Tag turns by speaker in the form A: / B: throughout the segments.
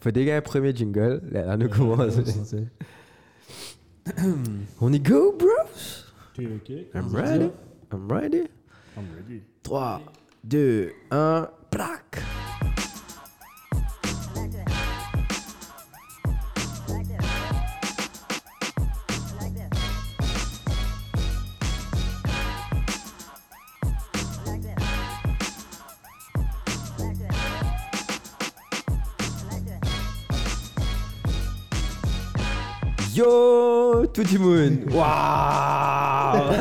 A: Faut dégager le premier jingle. Là, là, nous commençons. On y go, bros
B: T'es ok
A: I'm ready. I'm ready.
B: I'm ready.
A: 3, 2, 1, plaque Yo tout le monde Waouh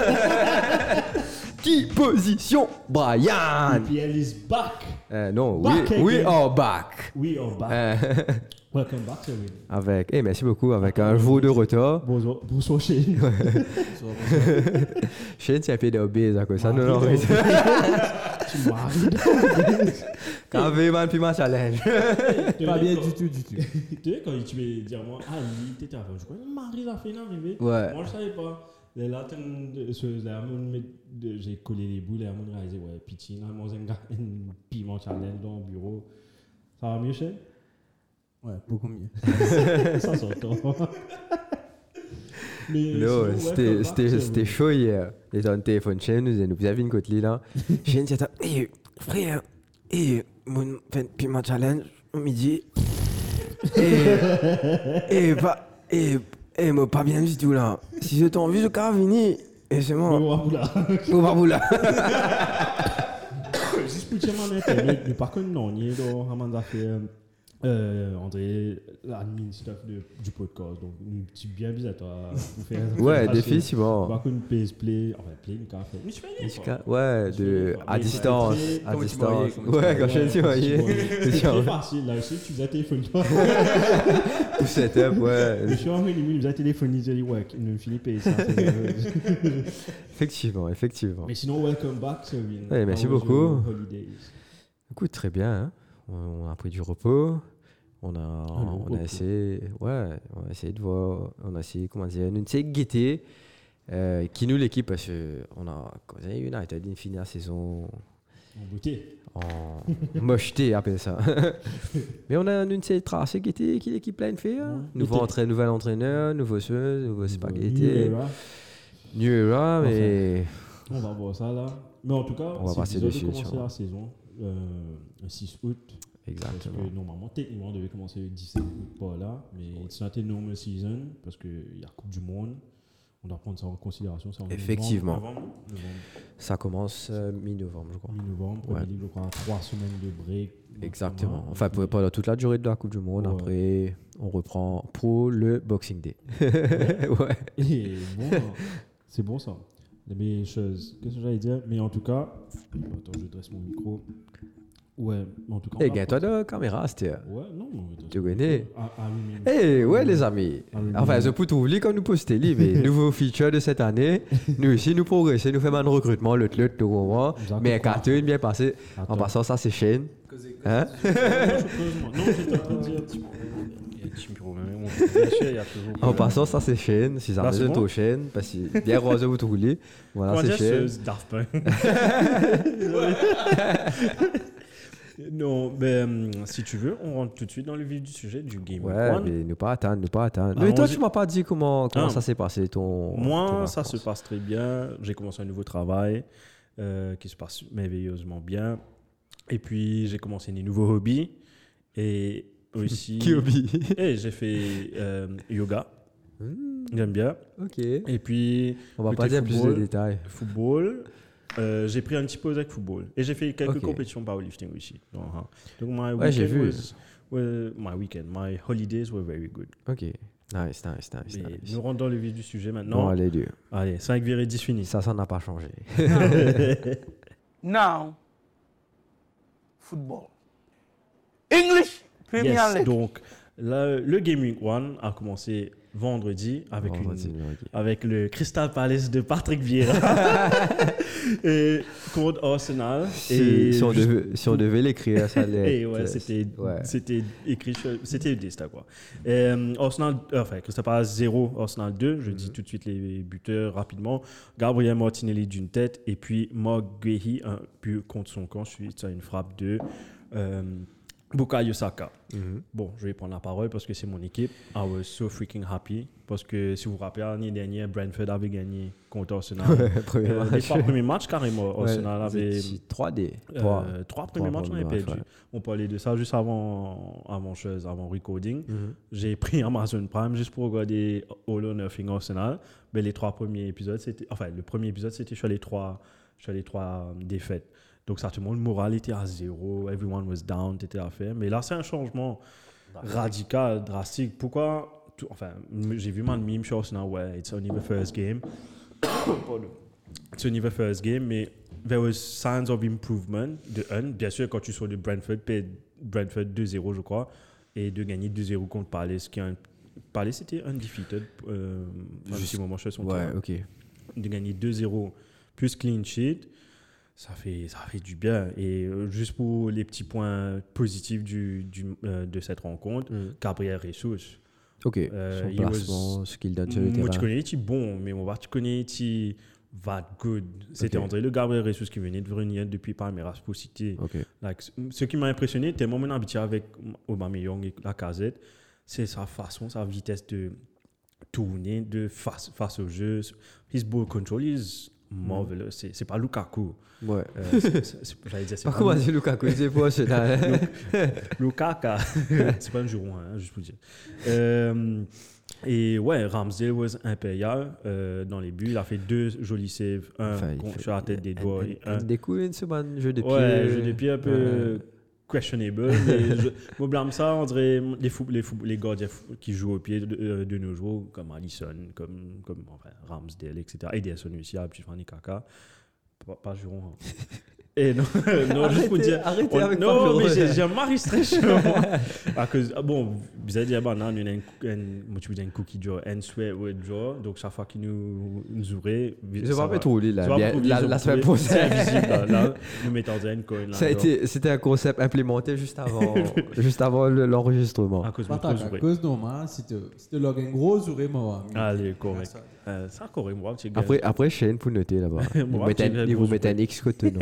A: Qui position Brian
C: Hmm.
B: EPL is back.
A: Euh, Non,
B: Back
A: we, we
B: again.
A: are back
B: We are back.
A: Euh,
B: Welcome back, Cyril.
A: Avec, eh, merci beaucoup, avec un jour de retard.
B: Bonsoir, bonsoir chez
A: Je ne sais pas de bise à quoi
C: Ah,
A: ça, Ah, non, non, mais
B: Tu m'arrives.
A: quand même, man, puis ma challenge.
D: Pas bien du tout, du tout.
B: Tu sais, quand tu veux dire moi, ah, il était avant. Je crois que Marie l'a fait arriver.
A: Ouais.
B: Moi, je savais pas. Les latins, de- ce- les amants me- de- j'ai collé les boules, les amants réalisé, ouais, pitié, non, moi, j'ai un gars, un piment challenge dans le bureau. Ça va mieux, chef
D: Ouais, beaucoup mieux.
B: Ça s'entend. Mais sinon,
A: Non,
B: ouais,
A: c'était-
B: comme
A: c'était
B: Marc,
A: c'était chaud hier. J'étais en téléphone chez nous, et nous avions une côte là. J'ai une certaine, eh, frère, eh, mon, enfin, puis ma challenge, au midi. Et, et, pas, et, et, moi, pas bien du tout là. Si je t'en vu, je peux venir. Et c'est
B: Mais
A: moi,
B: ouais, oula.
A: on va vous là.
B: Juste pour dire, man, eh, mais- mais par contre, non, il est dans Amanda fait euh, euh, André, l'admin stuff de- du podcast. Donc, une petite bien bise à toi. pour faire-
A: Ouais,
B: pour faire-
A: définitivement.
B: Par contre, une PS Play, enfin, Play, une café. Mais je
A: bah, Ouais, de, à distance. À
D: Comme tu
A: distance.
D: m'envoyais, comme tu
A: Ouais, quand je suis marié.
B: C'est
A: C'est sûr.
B: facile, là aussi, tu faisais téléphone.
A: Tout setup,
B: Je
A: ouais.
B: suis en réunion, il nous a téléphoné, il a dit, ouais, il nous finit payer ça. c'est nerveux.
A: Effectivement, effectivement.
B: Mais sinon, welcome back, Kevin.
A: Ouais, merci
B: How was
A: beaucoup.
B: your holidays?
A: Écoute, très bien. hein. On, on a pris du repos. On a, on
B: Ah, repos.
A: a essayé, ouais, on a essayé de voir, on a essayé, comment dire, une essayé de guetter euh, qui nous l'équipe parce que on a, comment dire, United une finir la saison
B: En beauté.
A: en mocheté, appelle ça. Mais on a une essayé de tracer guetter qui l'équipe pleine fait. hein.
B: Ouais.
A: Nouveau
B: Guetter.
A: entraîneur, nouvel entraîneur, nouveau seul, nouveau spaghetti,
B: Euh, New era.
A: new era,
B: Enfin.
A: mais
B: On va voir ça là. Mais en tout cas,
A: On va
B: c'est
A: passer
B: bizarre
A: dessus,
B: de commencer
A: sûrement.
B: la saison euh, le 6 août. Parce
A: exactement.
B: que normalement, techniquement, on devait commencer le 17 août, pas là. Mais it's not a normal season parce qu'il y a Coupe du Monde. On doit prendre ça en considération. Ça en novembre-
A: Effectivement.
B: Novembre, novembre,
A: Ça commence euh, mi-novembre, je crois.
B: Mi-novembre, Premier
A: Ouais.
B: League, je crois, trois semaines de break.
A: Exactement.
B: Donc,
A: Enfin, pour- pendant toute la durée de la Coupe du Monde,
B: Ouais.
A: après, on reprend pour le Boxing Day. ouais.
B: Et bon, hein, c'est bon ça. Mais choses. Qu'est-ce que j'allais dire Mais en tout cas, attends, je dresse mon micro. Ouais, mais en tout cas. on
A: Et
B: va
A: gagne-toi de caméra, c'était.
B: Ouais, non, mais
A: Tu connais.
B: Ah, ah oui, mais-
A: Eh ouais, les amis.
B: Ah oui,
A: Enfin,
B: oui.
A: je peux trouver comme nous poster mais nouveau feature de cette année. Nous aussi, nous progressons, nous faisons un recrutement, le tlut, tout moment.
B: Exactement.
A: Eh, Mais cartoon bien passé. En
B: Attends.
A: passant, ça, c'est chaîne. Hein
B: Heureusement. Non, j'étais en train de dire.
A: En passant, ça, c'est chaîne. Si ça
C: Là, c'est
A: besoin
C: bon
A: trop chaîne, parce que bien rose, vous trouvez. Voilà, c'est chaîne.
C: Daft Punk Non, mais hum, si tu veux, on rentre tout de suite dans le vif du sujet du Game Week
A: Ouais,
C: One.
A: mais ne pas attendre, ne pas attendre.
C: Bah,
A: mais toi,
C: on
A: tu
C: dit-
A: m'as pas dit comment, comment
C: Ah.
A: ça s'est passé ton.
C: Moi,
A: ton
C: ça
A: vacances.
C: se passe très bien. J'ai commencé un nouveau travail euh, qui se passe merveilleusement bien. Et puis, j'ai commencé des nouveaux hobbies. Et aussi.
A: Kyobi.
C: Et j'ai fait euh, yoga.
A: Hmm.
C: J'aime bien.
A: Ok.
C: Et puis,
A: On va
C: Côté
A: pas dire plus de
C: football.
A: détails.
C: football. Euh, j'ai pris un petit pause avec football et j'ai fait quelques
A: Ok.
C: compétitions powerlifting aussi. Donc, hein. Donc, my
A: Ouais, j'ai
C: weekend
A: vu.
C: was- well, my weekend, my holidays were very good.
A: Ok. Nice, nice, nice.
C: Mais
A: nice.
C: nous rentrons dans le vif du sujet
A: Bon,
C: maintenant.
A: allez, Dieu.
C: Allez, 5 virées 10 finis.
A: Ça, ça n'a pas changé.
E: Now, football. English Premier
C: Yes,
E: League.
C: donc là, le Game Week 1 a commencé vendredi avec
A: Vendredi,
C: une
A: ok.
C: avec le Crystal Palace de Patrick Vieira et contre Arsenal
A: Si, si on
C: juste-
A: devait, si on devait l'écrire, ça allait.
C: Et ouais,
A: être- euh,
C: c'était
A: Ouais.
C: c'était écrit, sur- c'était des stats, quoi. Euh, Arsenal, euh, enfin, Crystal Palace 0, Arsenal 2. Je dis tout de suite les buteurs rapidement. Gabriel Martinelli d'une tête et puis Mogwehi, un but contre son camp suite à une frappe de euh, Bukayo Saka.
A: Mhm.
C: Bon, je vais prendre la parole parce que c'est mon équipe. I was so freaking happy. Parce que si vous vous rappelez, l'année dernière, Brentford avait gagné contre Arsenal.
A: Premier
C: Euh, les
A: match.
C: trois premiers matchs, carrément. Arsenal avait.
A: 3D.
C: euh,
A: Trois.
C: trois premiers matchs, on avait
A: premiers matchs,
C: perdu.
A: ouais.
C: On parlait de ça juste avant, avant chose, avant recording. J'ai pris Amazon Prime juste pour regarder All or Nothing Arsenal. Mais les trois premiers épisodes, c'était. Enfin, le premier épisode, c'était sur les trois, sur les trois euh, défaites. Donc, ça, tout le monde, le moral était à zéro. Everyone was down, t'étais à faire. Mais là, c'est un changement radical, drastique. Pourquoi tout- Enfin, m- j'ai vu man meme sur Arsenal, ouais, it's only the first game. Pardon. It's only the first game, mais there was signs of improvement de un. Bien sûr, quand tu sors de Brentford, paie- Brentford 2-0, je crois, et de gagner 2-0 contre Palace, ce qui est un. Palace était undefeated euh, un petit moment chez son
A: Ouais,
C: tour.
A: ok.
C: De gagner 2-0 plus clean sheet, ça fait, ça fait du bien. Et euh, juste pour les petits points positifs du, du- euh, de cette rencontre, Gabriel Ressus,
A: Ok.
C: Euh,
A: Son
C: he was-
A: placement, ce qu'il donne sur le
C: moi, tu
A: terrain.
C: connais qui bon, mais on va te connais qui va good. C'était
A: Ok.
C: André Le Gabriel Ressus qui venait de venir depuis Palmeiras pour citer.
A: Ok.
C: Like, ce- ce qui m'a impressionné, tellement mon habitué avec Aubameyang et la casette, c'est sa façon, sa vitesse de tourner de face, face au jeu. His ball control is marvelous. C'est c'est pas Lukaku.
A: Ouais. Ah
C: Euh, c'est- c'est- c'est- J'allais dire, c'est
A: Par
C: pas
A: contre, c'est Lukaku, c'est pour Arsenal.
C: Lukaka. c'est pas un juron, hein, juste pour dire. Euh, et ouais, Ramsdale was impérial euh, dans les buts. Il a fait deux jolis saves. Un
A: Enfin, il
C: con-
A: fait-
C: sur la tête des
A: un-
C: doigts
A: un-
C: et
A: un
C: un.
A: Des coups, ce man, jeu de pied.
C: Ouais, jeu de pied un
A: euh, Ouais.
C: peu questionable. mais je me blâme ça, on dirait les, fou- les, fou- les gardiens fou- qui jouent au pied de, euh, de nos jours, comme Allison, comme, comme enfin, Ramsdale, etc. Ederson aussi, ah, puis Fanny Kaka. Pas, pas juron. hein. Et non, non juste pour
A: Arrêtez-
C: dire.
A: arrêtez avec
C: Non,
A: Fabio
C: mais
A: Roger.
C: j'ai- j'ai un mari stress chez moi. À cause- ah bon, vous avez dit, ah bah non, nous, on a une cou- une- moi, tu veux dire une cookie draw, une sweat with draw. Donc, chaque fois qu'ils nous, nous ouvraient.
A: Je
C: ça
A: vais
C: va.
A: pas trop lui,
C: Tu
A: là.
C: vois,
A: bien-
C: pour
A: La
C: viser-
A: la
C: pour
A: semaine
C: viser-
A: prochaine.
C: C'est invisible, là. Là, nous mettons dans une coin, là,
A: Ça a
C: genre,
A: été, c'était un concept implémenté juste avant, juste avant le- l'enregistrement.
C: À Ah, cause de
D: Pas ta
C: Cosmo.
D: cause non, hein, si te si te log un gros ou moi.
C: Allez, Ah, correct. Euh, Ça, correct, moi, petit gars.
A: Après, après, Shane, pour noter là-bas. Ils vous
C: Bon,
A: mettez
C: après,
A: un- ils vous
C: gros
A: mettent un X côté, non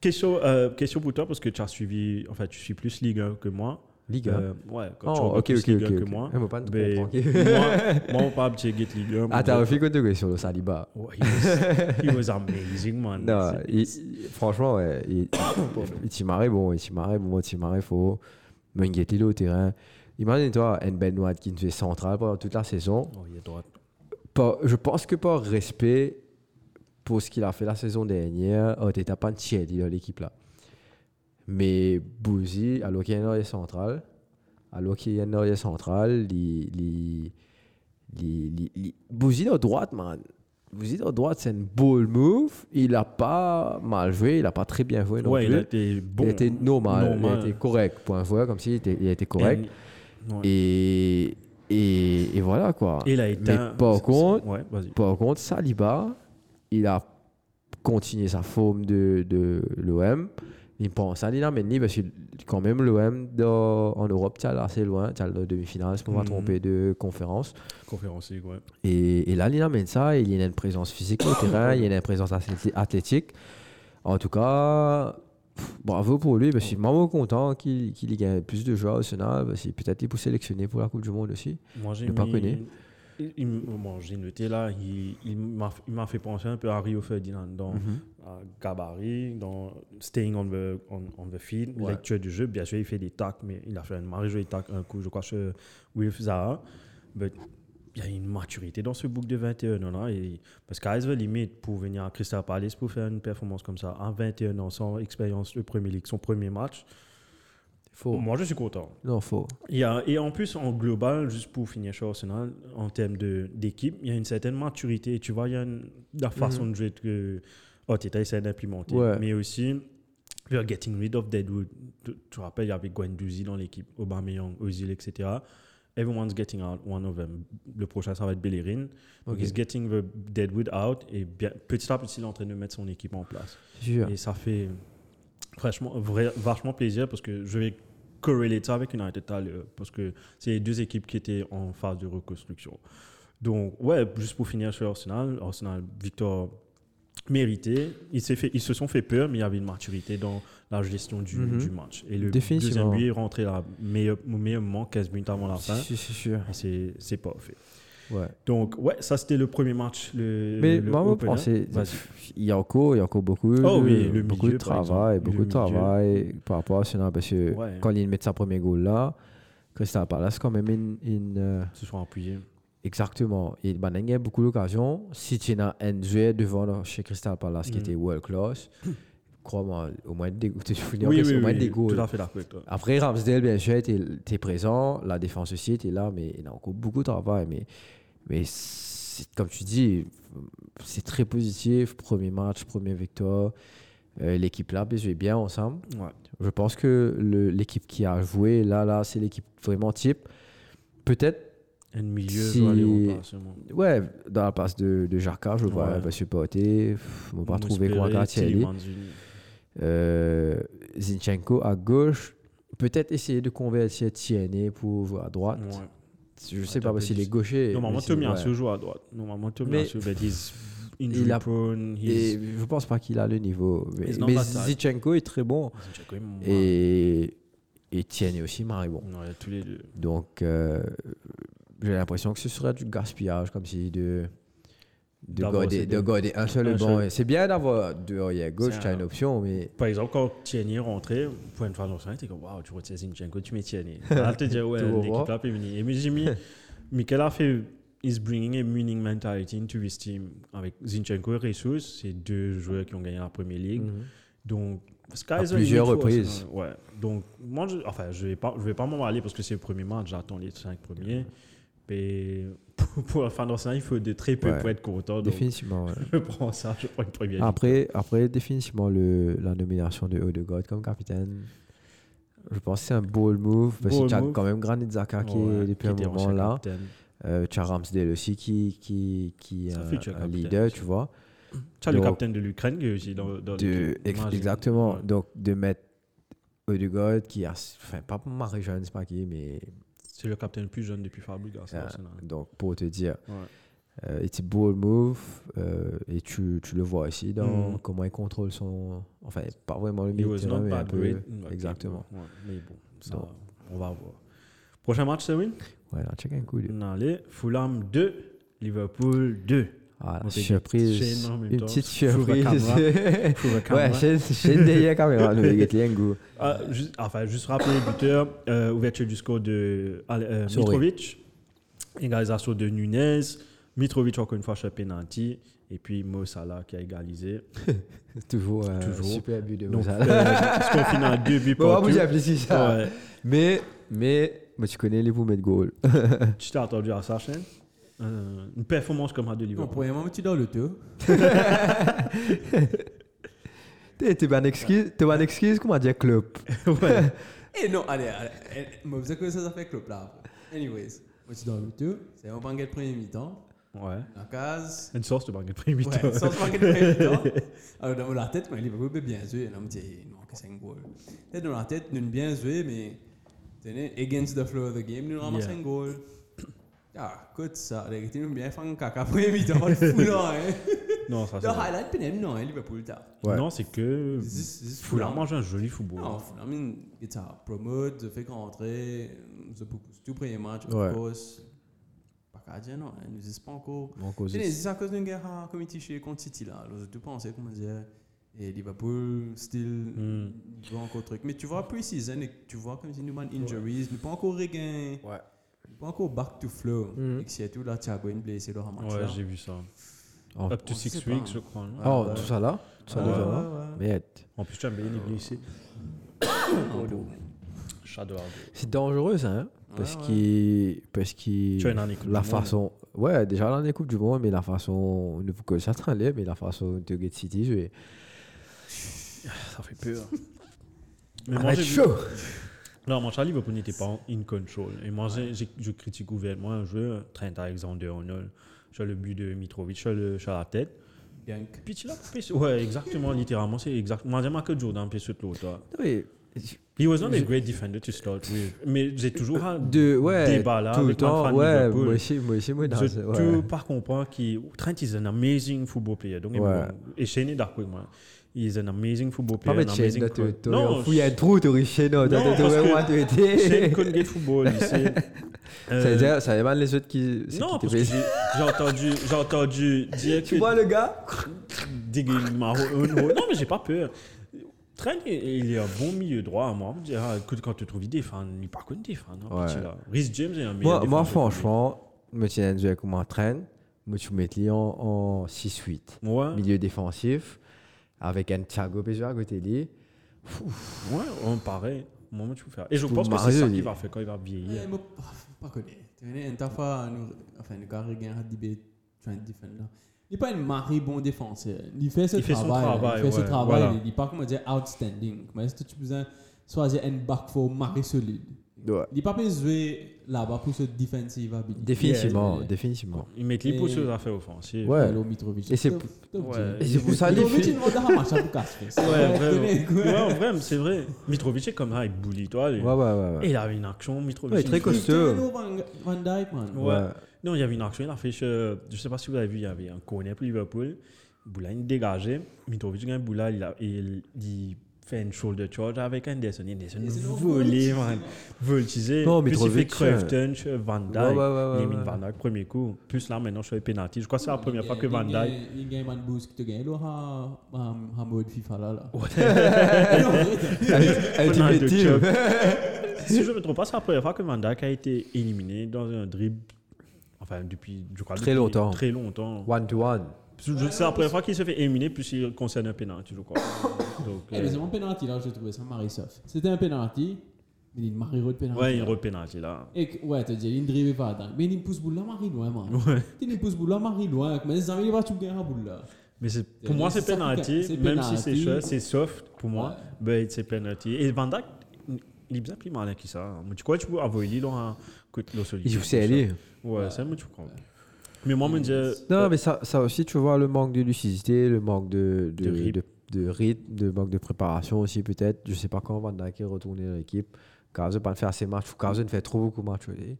C: Question, euh, question pour toi, parce que tu as suivi, enfin, tu suis plus Ligue 1 que moi.
A: Ligue 1.
C: Euh, ouais, quand tu
A: Oh,
C: regardes
A: ok,
C: plus
A: ok,
C: Ligue
A: ok.
C: 1 que
A: ok.
C: moi.
A: Ah, mais pas de
C: ben,
A: comprendre.
C: moi, moi, on parle de Get Ligue 1.
A: Ah, t'as refait quoi de sur le Saliba
C: Ouais, he was, he was amazing, man.
A: Non,
C: Ah, C'est-
A: il- il- franchement, ouais, il, il t'y marrait, bon, il t'y marrait, bon, il t'y marrait, faut Mengeti au terrain. Imagine-toi, Ben Benoit qui ne fait central pendant toute la saison.
C: Oh, il est droit.
A: Par- je pense que par respect pour ce qu'il a fait la saison dernière, oh, t'es pas un tiède dans l'équipe là. Mais Bouzy, alors qu'il est un arrière central, alors qu'il est un arrière central, li- li- li- li- li- Bouzy dans droite, man. Bouzy dans droite, c'est un ball move. Il a pas mal joué, il a pas très bien joué non
C: Ouais,
A: plus.
C: il a été bon.
A: il était normal,
C: normal.
A: il était correct pour un joueur comme s'il était, il était correct.
C: Et- ouais.
A: Et, et, et voilà quoi.
C: Et il a été.
A: Mais
C: un-
A: par
C: c'est- c'est-
A: contre-
C: Ouais, vas-y.
A: Par contre, Saliba, il a continué sa forme de, de l'OM. Il pense à l'île mais parce que quand même l'OM dans- en Europe, tu as assez loin, tu as la demi-finale, si on va
C: Mhm.
A: tromper de conférence.
C: Conférence Ligue, ouais.
A: Et, et là, l'île amène ça, il y a une présence physique au terrain, il y a une présence athléti- athlétique. En tout cas, pff, bravo pour lui, parce que je suis vraiment content qu'il qu'il y gagne plus de joueurs au Sénat, parce que peut-être il peut sélectionner pour la Coupe du Monde aussi.
C: Moi, j'ai
A: Le parc
C: mis-
A: connaît.
C: Il, il oh, m- bon, j'ai noté là, il, il m'a il m'a fait penser un peu à Rio Ferdinand dans
A: Mhm.
C: à Gabarit, dans Staying on the, on, on the Field,
A: Ouais.
C: lecture du jeu. Bien sûr, il fait des tacles, mais il a fait un marré jeu, il tacle un coup, je crois, chez Wilf Zaha. Mais il y a une maturité dans ce book de 21 ans. Là, et, parce qu'à la limite, pour venir à Crystal Palace, pour faire une performance comme ça, à 21 ans, sans expérience de Premier League, son premier match,
A: Faux.
C: moi, je suis content.
A: Non, faux.
C: Il y a- et en plus, en global, juste pour finir chez Arsenal, en termes de- d'équipe, il y a une certaine maturité. Tu vois, il y a une- la façon de jouer que oh, Arteta essaie d'implémenter.
A: Mhm. Ouais.
C: Mais aussi, we are getting rid of Deadwood. Tu, tu te rappelles, il y avait Guendouzi dans l'équipe, Aubameyang, Ozil, etc. Everyone's getting out, one of them. Le prochain, ça va être Bellerin. Donc,
A: Ok.
C: he's getting the Deadwood out. Et bien, petit à petit, il est en train de mettre son équipe en place.
A: Jure.
C: Et ça fait franchement, vrai- vachement plaisir parce que je vais corréler ça avec United tout à l'heure, parce que c'est les deux équipes qui étaient en phase de reconstruction. Donc, ouais, juste pour finir sur Arsenal, Arsenal, victoire mérité. Il s'est fait, ils se sont fait peur, mais il y avait une maturité dans la gestion du,
A: Mhm.
C: du match. Et le
A: Définitivement.
C: deuxième but est rentré à meilleur, au meilleur moment, 15 minutes avant la fin.
A: C'est sûr.
C: Et c'est- C'est pas fait.
A: Ouais.
C: Donc, ouais, ça c'était le premier match. Le,
A: Mais bah,
C: le
A: moi, moi,
C: opener.
A: bon, c'est-
C: Vas-y.
A: il y a encore, il y a encore beaucoup,
C: Oh
A: de,
C: oui, le
A: beaucoup
C: milieu,
A: de
C: par
A: travail,
C: exemple.
A: beaucoup
C: Le
A: de
C: milieu.
A: travail par rapport à Arsenal parce que
C: Ouais.
A: quand il met sa premier goal là, Crystal Palace quand même une, une, euh,
C: Ils se sont appuyés.
A: exactement, il ben, il y a beaucoup d'occasions. Si tu as un joueur devant là, chez Crystal Palace qui
C: Mhm.
A: était world class, crois-moi, au moins des, tu te souviens
C: Oui,
A: que c'est
C: oui,
A: au moins
C: oui,
A: des
C: tout
A: goals.
C: à fait d'accord avec toi.
A: Après, Ramsdale, bien sûr, était présent. La défense aussi était là, mais il a encore beaucoup de travail. Mais, mais c'est- comme tu dis, c'est très positif. Premier match, première victoire. Euh, l'équipe là, bien, jouait bien ensemble.
C: Ouais.
A: Je pense que le- l'équipe qui a joué là, là, c'est l'équipe vraiment type. Peut-être,
C: Un milieu
A: Si-
C: doit aller au remplacement.
A: ouais, dans la place de, de Jarka, je vois
C: Ouais.
A: Monsieur Paoté. On va pas trouver
C: Mouspéré,
A: quoi gratter.
C: Tielemans,
A: Euh, Zinchenko à gauche. Peut-être essayer de convertir Tiene pour jouer à droite.
C: ouais.
A: Je sais
C: Ouais,
A: pas
C: t'as
A: parce
C: peut-être
A: qu'il est
C: dit-
A: gaucher.
C: Normalement,
A: mais c'est-
C: Tomiyasu
A: ouais.
C: joue à droite. Normalement,
A: Mais-
C: Tomiyasu, but he's injury
A: Il a-
C: prone. He's...
A: Et je pense pas qu'il a le niveau. Mais,
C: He's not
A: mais
C: that type.
A: Zichenko est très bon.
C: Zinchenko est mort.
A: Et, et Tierney aussi, Marie bon.
C: Ouais, tous les deux.
A: Donc, euh, j'ai l'impression que ce serait du gaspillage, comme si de, de,
C: D'avoir
A: garder,
C: ces
A: de
C: deux.
A: garder un seul
C: Un
A: banc.
C: seul.
A: C'est bien d'avoir deux arrières gauche,
C: C'est
A: tu as
C: un-
A: une option, mais.
C: Par exemple, quand Tierney est rentré, pour une fois dans le t'es comme, waouh, tu retiens Zinchenko, tu mets Tierney. Là, je te dis, ouais,
A: Tout au revoir.
C: l'équipe là peut venir. Et mais j'ai mis, Mikel a fait, is bringing a winning mentality into his team. Avec Zinchenko et Ressus, c'est deux joueurs qui ont gagné la Premier League. Donc, Sky
A: À
C: is the
A: plusieurs
C: limit for
A: reprises.
C: Arsenal. Ouais. Donc, moi, je, enfin, je vais pas, je vais pas m'en aller parce que c'est le premier match. J'attends les cinq premiers. Mais pour, pour la fin d'Arsenal, il faut de très peu
A: Ouais. Ah,
C: pour être content. Donc,
A: Définitivement. ouais.
C: je prends ça. Je prends une première.
A: Après, après définitivement, le, la nomination de Odegaard comme capitaine, je pense que c'est un bold move. Parce que
C: Bold
A: tu as
C: move.
A: quand même Granit Xhaka qui
C: Ouais,
A: est depuis
C: qui
A: un
C: était
A: moment
C: ancien
A: là.
C: capitaine.
A: Euh, tu as Ramsdale aussi qui, qui, qui est
C: C'est un
A: un,
C: futur
A: un
C: capitaine
A: leader,
C: aussi.
A: tu vois.
C: Tu as le
A: Donc,
C: capitaine de l'Ukraine qui est aussi dans, dans
A: De,
C: l'équipe.
A: ex-
C: Moi, j'ai-
A: exactement.
C: ouais.
A: Donc, de mettre Odegaard qui a. Enfin, pas marie jeanne pas qui, mais.
C: C'est le capitaine le plus jeune depuis Fabregas.
A: Ah,
C: à Arsenal.
A: Donc, pour te dire.
C: Ouais.
A: Euh, it's a bold move. euh, et tu, tu le vois aussi dans
C: Mhm.
A: comment il contrôle son. Enfin, pas vraiment le
C: He
A: milieu de
C: was
A: terrain,
C: not
A: mais un
C: bad Mm,
A: peu.
C: great. Ouais,
A: Exactement.
C: ouais. Mais bon, ça,
A: Donc.
C: on va voir. Prochain match, Sewin
A: Ouais, là, check un coup. lui.
C: Allez, Fulham 2, Liverpool 2.
A: Ah,
C: On
A: la
C: fait des petites
A: surprise.
C: chaînes en même
A: Une
C: temps.
A: petite
C: Faut voir
A: surprise.
C: Camara.
A: ouais,
C: Pour le Cameroun.
A: chaîne chaîne derrière caméra, nous, les gars, il y a un goût.
C: Ah, juste, enfin, juste rappeler les buteurs. euh, ouverture du score de Ale- euh,
A: Sorry.
C: Mitrovic. Égalisation de Nunez. Mitrovic, encore une fois, sur penalty. Et puis Mo Salah qui a égalisé.
A: Toujours, euh,
C: Toujours.
A: super but de
C: Donc,
A: Moussa.
C: euh, score final 2 buts
A: Bon, on va
C: partout.
A: vous appeler si ça.
C: Ouais.
A: Mais, mais, moi, tu connais les vous mettre goal.
C: Tu t'es attendu à ça, Shane Euh, Une performance comme à de
D: Non,
C: Liverpool.
D: premièrement, tu dors le tour.
A: T'es t'es pas une excuse, t'es pas une excuse, comment dire club.
C: Ouais.
D: Et Eh, non, allez, allez. allez, Moi, vous savez que ça, ça fait club là. après. Anyways, moi, tu dors le tour. C'est un banquet de premier mi-temps.
C: ouais.
D: La case.
C: Une source de banque de prix
D: Ouais, sans se manquer de prévision. Alors, dans la tête, moi, Liverpool peut bien jouer. Là, on me dit, non, que c'est un goal. Peut-être dans la tête, nous ne bien jouer, mais tenez, against the flow of the game, nous ramassons
C: Yeah.
D: un goal. Ah, écoute ça, les gars, nous bien faire un caca après mi-temps, on est fou là, hein.
C: Non, ça
D: Le
C: c'est. vrai.
D: highlight, pénible, non, hein, Liverpool, t'as.
A: Ouais.
C: Non, c'est que.
D: This- this
C: Fulham
D: Fulham.
C: mange un joli football.
D: Non, I mean, it's a promote, the fait qu'on rentrait, the tout premier match, of
A: Ouais.
D: course. Pas qu'à dire, non, hein, nous disent pas encore.
A: Bon, cause
D: C'est c'est à cause d'une guerre à comité chez contre City là. Alors, je te pensais comment dire. Et Liverpool, still,
C: Hmm.
D: ils vont encore truc. Mais tu vois, pre-season, et tu vois, comme si nous man injuries, nous pas encore regain,
A: Ouais.
D: nous pas encore back to flow.
A: Hmm.
D: Et que c'est tout là, Thiago est blessé dans un match.
C: Ouais,
D: là.
C: j'ai vu ça.
A: Oh.
C: Up to
D: hein. On
C: 6
D: sait pas. hein.
C: weeks, je crois. non
D: Ouais,
A: Oh,
D: ouais.
A: tout ça là Tout ça
D: Ah,
C: Ouais,
A: là
C: ouais,
A: Mais euh,
C: En plus, Chamberlain est blessé. Shadow
A: c'est dangereux ça, hein Parce
D: Ouais, ouais.
A: qu'il. Parce qu'il.
C: Tu as une année Coupe
A: La
C: du Monde.
A: façon. Ouais, déjà l'année Coupe du Monde, mais la façon. Ne vous que ça traîne, mais la façon de Get City jouer.
C: Ça fait peur. Mais
A: Ça
C: moi,
A: va être
C: j'ai vu-
A: chaud
C: Non, mon Charlie Liverpool n'était pas en- in control. Et moi, j'ai- j'ai- je critique ouvertement un jeu, Trent Alexander-Arnold. J'ai le but de Mitrovic, j'ai le- j'ai la tête.
D: Gank.
C: Puis tu l'as coupé. sur- Ouais, exactement, littéralement. C'est exactement. Moi, j'ai marqué Jordan, puis sur l'autre. là.
A: Non, mais je-
C: He was not a great defender to start with. Mais j'ai toujours un
A: De, ouais,
C: débat là
A: tout le
C: avec ma
A: temps.
C: fan
A: Ouais,
C: Liverpool.
A: moi aussi, moi aussi, moi, dans ce-
C: Surtout
A: ouais.
C: par comprendre qui Trent is an amazing football player. Donc, il
A: Ouais.
C: est bon. et Shane est d'accord avec moi. hein. He is an amazing football
A: Pas
C: player.
A: mettre
C: an
A: chaîne,
C: amazing
A: là, tu-
C: coach.
A: tu-
C: Non,
A: fou, il y a un trou, tu riches chaîne, là, tu-
C: Non,
A: tu- tu-
C: parce que
A: ouais, tu étais.
C: Shane connaît le football. il sait.
A: Ça veut
C: Euh,
A: dire, ça veut mal les autres qui. c'est
C: Non,
A: qui
C: parce
A: t'es payé.
C: que j'ai j'ai entendu, j'ai entendu dire que
A: Tu vois le gars
C: Digue ma- une- euh, Non, mais j'ai pas peur. Trent, il- il est un bon milieu droit, moi. Je dirais, écoute, Quand tu trouves il défend, il part contre défend.
A: Ouais.
C: Rhys James est un meilleur
A: Moi, moi
C: défenseur que lui.
A: franchement, me tiens à dire comment traîne. Moi, tu mets Lyon en 6-8.
C: Ouais,
A: Milieu défensif, avec un Thiago Pessoa à côté de lui.
C: ouais, on pareil. Moi, moi, tu peux faire. Et je
A: Pour
C: pense que c'est
A: Mario,
C: ça
A: il-
C: qu'il va faire quand il va vieillir.
D: Eh, moi, pas connu. Tu connais, une fois, nous- enfin, le gars, il a ben, débé, tu vois, défendre. Il n'est pas un mari bon défenseur. Il fait ce
C: Il fait son
D: travail. hein.
C: travail,
D: il fait
C: ouais,
D: ce travail.
C: voilà.
D: Il n'est pas, comment dire, outstanding. Mais si tu besoin, soit j'ai un back four mari solide.
A: Ouais.
D: Il n'est pas besoin de jouer là-bas pour ce defensive ability.
A: Définitivement,
D: Yeah.
A: définitivement.
C: Il met les
D: Et-
C: pouces sur les affaires offensives.
A: Ouais.
D: Milo Mitrovic.
A: Et c'est-
D: Top- top
C: Ouais.
D: G.
A: Et c'est pour ça, les
D: Mitrovic,
A: filles.
D: il demande à Hamas, à Lucas, fait.
C: Ouais,
D: Tenez,
C: vraiment.
D: quoi.
C: Ouais, en vrai, mais c'est vrai. Mitrovic est comme ça, il bully, toi. lui.
A: Ouais, ouais, ouais.
C: Et il avait une action, Mitrovic.
A: Ouais, très
C: il fait-
A: costaud. Costaud.
D: Tenez-nous Van Van Dijk, man.
C: Ouais. Non, il y avait une action, il a fait, je ne sais pas si vous avez vu, il y avait un corner pour Liverpool. Boula, il dégageait. Mitrovic, un Boula, il, a- il, il fait une shoulder charge avec Anderson. Anderson
D: Et c'est non
C: volé,
D: volé.
C: man. Voltigé.
A: Non,
C: Plus il fait
A: Mitrovic, euh,
C: Crofton, je- Van Dijk.
A: Ouais, ouais, ouais, ouais,
C: il élimine
A: ouais.
C: Van Dijk, premier coup. Plus là, maintenant, je fais penalty. Je crois que c'est la première
D: Il
C: fois que
D: gagne-
C: Van
D: il
C: Dijk.
D: gagne- Il gagne un boost qui te gagne. Laura, un mode FIFA là. là.
A: Ultimate
C: Ronaldo
A: team.
C: choke. si je ne me trompe pas, c'est la première fois que Van Dijk a été éliminé dans un dribble. Enfin, depuis, je crois,
A: Très
C: depuis
A: longtemps.
C: Très longtemps.
A: One to one.
C: Je- je- C'est la première fois qu'il se fait éliminer puisqu'il concerne un pénalty, je crois. Donc, euh,
D: Eh, mais c'est mon penalty là, j'ai trouvé ça marie sauf. C'était un penalty, mais il marie de penalty.
C: ouais, il
D: là.
C: repénalty là.
D: Et que- ouais, t'as dit, il ne drivait pas dedans. Mais il pousse boule là, marie loin, man.
C: Ouais.
D: Il pousse boule là, marie loin. Mais les amis, il va tout gagner à boule là.
C: Mais c'est-
D: C'est-
C: pour moi, c'est
D: c'est ça,
C: penalty,
D: c'est
C: même si
D: penalty.
C: c'est chaud, c'est soft pour moi,
D: Ouais.
C: ben, c'est penalty. Et Van Dijk, il est bien plus malin que ça. Mais Tu crois que tu peux envoyer l'on le solide
A: Il joue CLI.
C: Ouais, c'est un peu tu crois. Mais moi, je me dis.
A: Non, mais ça, ça aussi, tu vois, le manque de lucidité, le manque de, de,
C: De rythme.
A: de- de rythme, de manque de préparation aussi, peut-être. Je sais pas quand Van Dijk est retourné dans l'équipe. Carzo pas faire ses matchs. Carzo ne fait trop beaucoup de matchs. vous voyez.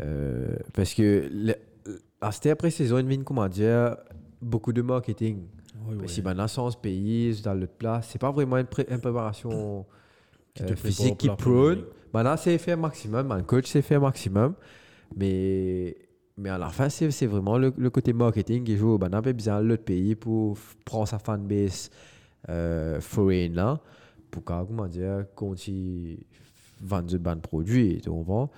A: Euh, parce que le- euh, ah, à cette après-saison, il vient, comment dire, beaucoup de marketing.
C: Ouais, ouais.
A: Mais si maintenant, sans ce pays, dans l'autre place, c'est pas vraiment une, pré- une préparation
C: Qui
A: euh,
C: te prépare
A: physique
C: pour
A: qui
C: la Premier
A: prône.
C: League.
A: Maintenant, c'est fait maximum. Un coach, c'est fait maximum. Mais, mais à la fin, c'est c'est vraiment le, le côté marketing qui joue. Maintenant, il besoin de l'autre pays pour f- prendre sa fanbase euh, foreign là, pour qu'à, comment dire, continuer à vendre de bons produits, tu comprends?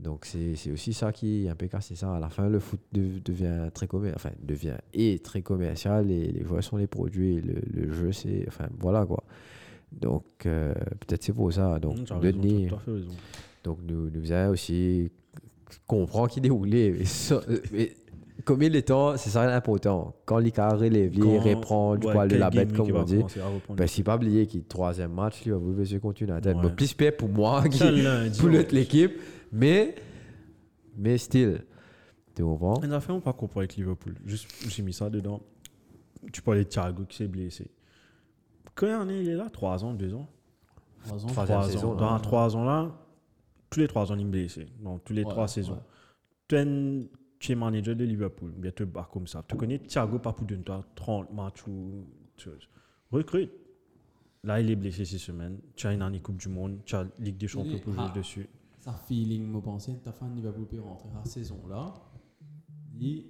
A: Donc, c'est c'est aussi ça qui est un peu cassé. Ça. À la fin, le foot de- devient très commercial. Enfin, devient et très commercial. Et les joueurs sont les produits. Le, le jeu, c'est. Enfin, voilà quoi. Donc, euh, peut-être c'est pour ça. Donc,
C: Non, t'as Mmh, raison,
A: donner-
C: t'as tout à fait raison.
A: donc nous, nous faisons aussi comprendre qui déroulait. Mais, ça- euh, mais comme il est temps, c'est ça l'important. Quand l'Icar relève, il
C: Quand-
A: reprend du
C: ouais,
A: poil de
C: quel
A: la bête,
C: game
A: comme
C: qui
A: on
C: va
A: dit.
C: commencer à reprendre.
A: Ben, c'est pas oublier qu'il troisième match, lui, vous se continuer à tête.
C: Ouais.
A: Bon, plus paix pour moi, qui
C: Ça, lundi,
A: pour
C: on-
A: l'autre, l'équipe, mais, mais still. Tu comprends?
C: On a fait un parcours pour avec Liverpool. Juste, j'ai mis ça dedans. Tu parlais de Thiago qui s'est blessé. Quand il est là, 3 ans, 2 ans
D: Trois ans.
A: Trois
C: Trois
A: saison, là.
C: ans. Dans 3 ans là, tous les 3 ans, il me blessé. Donc, tous les
D: Ouais,
C: 3 saisons.
D: ouais.
C: Tu es un- tu es manager de Liverpool, bien tu barres comme ça. Tu connais Thiago pas pour donner toi 30 matchs ou chose. Recrute. Là, il est blessé ces semaines. Tu as une année Coupe du Monde, tu as Ligue des Champions pour jouer
D: Ah.
C: dessus.
D: Ça feeling, me penser, ta fan, il va vous rentrer à saison là. Il,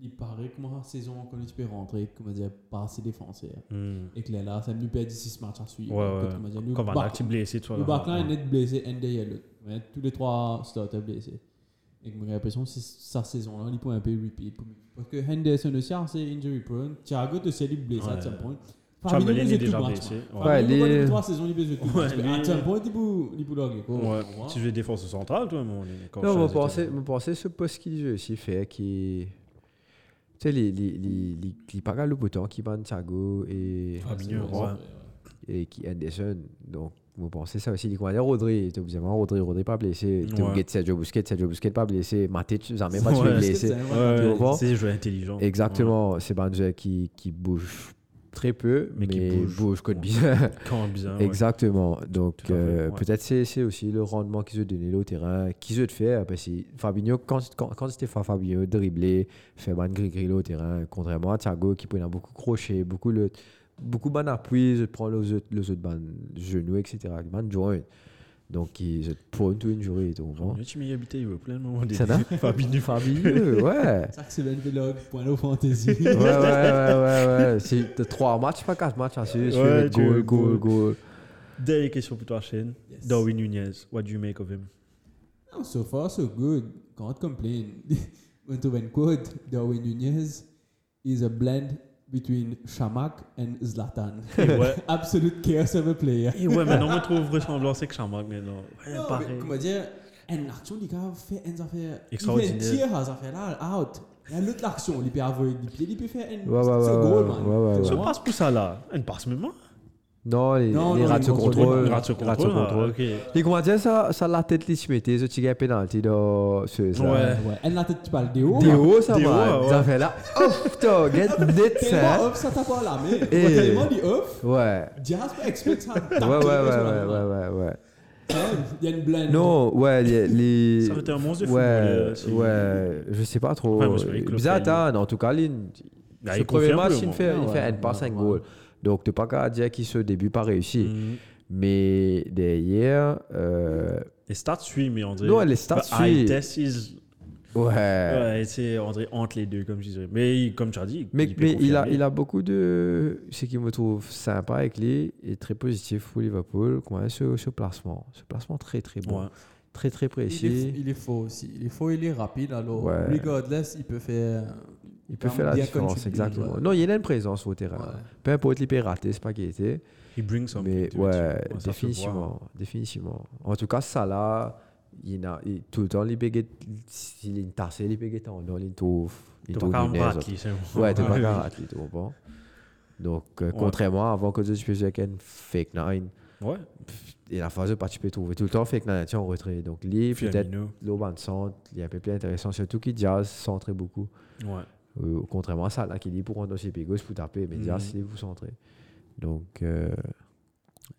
D: il paraît que moi, à saison, quand tu peux rentrer, comment dire, pas assez défenseur.
C: Hmm.
D: Et que là, là, ça nous perd 6 matchs à suivre.
C: Ouais, ouais.
D: Comment dire, nous
C: Quand Van
D: back-
C: Dijk est blessé, toi.
D: Le
C: là.
D: backline est net blessé, ND est l'autre. Mais Tous les trois starters blessés. Et que j'ai l'impression que c'est sa saison-là, il peut un peu repeat. pour- Parce que Henderson aussi, ah, c'est injury prone. Thiago, tu sais, il est blessé
C: Ouais.
D: à un point.
C: Chamberlain
D: il
C: est
D: blesse tout
C: déjà
D: match,
C: blessé.
D: man.
C: Ouais.
D: Fabinho,
A: Ouais,
D: quand il
A: les-
D: fait trois saisons, il blesse tout
C: Ouais,
D: match.
C: les-
D: À un point, il peut- il peut larguer, quoi.
C: Ouais.
D: Tu vois.
C: Tu veux défense centrale, toi, mon quand
A: Non,
C: Charles
A: mon
C: était
A: pensée,
C: là.
A: mon pensée, ce poste qu'il joue aussi fait qui. Tu sais, les, les, les, les, les pagas le bouton qui bandent Thiago et.
C: Ah, Fabinho,
A: et- et qui Anderson. Donc, vous pensez ça aussi, les commandants Rodri, tu observé hein, Rodri, Rodri pas blessé, tu
C: Ouais.
A: ouais. Sergio Busquets, Sergio Busquets pas blessé, Matic, jamais pas
C: Ouais.
A: blessé.
D: C'est-
C: Ouais,
A: Tu comprends
C: c'est des joueurs intelligents.
A: Exactement, c'est Banjo qui, qui bouge très peu, mais,
C: Mais qui
A: bouge,
C: bouge.
A: code
C: Ouais.
A: bizarre.
C: Quand bizarre. ouais.
A: Exactement. Donc,
C: Tout à fait,
A: euh,
C: ouais.
A: peut-être c'est c'est aussi le rendement qu'ils ont donné là au terrain, qu'ils ont fait. euh, Parce que Fabinho, quand, quand, quand Stéphane Fabinho dribblait, fait ban gris-gris là au terrain, contrairement à Thiago qui prenait beaucoup crochet, beaucoup le beaucoup ban appui, je prends les autres, les autres ban genoux, etc. Ban joint. Donc, ils sont prone to injury, tu comprends?
C: Mais tu m'y habitais, il veut plein de moments des
A: Ça va
C: Fabinho.
A: Fabinho, Euh, ouais!
D: Ça que c'est Ben Vlog, point d'eau fantasy.
A: ouais, ouais, ouais, ouais, ouais. C'est de trois matchs, pas quatre matchs. hein, C'est
C: Ouais,
A: ouais,
C: tu-
A: goal, goal,
C: goal.
A: goal.
C: Dernière question pour toi, Shane.
D: Yes.
C: Darwin Nunez, what do you make of him?
D: Oh, so far, so good. Can't complain. Went to Ben quote, Darwin Nunez is a blend between Shamak and Zlatan.
C: Et ouais,
D: Absolute chaos of a player.
C: et Eh ouais maintenant, on trouve ressemblant avec Charmac maintenant. Ouais,
D: Non, mais
C: pareil.
D: comment dire, une action, les gars, fait une affaire.
C: Extraordinaire.
D: Il fait un tir, ça fait là, out. Il y a l'autre action, il peut avoir des pieds, il peut faire une.
A: Ouais, ouais,
D: c'est
A: ouais,
D: un goal,
A: ouais,
D: man.
A: ouais, ouais,
D: Tu
C: Se
D: vois?
C: passe pour ça là. Une passe même. hein?
A: Non, les,
D: Non,
A: les
D: non,
A: rats
D: ils
A: se
D: contrôlent,
A: contrôlent.
D: ils
C: Rate ce
A: rate se
C: contrôle. ah,
A: contrôlent.
C: ok.
A: Et comment dire ça, ça la tête les chimetés, ce petit gars penalty dans ce. ça.
C: Ouais.
D: Ouais, elle la tête, tu parles des hauts.
A: Des hauts, ça
C: Des
A: va.
C: hauts, ouais.
A: Ça fait là. Oh, putain, get net,
D: Tellement
A: ça.
D: off, ça t'a pas la main.
A: Eh.
D: Tellement dit off,
A: Ouais.
D: Diaz expect ça.
A: Ouais, ouais, ouais, ouais, ouais, ouais, ouais.
D: Il y a une blend.
A: Non, ouais, les. les-
C: Ça aurait été un monstre de
A: Ouais,
C: football, euh, si-
A: ouais, je sais pas trop.
C: Ouais, moi, je suis avec Klopp,
A: Zlatan, en tout cas, lui,
C: Bah,
A: ce
C: il
A: premier
C: confirme,
A: match,
C: lui, au
A: il
C: moins.
A: fait, il
D: Ouais,
A: fait un
D: ouais,
A: pass, un
D: ouais.
A: goal. Donc, t'es pas qu'à dire qu'il se début pas réussi.
C: Mhm.
A: Mais derrière, euh,
C: Les stats suivent, mais on dirait.
A: non, les stats
C: Bah, eye
A: suivent.
C: test is-
A: Ouais.
C: Ouais, c'est on dirait entre les deux, comme je dirais. Mais il- comme tu as dit,
A: Euh, Mais,
C: il peut
A: mais il, a,
C: confirmer.
A: il a beaucoup de. Ce qui me trouve sympa avec lui et très positif pour Liverpool, comment dire, ce, ce placement. Ce placement très très bon.
C: Ouais.
A: Très très
D: Il est,
A: précis.
D: il est fort aussi. Il est fort, il est rapide. Alors,
A: Ouais.
D: regardless, il peut faire.
A: Il peut
D: vraiment
A: faire la
D: bien
A: différence,
D: contribuer,
A: exactement.
D: ouais.
A: Non, il a une présence au terrain.
D: Ouais.
A: Peu importe, il peut rater, c'est pas qu'il était.
C: Il bring something.
A: Mais
C: to it.
A: ouais,
C: ça se voit.
A: définitivement, définitivement. En tout cas, ça là, il a il- tout le temps, il peut get- s'il est tassé, il peut get en dans les tours. les
C: T'as
A: tours
C: pas
A: du nerf,
C: qu'à
A: ça.
C: rater, c'est bon.
A: Ouais, t'es pas grave, athlète, tu comprends? Donc, euh, contrairement à avant que je faisais avec un fake nine,
C: Ouais,
A: et la phase de partie, tu peux trouver tout le temps fake nine, tu es en retrait. Donc, lui, peut-être
C: Firmino.
A: l'Oban centre, il est un peu plus intéressant, surtout qu'il jazz centré beaucoup.
C: Ouais.
A: Euh, contrairement à ça, là, qui dit pour rentrer dans ses pégos, pour taper, mais
C: Mhm.
A: jazz, il est pour centrer. Donc, euh,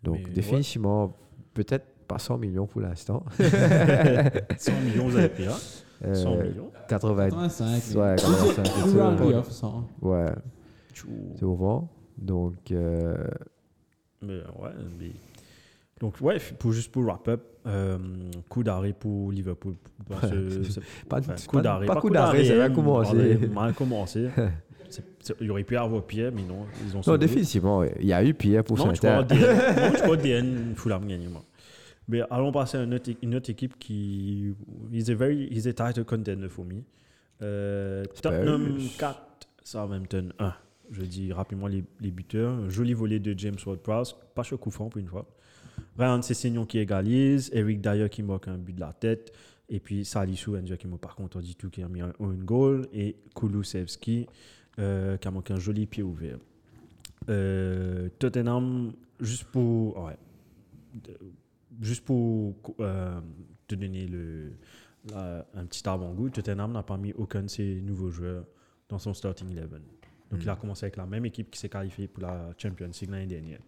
A: donc
C: Mais ouais.
A: définitivement, peut-être pas 100 millions pour l'instant.
C: 100 millions, vous avez pris là. 100
A: Euh,
C: millions.
A: 80.
D: 85. mais-
A: Ouais, 85,
D: Il round
A: c'est-
D: me off, ça.
A: Ouais,
C: Tchou.
A: tu comprends? Donc, euh,
C: Mais ouais, mais- Donc, ouais, pour, juste pour wrap up, euh, coup d'arrêt pour Liverpool. Parce que c'est-
A: Pas-
C: enfin,
A: pas- pas coup d'arrêt, ça va
C: hein,
A: commencer.
C: voilà, Mal commencé. C'est- c'est- Il aurait pu y avoir pire, mais non. Ils ont
A: non,
C: sauvé.
A: définitivement, il y a eu pire pour
C: Non, je
A: certains.
C: crois DN. Non, je crois DN Fulham gagner, moi. Mais allons passer à une autre, une autre équipe qui. Ils a very. Ils a title contender for me. Euh, Tottenham
A: Spurs.
C: 4, Southampton 1. Je dis rapidement les, les buteurs. Un Joli volet de James Ward-Prowse. Pas chocouffant pour une fois. Ryan Sessegnon qui égalise. Eric Dyer qui marque un but de la tête. Et puis Salisu Ndiakimo, par contre, on dit tout qui a mis un own goal. Et Kulusevski euh, qui a manqué un joli pied ouvert. Euh, Tottenham, juste pour. ouais. De- juste pour euh, te donner le, la- un petit avant-goût, Tottenham n'a pas mis aucun de ses nouveaux joueurs dans son starting 11. Donc il
A: Hmm.
C: a commencé avec la même équipe qui s'est qualifiée pour la Champions League l'année dernière.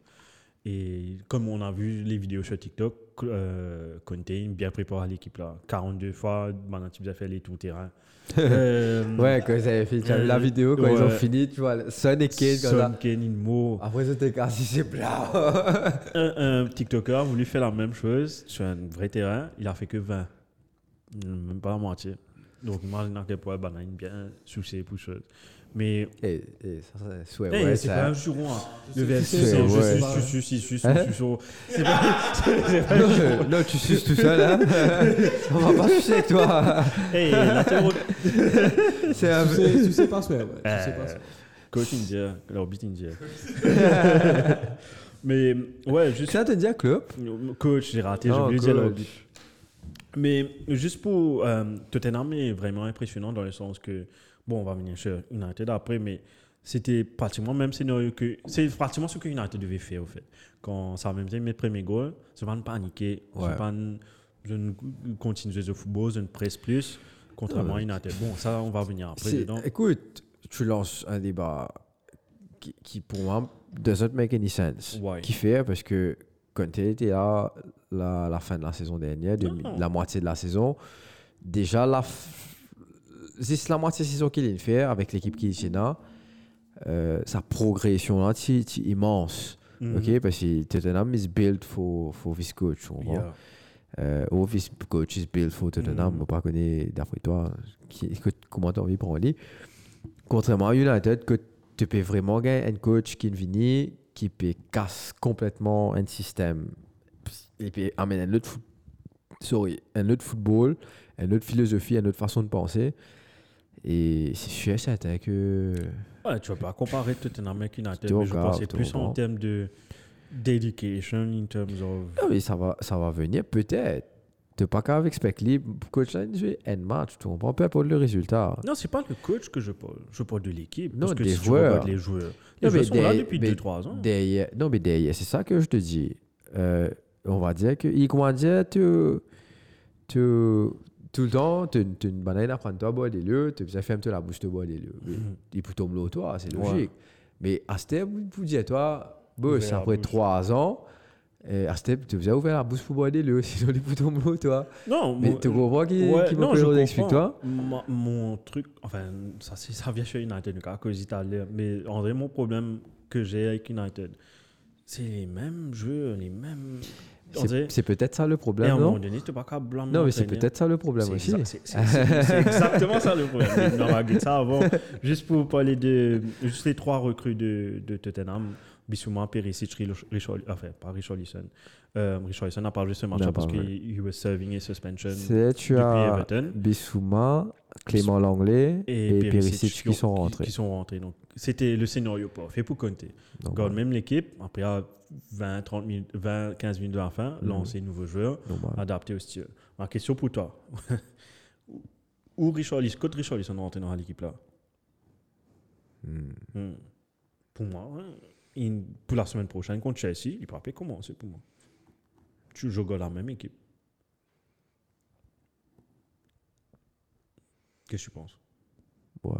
C: Et comme on a vu les vidéos sur TikTok, euh, Conte bien préparé l'équipe là. 42 fois, Manatib a fait les tout-terrains. Euh,
A: Ouais, quand ils avaient fini, tu as vu la
C: Euh,
A: vidéo, quand ils ont
C: ouais.
A: fini, tu vois, Son et Kane, comme ça.
C: Son, Kane, Inmo.
A: Après, c'était cassé, c'est plat.
C: un, un TikToker a voulu faire la même chose sur un vrai terrain. Il a fait que 20. Même pas la moitié. Donc, imagine à quel point banane bien soucié pour chose. Mais,
A: et, et ça, ça, c'est souhait,
C: Hey,
A: ouais,
C: Eh, c'est
A: ça.
C: pas un juron. hein. Le
D: Je
C: verbe,
D: sais,
C: c'est
A: c'est- ouais.
C: je suis, je suis, je suis, je
A: Hein?
C: suis, je suis. C'est pas. c'est pas-
A: Non, je- non, tu suces tout seul, hein. On va pas sucer avec toi.
C: Hey, la théorie.
A: C'est un...
D: Tu sais, tu sais pas ce ouais. ouais, Tu sais
C: Euh,
D: pas ce
C: Coach India, l'orbite India. Mais, ouais, juste.
A: Ça te dit un club
C: Coach, j'ai raté, j'ai
A: Non,
C: oublié de dire
A: coach.
C: l'orbite. Mais juste pour euh, Tottenham est vraiment impressionnant dans le sens que bon, on va venir sur United après, mais c'était pratiquement le même scénario que c'est pratiquement ce que United devait faire au fait. Quand ça a même fait mes premiers goals, je ne paniquer,
A: Ouais.
C: je pas je ne continue le football, je ne presse plus. Contrairement à United. Bon, ça, on va venir après
A: C'est-
C: dedans.
A: Écoute, tu lances un débat qui, qui, pour moi, doesn't make any sense.
C: Ouais.
A: Qui fait parce que Conte était là la, la fin de la saison dernière, de-
C: Non.
A: la moitié de la saison. Déjà, la, f- c'est la moitié de saison qu'il vient de faire avec l'équipe qui est là. Euh, sa progression là, c'est c'est immense.
C: Mhm.
A: OK? Parce que Tottenham is built for, for this coach. on voit.
C: Yeah.
A: Euh, oh, this coach is built for Tottenham.
C: Mhm.
A: Moi, pas connais d'après toi qui, écoute, comment t'as envie pour aller. Contrairement à United, que tu peux vraiment gagner un coach qui ne vient qui peut casse complètement un système. Et puis amène un autre, foot- sorry, un autre football, une autre philosophie, une autre façon de penser. Et c'est euh. sûr et certain que.
C: Ouais, tu vas pas comparer Tottenham avec United,
A: Tu
C: mais je
A: regardes,
C: pensais
A: tu
C: plus en
A: regardes.
C: termes de dedication, in terms of.
A: Non, mais ça va, ça va venir peut-être. Tu pas qu'à avec Speckley, coach, là, il joue un match, tu comprends, peu importe le résultat.
C: Non, c'est pas le coach que je parle. Je parle de l'équipe.
A: Non,
C: parce que
A: des
C: si tu
A: joueurs.
C: regardes les joueurs. Les
A: Non,
C: joueurs
A: mais
C: sont là
A: des-
C: depuis
A: mais
C: 2-3 ans.
A: Derrière- euh, non, mais derrière, c'est ça que je te dis. Euh, on va dire que, il- comment dire, tu, tu, tout le temps, tu tu une banane à prendre toi, bois des lieux, tu fais ferme-toi la bouche, de bois des lieux. Mais Il peut tomber au toi, c'est
C: Mhm. Ouais.
A: logique. Mais à ce step, vous dire, toi, bon,
C: Ouvert
A: c'est
C: la
A: après
C: bouche.
A: trois ans, et à ce step, tu faisais ouvert la bouche pour bois des lieux, sinon il peut tomber au toi.
C: Non,
A: Mais
C: moi-
A: tu comprends qui,
C: Ouais,
A: qui
C: non,
A: m'a
C: je
A: fait
C: comprends.
A: explique-toi
C: Ma- mon truc, enfin, ça, c'est- ça vient chez United, à cause d'Italie. Mais en vrai, mon problème que j'ai avec United, c'est les mêmes jeux, les mêmes. on
A: C'est-
C: dirait-
A: C'est peut-être ça le
C: et à
A: problème,
C: un moment
A: non
C: donné, tu pas qu'à blâmer.
A: Non, mais c'est
C: l'entraîneur.
A: peut-être ça le problème
C: C'est
A: aussi.
C: exa- c'est- c'est- c'est- c'est exactement ça le problème. Mais Non, on va dire ça avant. Juste pour parler de. Juste les trois recrues de, de Tottenham. Bissouma, Perisic, Rilo- Richol, enfin, pas Richarlison. Euh, Richarlison n'a pas joué ce match-là
A: Non, pas
C: parce
A: vrai.
C: qu'il he was serving a suspension
A: C'est tu
C: depuis euh,
A: as
C: Everton.
A: Bissouma, Clément Langlais et, Perisic qui sont rentrés.
C: Qui sont rentrés. Donc, c'était le scénario pas fait pour compter.
A: Donc,
C: Garde
A: voilà.
C: même l'équipe. Après, à 20, 30 minutes, 20, 15 minutes de la fin,
A: Mhm.
C: lancer de nouveaux joueurs
A: Donc, voilà.
C: adapté au style. Ma question pour toi. Où Richarlison, quand Richarlison er est rentré dans l'équipe là
A: Hmm.
C: Hmm. Pour moi, hein, il- pour la semaine prochaine contre Chelsea, il pourra pas commencer pour moi. Tu joues dans la même équipe. Qu'est-ce que tu penses
A: Ouais,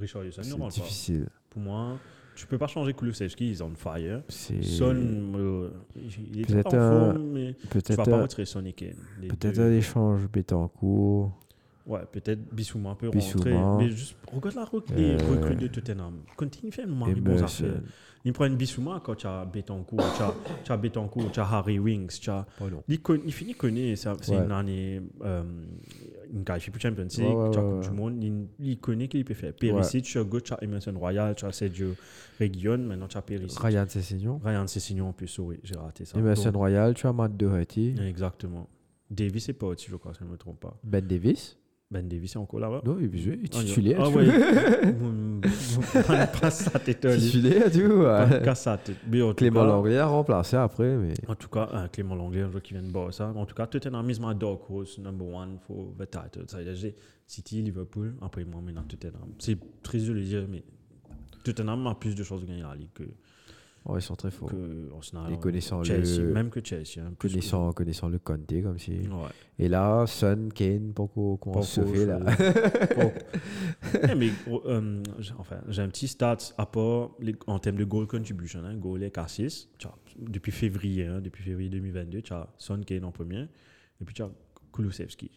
C: Richarlison ne
A: c'est
C: rentre pas.
A: difficile.
C: Pour moi, tu peux pas changer Kulusevski, ils ont le fire.
A: C'est
C: Son, euh, il est
A: Peut-être
C: pas en
A: un-
C: forme, mais tu vas
A: peut-être
C: pas
A: un-
C: retirer Son et Kane. Les
A: peut-être
C: deux-
A: un échange Betancourt.
C: Ouais, peut-être Bissouma peut
A: Bissouma.
C: rentrer. Mais juste, regarde la recrue, les
A: Euh, Eh ben,
C: recrues de Tottenham. Continue de faire une
A: Et
C: marée bon affaire. Ils prennent Bissouma quand tu as Betancourt, tu as, tu as Betancourt, tu as Harry Wings. Tu as...
A: Pardon.
C: Il, con- il finit connu, ça- c'est
A: Ouais.
C: une année, euh, une qualification pour Champions League,
A: Ouais, ouais,
C: tu as
A: ouais,
C: Coupe
A: ouais.
C: du Monde. Il, il connaît qu'il peut faire. Perisic, tu as Go, tu as Emerson Royal, tu as Sergio Reguion, maintenant tu as Perisic.
A: Ryan Sessignon.
C: Ryan Cessignon en plus, oui, j'ai raté ça.
A: Emerson
C: Donc,
A: Royal, tu as Matt Doherty.
C: Exactement. Davis est pas au-dessus, je crois, si je ne me trompe pas.
A: Ben Davis.
C: Ben Davis est encore là-bas.
A: Non, il est joué, il est
C: Ah,
A: titulaire.
C: Ah
A: tu
C: ouais.
A: vois.
C: Mon- mon- Pas ça, t'es tolé.
A: Titulaire, tu vois.
C: Pas ça, t'es- mais en tout
A: Clément
C: cas-
A: Langlais a remplacé après, mais
C: En tout cas, euh, Clément Langlais, un joueur qui vient de Barça. En tout cas, Tottenham is my dog horse number one for the title. Ça veut dire, j'ai City, Liverpool, après moi, maintenant Tottenham. C'est très dur de le dire, mais Tottenham a plus de chances de gagner la Ligue que,
A: oh, ils sont très forts.
C: que Arsenal. hein.
A: Et connaissant
C: euh, Chelsea,
A: le-
C: même que Chelsea. hein, plus que-
A: Connaissant, connaissant le Conte, comme si.
C: Ouais.
A: Et là, Son, Kane, Poco, comment se
C: Paco,
A: fait là
C: je- Paco. Eh, mais, oh, euh, j'ai- enfin, j'ai un petit stat à part les- en termes de goal contribution. Hein, goal et cassis. Tu as- Depuis février, hein, depuis février 2022, tu as Son Kane en premier. Et puis tu as Kulusevski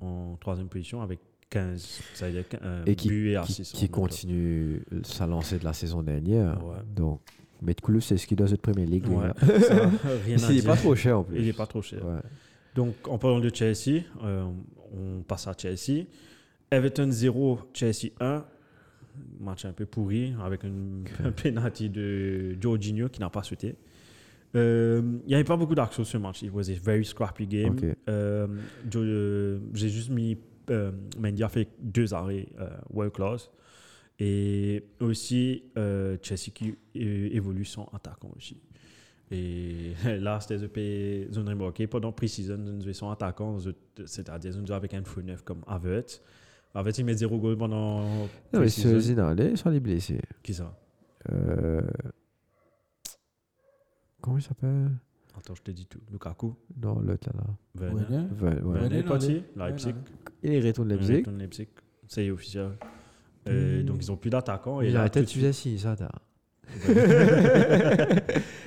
C: en troisième position avec 15 ça veut dire, euh,
A: Et qui-
C: buts et
A: qui,
C: assists. en
A: qui
C: même temps.
A: continue sa lancée de la saison dernière.
C: Ouais.
A: Donc, mais c'est ce qu'il doit cette première ligue. les
C: Ouais,
A: gars.
C: ça, rien à
A: Il n'est
C: dire.
A: pas trop cher en plus.
C: Il est pas trop cher.
A: Ouais.
C: Donc, en parlant de Chelsea, euh, on passe à Chelsea. Everton 0, Chelsea 1. Match un peu pourri avec une- un penalty de Jorginho qui n'a pas sauté. Euh, Il n'y avait pas beaucoup d'action sur ce match. It was a very scrappy game.
A: Ok.
C: Euh, Jo- euh, J'ai juste mis. euh, Mendy a fait deux arrêts euh, world class. Et aussi euh, Chelsea qui é- évolue sans attaquant aussi. Et là, c'était EP zone remorquée. Pendant pre-season, nous jouons sans attaquant, nous- c'est-à-dire nous jouons avec un faux neuf comme Havertz. Havertz, il met zéro goal pendant.
A: Non, mais
C: pre-season.
A: ce Zinalé, sur les blessés.
C: Qui ça
A: Euh, Comment il s'appelle
C: Attends, je te dis tout. Lukaku,
A: Non, l'autre là. là.
C: Werner.
D: Werner.
A: Ve- ouais.
C: Werner est parti,
D: Werner.
C: Leipzig.
A: Il est retourne Leipzig.
C: Retourne Leipzig. C'est officiel. Euh,
A: Hmm.
C: Donc, ils n'ont plus d'attaquant. Et
A: Il
C: là,
A: a la
C: tout
A: tête
C: de
A: tu faisais ci, ça, t'as.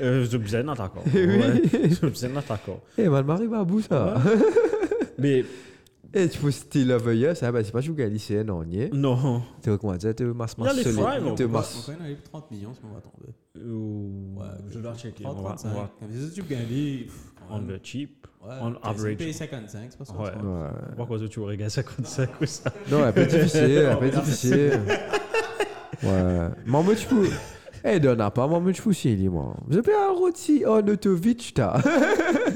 C: Euh, Je besoin d'un accord.
A: Eh oui.
C: Ouais, Je besoin d'un accord.
A: Eh, mal marie barbou, ça.
C: Mais
A: Et tu peux style veilleux, ça, bah, c'est pas jouer à lycéen, non, on y est.
C: non.
A: Tu vois comment dire, tu masses,
C: Mm. Il y a les
A: masses,
C: fringues, on
A: solide. Tu
C: peut pas-
A: masses.
D: Quand même, 30 millions, ce moment, attends.
C: Ouh,
D: Ouais,
C: je dois checker. On
D: 30,
C: va- on
D: 35.
C: va-
D: Comme si tu gagnes. pff, quand
C: On
D: même.
C: the cheap.
D: Ouais,
C: on
D: t'as
C: average.
D: payé 55, c'est pas ça.
C: Ouais.
D: c'est pas-
A: Ouais.
C: Pourquoi est-ce que tu aurais gagné 55 ou ça
A: Non, elle peut être difficile, elle peut être difficile. Ouais. Maman, tu peux. Eh, donne pas, maman, tu peux aussi, dis-moi. Je peux un rôti, oh, Notovic, t'as.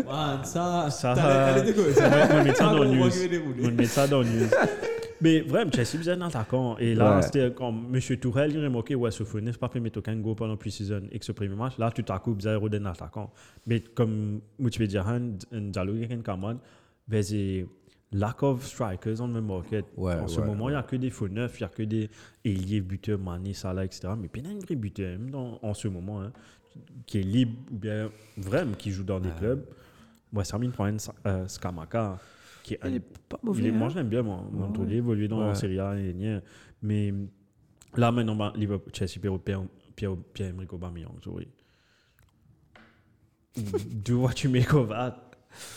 D: Man, ça,
C: Ça,
D: t'as les- t'as les deux gosses.
C: On met ça
D: Ah,
C: dans
D: bon,
C: le
D: moi,
C: news.
D: je vais dérouler.
C: On met ça dans le news. Mais vraiment, Chelsea besoin d'un attaquant. Et là,
A: Ouais.
C: c'était quand M. Tourelle il remarquait ouais, ce n'est pas permis de aucun go pendant pre-season et que ce premier match, là, tout à coup, besoin d'un attaquant. Mais comme Moutipe Diahan, Diallo, Ken Kaman, ben, c'est lack of strikers on the market.
A: Ouais,
C: en ce
A: ouais,
C: moment, il n'y a que des faux neufs, il n'y a que des ailiers, buteurs, Mané, Salah, etc. Mais pénalité buteur, même dans- en ce moment, hein, qui est libre ou bien vraiment qui joue dans des clubs. Moi, Samine Poin euh, Skamaka, qui est un
A: Il est pas mauvais.
C: il est-
A: hein.
C: moi, je l'aime bien, moi. Montolier évolué dans
A: Ouais.
C: la Serie A l'année dernière. Mais là, maintenant, bah, Liverpool, Chelsea, Pierre, Pierre, Pierre, Pierre Emerick Aubameyang, sorry. Do what you make of that.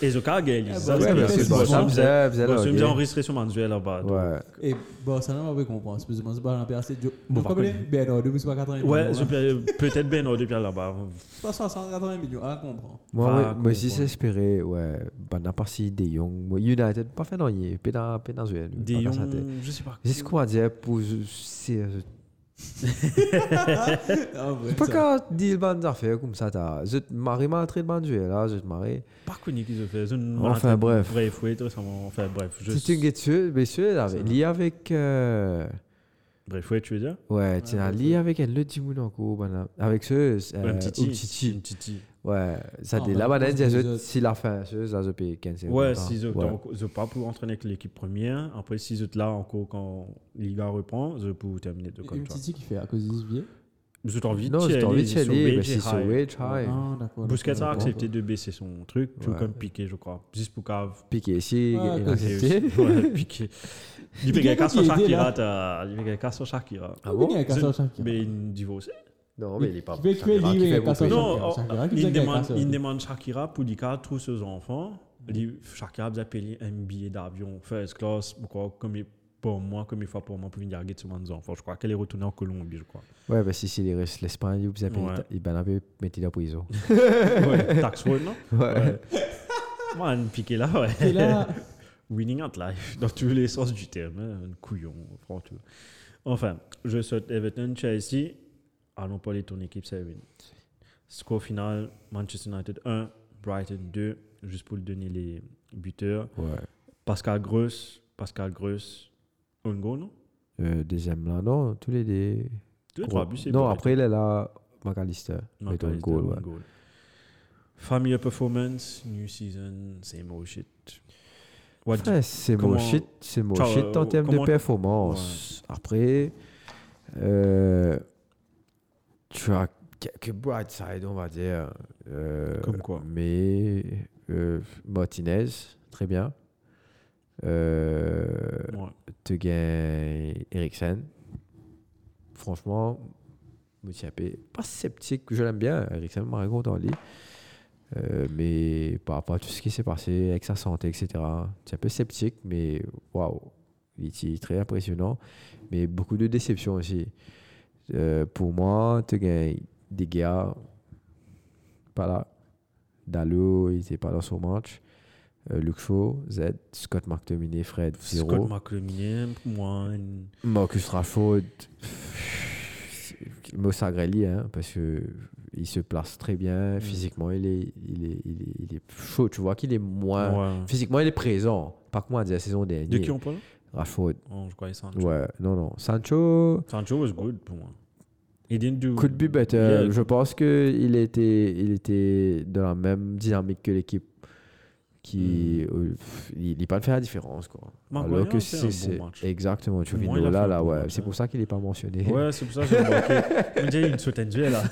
C: Et Zoka
A: Eh
C: Gaël,
D: bah,
C: ça,
D: ouais,
C: c'est
D: mais
C: bien.
D: c'est
C: Bon,
D: bon,
C: ça
D: ça,
C: me
A: c'est-
C: faisait-
A: c'est
C: bon, ça me
A: là,
C: faisait
A: ok.
C: enregistrer sur Manuel là-bas. donc.
A: Ouais.
D: Et Eh, bon, ça n'a pas comprendre. C'est plus ou moins pas l'Empire, c'est Joe.
C: Bon,
D: Bon,
C: par
D: combien
C: contre-
D: Ben non, 280
C: Ouais,
D: millions. hein.
C: je- euh, peut-être Ben de Pierre là-bas.
D: 380 millions, ah, comprends.
A: Moi,
C: Pas
A: ouais, moi aussi,
C: comprendre.
A: c'est espéré, ouais. Bah, n'a pas si De Jong. Moi, United, pas fait non, il est pénal, pénasuel.
C: Des Jong, je sais pas.
A: C'est ce qu'on va dire pour. C'est euh,
D: Ah, ouais,
A: c'est pas
D: ça.
A: quand dit le ban d'affaires comme ça, t'as. Je te marie, m'a très de ban duel, là, je te marie.
C: Par contre, qu'ils ont fait. je ne-
A: Enfin, bref.
C: Bref, oui, très sûrement. Enfin, bref. je-
A: C'est une guettude, mais celui là, avec- lié avec. euh,
C: Bref, oui, tu veux dire
A: Ouais, tu as
D: ouais,
A: lié avec un le Timounanko, banane. Avec ce. euh,
C: Un petit
A: Titi.
C: Titi.
A: Ouais, ça
D: Ah,
A: dit,
D: bah,
A: là,
D: moi,
A: banane,
D: je pense que
A: c'est-
D: je-
A: si la fin, c'est ça, je paye 15 euros.
C: Ouais,
A: hein.
C: si je
A: Ouais.
C: ne pas pour entraîner avec l'équipe première. Après, si je là, encore quand Liga reprend, je peux terminer de
D: Une
C: comme toi.
D: petite qui fait à cause des vieux.
C: Je t'envie
A: Non, j'ai envie de chialer, mais si c'est
C: Wade.
A: Wedge High.
D: Ah, d'accord.
C: Busquets a
D: d'accord.
C: accepté de baisser son truc, tout
A: Ouais. Bah,
C: comme Piqué, je crois. Juste pour cave.
A: Piqué ici,
D: Ah,
A: il a
D: ok.
A: accepté.
C: Ouais, Piqué. Il
D: Piqué,
C: fait qu'un
D: qui est
C: sur
D: aidé,
C: Shakira. t'as- Il fait qu'un sur Shakira.
A: Ah
D: Il y
A: bon
D: a un casseur Shakira.
C: Mais il divorce.
A: Non, mais il est pas.
D: Qui fait- qui fait
A: Shakira,
D: lier,
A: qui fait beaucoup.
D: Cassandra.
C: Non,
D: Shakira,
C: oh,
D: Shakira, qui
C: il
D: faisait
C: demande,
D: qu'un
C: il
D: seul.
C: demande Shakira pour Lika, tous ses enfants. Il dit Shakira vous a payé un billet d'avion first class, je crois, comme il- pour moi, comme il faut pour moi, pour venir garder tous mes enfants. Je crois qu'elle est retournée en Colombie, je crois.
A: Ouais, bah si, si, il reste l'Espagne, il vous appelle,
C: Ouais.
A: il va l'appeler, mettez la prison.
C: ouais, tax fraude, non
A: Ouais.
C: Moi, un piqué là, ouais.
D: Et là,
C: Winning at life, dans tous les sens du terme. hein, Un couillon, prends tout. Enfin, je saute Everton, Chelsea. Allons parler de ton équipe, Serwin. Score final Manchester United 1, Brighton 2, juste pour le donner les buteurs.
A: Ouais.
C: Pascal Gross, Pascal Gross, un goal, non
A: Euh, deuxième là, non, tous les deux.
C: Deux,
A: Gros.
C: trois buts, c'est
A: Non,
C: Brighton.
A: après, il est là, McAllister.
C: Non,
A: Mettons le
C: Palace,
A: goal,
C: un
A: ouais.
C: goal. Familiar performance, new season, same old shit. What
A: Frère, c'est
C: comment-
A: mon shit, c'est mon
C: Ciao,
A: shit
C: euh,
A: en termes
C: comment-
A: de performance. Après, euh, tu as quelques bright side, on va dire. euh,
C: Comme quoi
A: Mais euh, Martinez, très bien. Euh,
C: Ouais.
A: te gagne Eriksen. Franchement, Moutiapé, pas sceptique, je l'aime bien. Eriksen m'a raconté en lit. Euh, mais par rapport à tout ce qui s'est passé avec sa santé, etc., c'est un peu sceptique, mais waouh, il est très impressionnant. Mais beaucoup de déceptions aussi. Euh, pour moi, tu gagnes des gars pas là. Dalo, il était pas là sur match. Euh, Luke Shaw, Z, Scott McTominay, Fred,
C: Scott
A: 0.
C: McLemien, pour moi, une-
A: Marcus Rashford, Moussa Grelli, hein, parce que il se place très bien
C: Mm.
A: physiquement. Il est, il est, il est, il est chaud. Tu vois qu'il est moins
C: Ouais.
A: physiquement, il est présent. Par contre, de la saison
C: De
A: dernière,
C: qui on parle
A: Rashford,
C: Oh, Je croyais Sancho.
A: ouais, non, non, Sancho.
C: Sancho was good pour moi. He didn't do.
A: Could be better.
C: Yeah.
A: euh, Je pense que il était, il était dans la même dynamique que l'équipe. Qui, euh, pff, il n'est pas de faire la différence. Quoi.
C: Mm. Maguire
A: Alors que
C: a fait un
A: c'est.
C: bon
A: c'est-
C: match.
A: exactement, tu
C: Au
A: vis
C: moins, il a
A: là,
C: fait un
A: là,
C: bon
A: ouais.
C: match,
A: C'est
C: hein.
A: pour ça qu'il n'est pas mentionné.
C: Ouais, c'est pour ça que j'ai manqué. On dirait une soutaine duel là.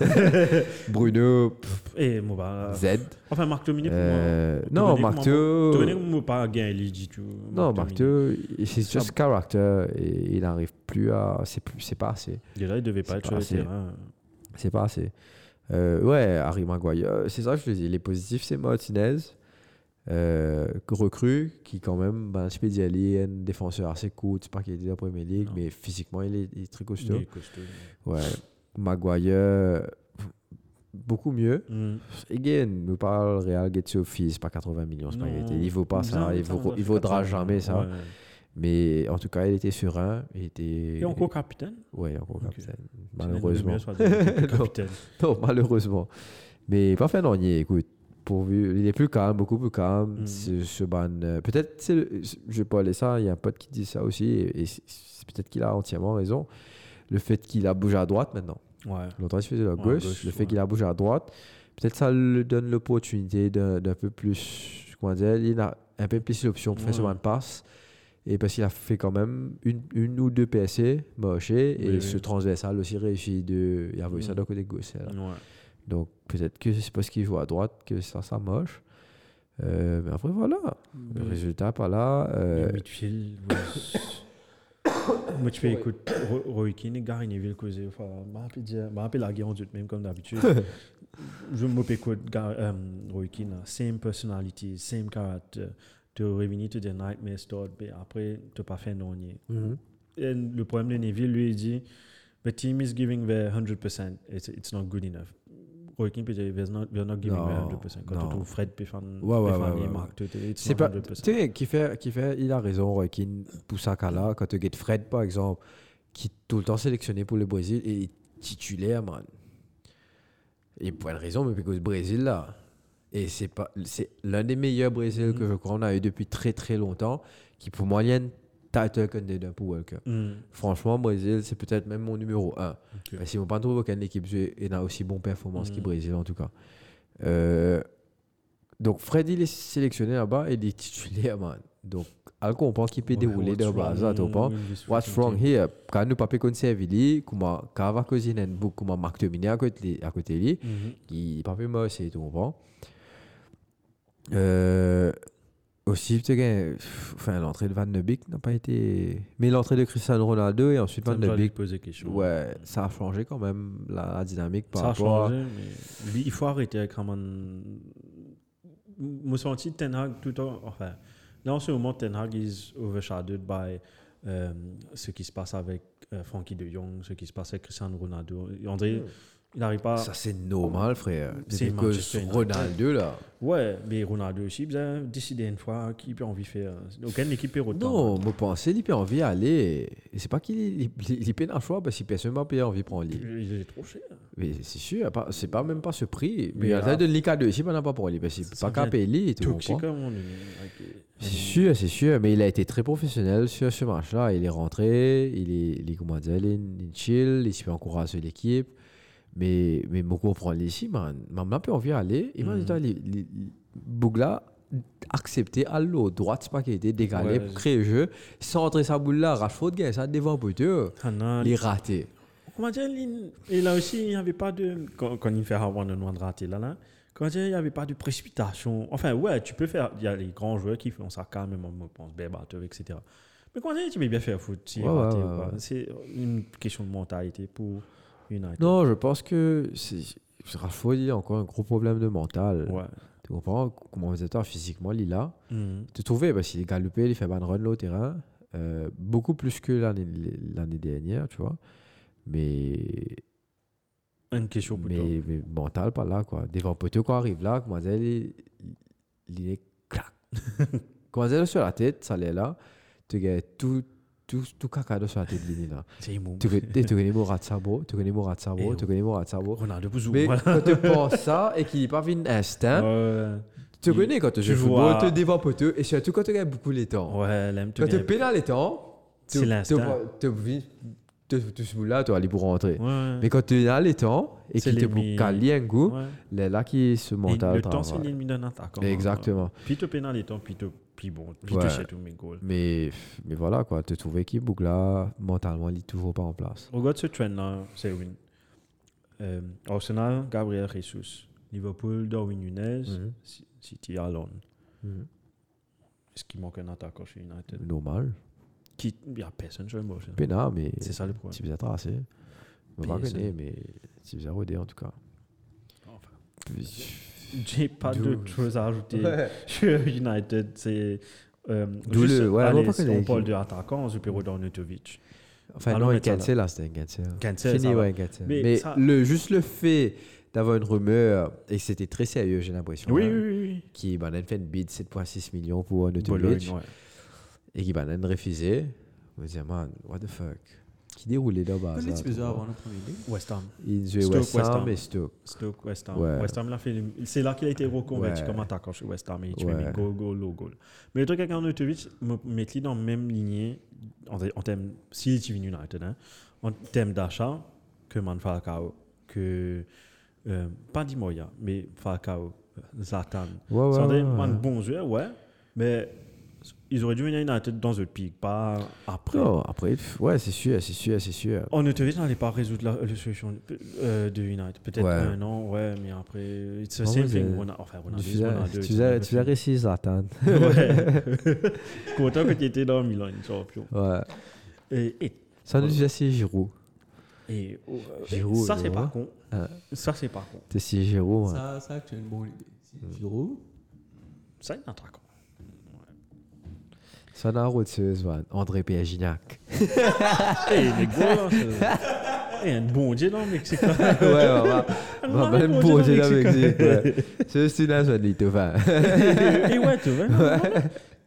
A: Bruno, pff,
C: Et moi, bah.
A: Z.
C: Enfin, Marc Dominique pour moi.
A: euh,
C: Dominique,
A: non,
C: moi,
A: Marc
C: Dominique,
A: Théo.
C: moi, pas gain, il dit tout.
A: Non, Marc Théo, il- c'est
C: Ça-
A: juste character. Et il n'arrive plus à. C'est plus- c'est pas assez.
C: Déjà, il devait
A: C'est
C: pas être
A: pas
C: sur le
A: assez.
C: terrain.
A: C'est pas assez. Euh, ouais, Harry Maguire, euh, c'est ça que je te dis. Les positifs, c'est Martinez, euh, que recrue, qui quand même, ben, je peux dire, il est un défenseur assez cool. C'est pas qu'il était en première ligue,
C: Non.
A: mais physiquement, il est, il est très
C: Il
A: costaud.
C: est costaud.
A: Ouais. Maguire, beaucoup mieux.
C: Mm.
A: Again, nous parle Real Getty Office, pas 80 millions, c'est pas
C: Non.
A: grave. Il vaut pas ça,
C: Non,
A: il,
C: ça,
A: vaut-
C: on a
A: il
C: fait
A: vaudra
C: 80.
A: jamais ça.
C: Ouais.
A: Mais en tout cas, il était serein. Il était.
C: Et encore capitaine
A: Ouais, encore
C: Ok.
A: capitaine. Malheureusement.
C: C'est l'un des meilleurs, soit capitaine.
A: Non, malheureusement. Mais parfait, non, il est, écoute. Pourvu, il est plus calme, beaucoup plus calme.
C: Mhm.
A: Ce, ce ban, euh, peut-être, c'est le- je vais pas aller ça. Il y a un pote qui dit ça aussi, et, et c'est- c'est peut-être qu'il a entièrement raison. Le fait qu'il a bougé à droite maintenant.
C: Ouais.
A: Longtemps, il se faisait la
C: Ouais,
A: gauche.
C: Ah, gauche,
A: le fait
C: ouais.
A: qu'il a bougé à droite, peut-être ça lui donne l'opportunité d'un d'un peu plus. Comment dire Il a un peu plus l'option pour faire ce
C: Ouais.
A: one pass. Et parce qu'il a fait quand même une, une ou deux PSC, moche, et
C: Oui, oui.
A: ce transversal aussi réussi de. Il a vu ça
C: Mhm.
A: d'un côté gauche. c'est là.
C: Ouais.
A: Donc peut-être que c'est parce qu'il joue à droite que ça, ça moche. Euh, mais après, voilà.
C: Mm.
A: Le résultat, pas là. euh,
C: Le midfield was- Moi, tu fais écoute, Ro- Roy Keane et Gary Neville causer. Enfin, je la guerre en Dieu de même comme d'habitude. Je me écoute Gar- euh, Roy Keane, là, same personality, same character. Tu revenir to the nightmare store, mais ben après, tu pas fait non nier.
A: mhm.
C: Et le problème de Neville, lui, il dit The team is giving their 100%, it's, it's not good enough. Roy Keane peut dire They're not, they're not giving
A: Non,
C: their 100%. Quand
A: non.
C: tu trouves Fred Péfan,
A: Ouais, ouais,
C: Péfan
A: ouais,
C: et
A: ouais,
C: Marc, tu- tu- it's
A: C'est
C: not
A: pas.
C: 100%.
A: Tu sais, qui fait, qui fait, il a raison, Joaquin Poussakala, quand tu get Fred, par exemple, qui est tout le temps sélectionné pour le Brésil et il est titulaire, man. Et pour une raison, mais parce que le Brésil, là, et c'est pas, c'est l'un des meilleurs Brésils que je crois qu'on a eu depuis très très longtemps, qui pour moi, il y a une title contender pour World Cup.
C: Mm.
A: Franchement, Brésil, c'est peut-être même mon numéro 1.
C: Ok.
A: Si on pas trouve aucune équipe jouer et n'a aussi bon performance que
C: Mhm.
A: Brésil, en tout cas. Euh, donc, Freddy, il est sélectionné là-bas et il est titulaire, man. Donc, elle comprend qu'il peut dérouler de base à tout point. What's wrong here? Quand nous pas conserver lui, comment Kava Kozinenbouk, comment Marc Dominier à côté à côté de lui,
C: Mm-hmm.
A: qui pas plus moche et tout, comprends? Euh, aussi, peut-être que, pff, enfin, l'entrée de Van de Beek n'a pas été. Mais l'entrée de Cristiano Ronaldo et ensuite Van de Beek,
C: poser question.
A: ouais, ça a changé quand même la, la dynamique par
C: Ça a
A: rapport. à-
C: changé, mais lui, il faut arrêter avec Raman. Moi, senti Ten Hag tout le temps. Enfin, là, en ce moment, Ten Hag is overshadowed by euh, ce qui se passe avec euh, Frankie de Jong, ce qui se passe avec Cristiano Ronaldo. Et André, il n'arrive pas.
A: Mm. Ça, c'est normal, frère.
C: C'est
A: C'est
C: Manchester
A: que
C: United.
A: Ronaldo, là.
C: Ouais, mais Ronaldo aussi, il a décidé une fois qui peut envie de faire. Aucune équipe peut autant.
A: Non, je pensais qu'il a envie d'aller. Et c'est pas qu'il il- il- il peine à choix parce que personne n'a pas envie de prendre lui.
C: Il est trop cher.
A: Mais c'est sûr, pas- c'est pas même pas ce prix. Mais
C: Mais
A: il y a
C: là-
A: de l'ICA 2 ici, on n'a pas pour lui. Parce qu'il
C: Ça
A: pas qu'à
C: devient
A: payer lui. tu
C: Toxique, hein,
A: comprends?
C: comme on est.
A: C'est sûr, c'est sûr, mais il a été très professionnel sur ce match-là. Il est rentré, il est, il est comment dire, il est il est chill, il s'est encouragé l'équipe. Mais, mais beaucoup prend les ici, man. Man, man peut envie d'aller. Et man,
C: Mhm.
A: il il- il- Bougla accepté à l'eau droite, c'est pas qu'il était décalé
C: Ouais.
A: pour créer le jeu. Centrer sa boule là, Rashford gagne ça devant pour deux.
C: Hanan,
A: Il est raté.
C: Comment dire, il- et là aussi, il n'y avait pas de. Quand, quand il fait un one raté, là, là, comment dire, il n'y avait pas de précipitation. Enfin, ouais, tu peux faire. Il y a les grands joueurs qui font ça quand même, on pense, Berbatov, etc. Mais comment dire, tu peux bien faire foot, si
A: Ouais,
C: raté
A: ouais,
C: ou
A: ouais,
C: pas.
A: ouais.
C: C'est une question de mentalité pour United.
A: Non, je pense que c'est- Rashford, il a encore un gros problème de mental.
C: Ouais.
A: Tu comprends? Comment vous êtes physiquement, il est là.
C: Mhm.
A: te trouver parce qu'il est galopé, il fait ban run là au terrain, euh, beaucoup plus que l'année l'année dernière, tu vois. Mais,
C: Une question pour toi.
A: mais, mais mental, pas là, quoi. Devant Poteau, quand arrive là, comment dire, il, il- il est clac. comment dire, sur la tête, ça l'est là. Tu gagnes tout, tout, tout cacado sur la tête, il est là.
C: C'est mon.
A: Tu connais- tu connais Mourad Sabo, tu connais Mourad Sabo,
C: Eh
A: tu connais Mourad Sabo.
C: Ronaldo Bouzou.
A: Mais hein?
C: voilà.
A: quand tu penses ça et qu'il n'est pas venu instinct,
C: Ouais,
A: tu
C: il-
A: connais quand tu
C: tu
A: joues au football,
C: vois-
A: tu devant Poteau et surtout quand tu gagnes beaucoup les temps.
C: ouais, l'aime tout
A: Quand tu
C: bien.
A: pénal les temps, tu
C: C'est l'instinct.
A: Tu ce bout-là, tu vas aller pour rentrer.
C: Ouais.
A: Mais quand tu es les temps et
C: C'est
A: qu'il te
C: les mi-
A: boucle à lien goût,
C: ouais.
A: là, là qui est ce
C: Et
A: mental.
C: le temps, c'est
A: travail.
C: l'ennemi d'un attaquant. hein.
A: Exactement.
C: Puis tu pénal les temps, puis tu. Puis bon, puis
A: Ouais.
C: tu sais tous mes goals.
A: Mais, mais voilà, quoi. Te trouver qui boucle là, mentalement, il est toujours pas en place.
C: Regarde ce trend-là, c'est win. Euh, Arsenal, Gabriel Jesus. Liverpool, Darwin Nunez.
A: Mhm.
C: C- City, Alon.
A: Mhm.
C: Est-ce qu'il manque un attaquant chez United
A: Normal.
C: Qui- Il n'y a personne chez Arsenal.
A: Pénal, mais
C: C'est ça le problème.
A: tu peux être assez. On va pas connaître, mais c'est bizarre au dé, en tout cas.
C: Enfin.
A: Puis-
C: J'ai pas d'autre
A: D'où-
C: chose à ajouter.
A: Ouais.
C: Sur United, c'est. Euh,
A: D'où
C: juste-
A: le- ouais, on va
C: allez,
A: pas
C: si on
A: connaître
C: parle
A: qui.
C: de attaquant, Zupero Dornutovic.
A: Enfin,
C: Allons
A: Ah non, un
C: mettre ça là.
A: cancel, là, c'était un cancel.
C: Cancel, ça
A: Fini,
C: va.
A: ouais, un cancel.
C: Mais
A: Mais,
C: ça-
A: le, juste le fait d'avoir une rumeur, et c'était très sérieux, j'ai l'impression,
C: Oui,
A: hein,
C: oui, oui.
A: qui ben, a fait une bid 7,6 millions pour un
C: Bologne,
A: Autobitch,
C: ouais.
A: et qui ben, a refusé. Je me disais, man, what the fuck? Qui déroulait là-bas?
D: Connais-tu bizarre avant le premier deal
C: West Ham.
A: Il jouait
C: hein. Stoke,
A: West
C: West
A: Ham
C: Ham.
A: et Stoke.
C: Stoke, West Ham.
A: Ouais.
C: West Ham l'a fait. le- C'est là qu'il a été reconverti
A: Ouais.
C: comme attaquant chez West Ham. Et il
A: Ouais.
C: met goal, goal, low goal. Mais le truc avec Arnautovic, mettez-le dans la même lignée en, en termes, s'il est venu United, hein, en termes d'achat que Man Falcao, que. euh, pas Di Moya, mais Falcao, Zlatan.
A: Ouais, ouais,
C: C'est
A: ouais,
C: des
A: ouais.
C: man bons joueurs, ouais. Mais ils auraient dû venir United dans le pic, pas après.
A: Non, après, pff, ouais, c'est sûr, c'est sûr, c'est sûr.
C: On ne te n'allait pas résoudre la, la solution euh, de United. Peut-être
A: Ouais.
C: un an, ouais, mais après. It's the
A: Non,
C: same
A: mais
C: thing.
A: c'est-
C: Rona- Enfin, Ronaldo,
A: Tu l'as-
C: Ronaldo,
A: tu
C: it's
A: l'as
C: never
A: tu l'as réussi, Zlatan.
C: fini. Ouais. Content que tu étais dans Milan, champion.
A: Ouais.
C: Et, et,
A: Ça nous
C: Ouais.
A: disait, c'est Giroud.
C: et, oh, euh,
A: Giroud,
C: ça, c'est
A: Giroud,
C: pas
A: hein.
C: con.
A: Ah.
C: Ça, c'est pas con.
A: T'es si Giroud, hein.
D: Ça, ça, tu as une bonne idée. Si Giroud,
C: Ça, c'est un attaquant.
A: Ça n'a route, man. André P. Gignac.
C: Eh, les gars, c'est un bon Dieu dans le Mexique. là.
A: ouais, ouais, ouais.
C: Un
A: Va pas
C: bon
A: me
C: Dieu dans le
A: poser la
C: Mexique.
A: Mexique. ouais. C'est c'est là, ça dit tout va.
C: et, et ouais, tu vois.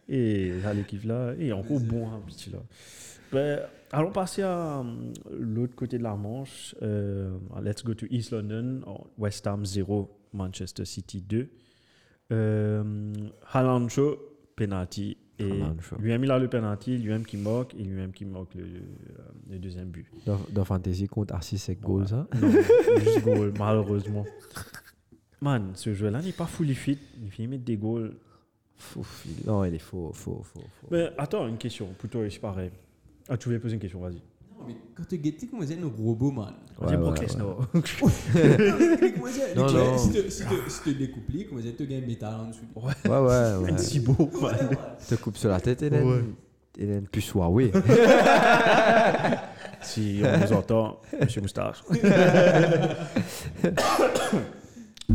C: Et là, l'équipe là, et encore bon, un petit là. Ben, allons passer à hum, l'autre côté de la Manche. Euh, let's go to East London. Oh, West Ham 0, Manchester City 2. Euh, Haaland show, penalty. Et
A: Haaland show.
C: lui-même, il a le penalty, lui-même qui moque, et lui-même qui moque le, euh, le deuxième but.
A: Dans, dans Fantasy, compte Arcis 7 goals, hein.
C: Non, juste goal, malheureusement. Man, ce jeu-là n'est pas fully fit. Il finit mettre des goals.
A: Ouf, il- non, il est faux, faux, faux. faux.
C: Mais attends, une question, plutôt, c'est pareil. Ah, tu voulais poser une question, vas-y.
D: non, mais quand tu guettes, comment c'est un robot, man
C: On
A: Ouais,
C: dit
A: ouais,
C: Brock
A: ouais.
C: Lesnar.
D: Comment c'est
A: Non, non.
D: Si tu si tu- si tu découples, comment c'est tu gagnes métal en dessous
A: Ouais, ouais, ouais.
C: Si beau, man.
A: Te coupe sur la tête, Hélène. Hélène Pussoir, oui.
C: Si on nous entend, Monsieur Moustache.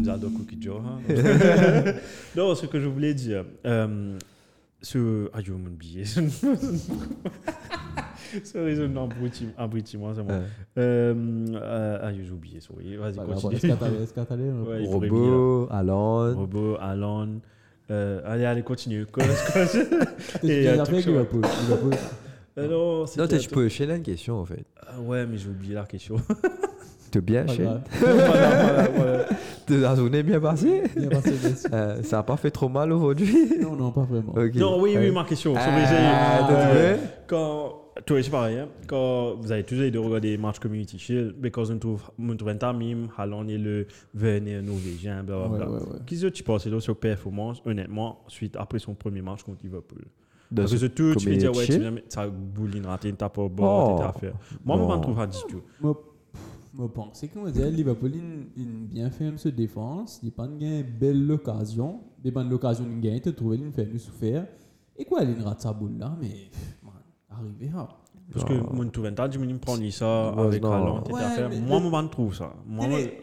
C: J'adore Cookie Joe. hein. non, ce que je voulais dire, euh, ce. Ah, je vais m'oublier. Ce raisonnement abruti- abruti-moi, c'est moi.
A: Ouais.
C: Euh, euh, ah, j'ai oublié, sorry. Vas-y, continue. Ouais, il faudrait venir, là.
A: Robot, Allende.
C: Robo, Alan. Euh, allez, allez, continue. Quoi, quoi,
D: Et
C: euh,
D: après,
C: truc
D: avec
C: sur-
D: Liverpool. Liverpool.
C: Euh, non,
A: Non,
C: c'était-
A: t'es- je peux chez une question, en fait.
C: Ah ouais, mais j'ai oublié la question.
A: T'es bien
D: Pas
A: chez
D: grave.
C: Voilà, voilà, voilà.
A: T'es la journée bien passée
D: Bien passé, merci.
A: Euh, Ça n'a pas fait trop mal aujourd'hui
D: Non, non, pas vraiment.
A: Ok.
C: Non, oui, oui,
A: Ouais.
C: ma question. c'est obligé.
A: Ah, t'as
C: Euh,
A: trouvé
C: Quand. Toi, c'est pareil, hein, quand vous avez toujours de regarder les matchs Community Shield, parce qu'on trouve, on trouve un tamim, Haaland est le Venet norvégien, blablabla.
D: Ouais, ouais, ouais.
C: Qu'est-ce que tu penses de sa performance, honnêtement, suite après son premier match contre Liverpool
A: Dans
C: Parce que
A: ce-
C: surtout, tu me dis,
A: Community
C: ouais, tu
A: Shield
C: viens, ça bouline raté, t'as pas au bord,
A: Oh.
C: t'as affaire. Moi, moi,
A: Bon.
C: je ne trouve pas du tout.
D: Moi, je pense que comment dire, Liverpool il, il bien fait se défense, il pas une belle occasion, mais pas l'occasion de gagner, te trouver une fait nous souffrir. Et quoi, il rate sa boule là, mais pff, man, arrivé hein.
C: Parce que
A: Non.
C: mon Touvental, je me prends ça
A: Ouais,
C: avec
A: non.
C: Haaland, t'es
D: Ouais,
C: affaire.
D: mais
C: Moi,
D: le-
C: moi, je trouve ça. Moi, moi-
D: Mais-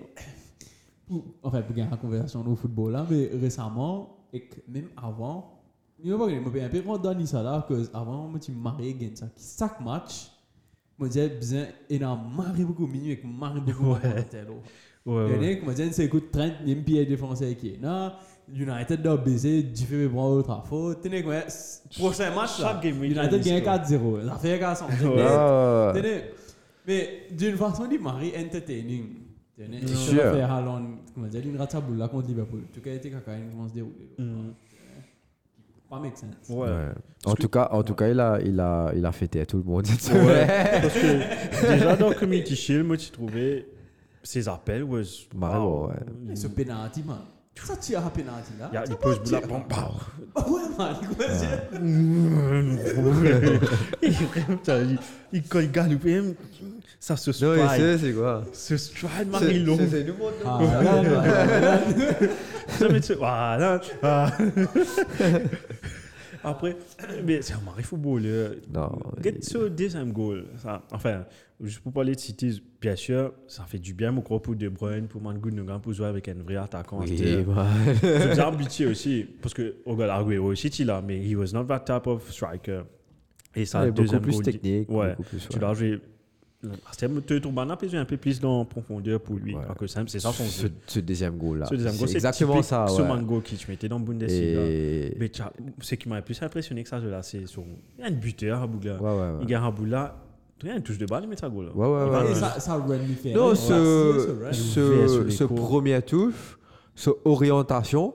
D: Pour- enfin, pour gagner la conversation au football là, mais récemment, et que même avant, je ne sais pas, je un peu condamné ça là, parce qu'avant, moi, tu marié, gagne ça, qui chaque match, je me disais, besoin, il a marié beaucoup minuit, et marié beaucoup de télé.
A: Euh,
C: Ouais, ouais.
D: Yannick, moi, c'est coup de 30, il me pille défoncé qui est là. United doit baiser, du fait bras autre à faute. Tenez, quoi, s- prochain match, là,
C: Chaque game week,
D: United
C: il y a
D: gagne
C: une
D: 4-0. Ça fait 400.
A: Ah, ouais.
D: Tenez, mais d'une façon, il marie entertaining. Tenez,
C: C'est
D: je
A: sûr.
D: vais faire Haaland, comment dire, il rate sa boule là contre Liverpool. En Tout cas, il était caca, il commence à se dérouler. là.
C: Mm.
D: Pas make sense.
C: Ouais.
A: Ouais. En
C: que-
A: tout cas, en tout cas, il a, il a, il a fêté à tout le monde.
C: Ouais. Parce que déjà dans Community Shield, moi, j'ai trouvé ses appels. Ouais, c'est-
A: Marrant,
C: wow.
A: ouais.
D: Et ce penalty, man. Ça tire à penalty là.
C: Il y a-
D: Ça
C: Il pose
D: pas
C: boule à
D: tiré.
C: pompe. pow.
D: Ouais, man, comment dire
C: Il vraiment, t'as dit, il- Quand il gagne, même, ça se
A: Non, mais
C: stride.
A: c'est- c'est quoi
C: Ce stride,
A: C'est-
C: Marie-Long.
A: c'est- c'est nous montre-
D: Ah, là, là, là, là.
C: Ça, mais tu- Voilà. Ah. Après, mais c'est un mari football. euh,
A: Non,
C: Get
A: il-
C: sur deuxième goal. Ça, enfin, juste pour parler de City, bien sûr, ça fait du bien mon gros pour De Bruyne, pour Man Gundogan, pour jouer avec un vrai attaquant.
A: Oui,
C: C'était-
A: man.
C: C'est bizarre pitié aussi, parce que Ogal Arguero aussi, il là, mais he was not that type of striker. Et ça,
A: Il est beaucoup
C: deuxième
A: plus
C: goal,
A: technique.
C: Ouais,
A: beaucoup plus,
C: tu
A: ouais.
C: dois jouer. C'est ton banane, puis un peu plus dans profondeur pour lui.
A: Ouais.
C: parce que c'est c'est ça son
A: ce,
C: jeu.
A: ce deuxième goal-là.
C: Ce deuxième goal, c'est
A: exactement
C: typique
A: ça.
C: Ce
A: ouais.
C: mango qui tu mettais dans Bundesliga.
A: Et...
C: Mais tu as- ce qui m'a le plus impressionné que ça, là, c'est son. Il y a un buteur à Bougla.
A: Ouais, ouais, ouais.
C: Il y a un bout là, il y a une touche de balle, il met sa goal. là.
A: Ouais, ouais,
C: Il
A: ouais,
C: va-
A: ouais.
D: Et ça, ça run lui fait.
A: Non,
D: Ouais,
A: ce,
D: c'est- c'est
C: Il fait sur
A: ce,
C: les
A: ce
C: cours.
A: premier touche, cette orientation,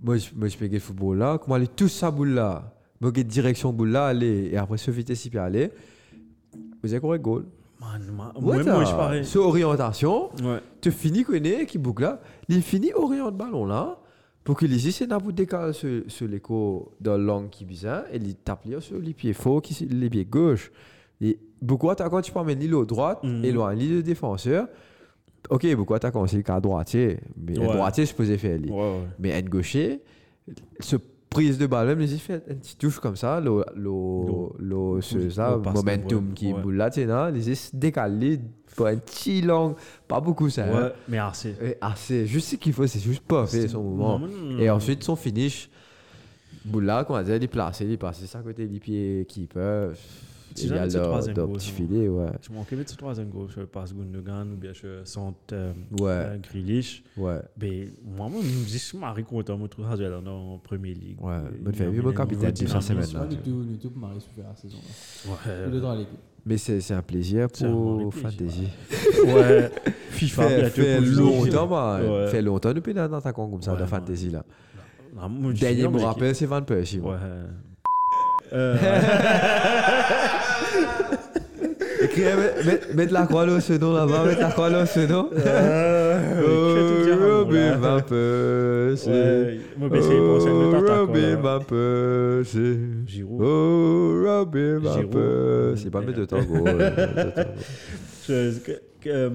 A: moi je, moi, je fais le football là, comment aller tout ça boule là, moi je fais direction boule là, aller, et après ce vitesse il peut aller. Vous avez correct goal.
C: Man, ma-
A: Ouais,
C: moi,
A: t'as-
C: moi, je parais.
A: Ce orientation,
C: Ouais.
A: tu finis connaît qui boucle là, il finit orient ballon là, pour que les essais n'aboutent décale sur, sur l'écho dans l'angle qui bizarre, et il tape là sur les pieds faux, qui, les pieds gauche. Et beaucoup attaquants, tu peux amener l'île au droite,
C: Mhm.
A: et loin l'île de défenseur. Ok, beaucoup attaquants, c'est le cas droitier, mais un
C: Ouais.
A: droitier, je posais faire l'île.
C: Ouais, ouais.
A: Mais un gaucher, ce prise de balle, même les effets, une petite touche comme ça, le, le,
C: L'eau.
A: le, ce,
C: Oui,
A: ça,
C: l'eau passe
A: momentum
C: dans-
A: qui
C: ouais.
A: boule là, tu sais, non, les essais décalés, pas un petit long, pas beaucoup ça. hein.
C: Ouais, Hmm. mais alors, c'est.
A: Et assez, juste ce qu'il faut, c'est juste pas fait son mouvement.
C: Non,
A: Et ensuite, son finish, Boula, qu'on a dit, il est placé, il est passé ça à côté des pieds qui peuvent.
C: C'est
A: Il y a
C: jamais ce
A: leur,
C: troisième
A: leur
C: goal,
A: petit
C: ça.
A: filet, ouais.
C: Je m'en occupe de ce troisième goal, je passe Gundogan ou bien je sens euh,
A: Ouais.
C: euh, Grealish.
A: Ouais,
C: Mais moi, moi, je me dis, je m'arrive content, moi, je trouve ça, je vais aller en première ligue.
A: ouais.
C: Et
A: Bonne fait,
C: il y a
A: vu mon
C: un
A: capitaine,
C: niveau de
A: ça, c'est
C: dynamisme.
A: maintenant.
D: Pas du tout, du tout pour Marie Souffert la saison. là. Il est
C: Ouais,
D: dans l'équipe.
A: Mais c'est c'est un plaisir
C: C'est un vrai
A: pour Fantasy.
C: plaisir. ouais. FIFA,
A: Fait,
C: bientôt,
A: fait
C: pour jouer.
A: longtemps, man.
C: Ouais.
A: Fait longtemps depuis dans un attaquant comme ça,
C: Ouais,
A: dans
C: man.
A: Fantasy, là.
C: Non, moi, je suis
A: Dernier
C: dans
A: me
C: l'équipe.
A: rappel, c'est Van Persie.
C: Ouais.
A: man.
C: Euh,
A: Écrivez, met- met- mettre la croix là, ce nom là-bas, mettre la croix là, ce nom.
C: que tu
A: Oh,
C: dis,
A: euh, Robin
C: Ramon, là.
A: Van Persie.
C: Ouais, moi, ben, c'est bon, c'est un autre attaquant,
A: Robin
C: là.
A: Van Persie.
C: Giroud.
A: Oh, Robin Van
C: Giroud.
A: Persie. C'est pas
C: Et
A: mettre
C: là.
A: de tango.
C: Je- que- que, euh,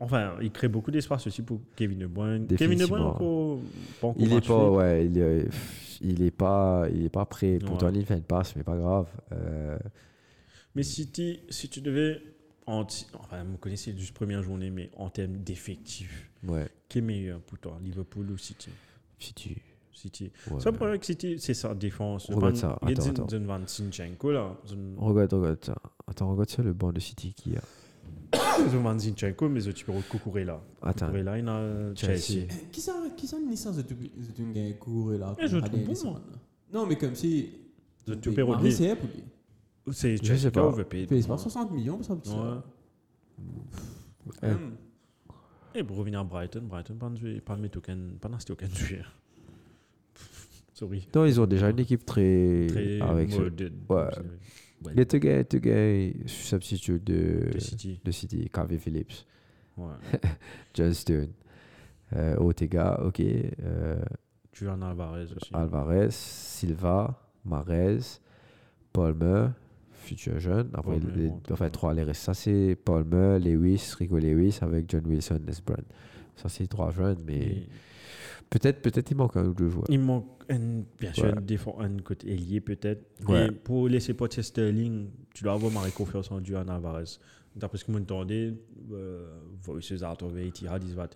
C: enfin, il crée beaucoup d'espace aussi pour Kevin De Bruyne. Kevin De Bruyne,
A: Définitivement.
C: encore, pas encore
A: Il est
C: match
A: pas,
C: fit.
A: ouais, il est, pff, il est pas, il est pas prêt. Pourtant,
C: Ouais.
A: il fait une passe, mais pas grave. Euh,
C: Mais si, tu- si tu devais, en ti- enfin, vous connaissez juste première journée, mais en termes d'effectifs,
A: ouais.
C: qui est meilleur pour toi, Liverpool ou City
A: Si tu,
C: City.
A: ouais.
C: Ça, le problème avec City, c'est sa défense.
A: Regarde ça,
C: Il y a
A: attends,
C: Zin-
A: attends. Oh,
C: Zin Van Zinchenko, là. Zin-
A: Regarde, regarde, ça. attends, regarde ça, le banc de City qui a.
C: Zin Van Zinchenko, mais tu peux recourir là.
A: Attends,
C: Coucourer là, il a euh,
A: Chelsea.
C: Chelsea.
D: Qui ça, qui ça, une licence de Tupi- de Tunga Kouré là
C: Eh, je
D: comme
C: trouve
D: Adel
C: bon,
D: Nissan,
C: moi.
D: là. Non, mais comme si.
C: De
D: Mais
C: Tupé
D: Marie,
C: Rodri.
D: c'est pour lui.
A: Je
C: C'est
A: sais
C: Chelsea qui
A: pas.
C: a overpaid.
D: Il paye pas 60 millions pour ça. petit,
C: Ouais.
D: là.
A: Eh.
D: Hum.
C: Et pour revenir à Brighton, Brighton, pas de jouer- pas de mes tokens, pas d'acheter aucun joueur. Sorry.
A: Non, ils ont déjà une équipe très,
C: Très
A: avec ce-
C: molded.
A: Ouais.
C: Ouais.
A: Les euh, two guys, two guys, substitut de,
C: De City.
A: de City, Calvin Phillips,
C: Ouais.
A: John Stone, euh, Ortega, ok, euh,
C: Julian Alvarez aussi.
A: Alvarez, Silva, Marez, Palmer, futur jeune. Après,
C: Palmer,
A: les-
C: bon,
A: enfin, trois, les restes, ça c'est Palmer, Lewis, Rico Lewis avec John Wilson, Nesbrun. Ça c'est trois jeunes, mais
C: Et
A: peut-être peut-être il manque un ou deux joueurs.
C: Il manque un- bien sûr
A: Ouais.
C: un, défense, un côté ailier peut-être.
A: Ouais.
C: Et pour laisser porter Sterling, tu dois avoir ma confiance en Julian Alvarez. D'après ce que vous entendez, euh, Voices out of 80 had his vat.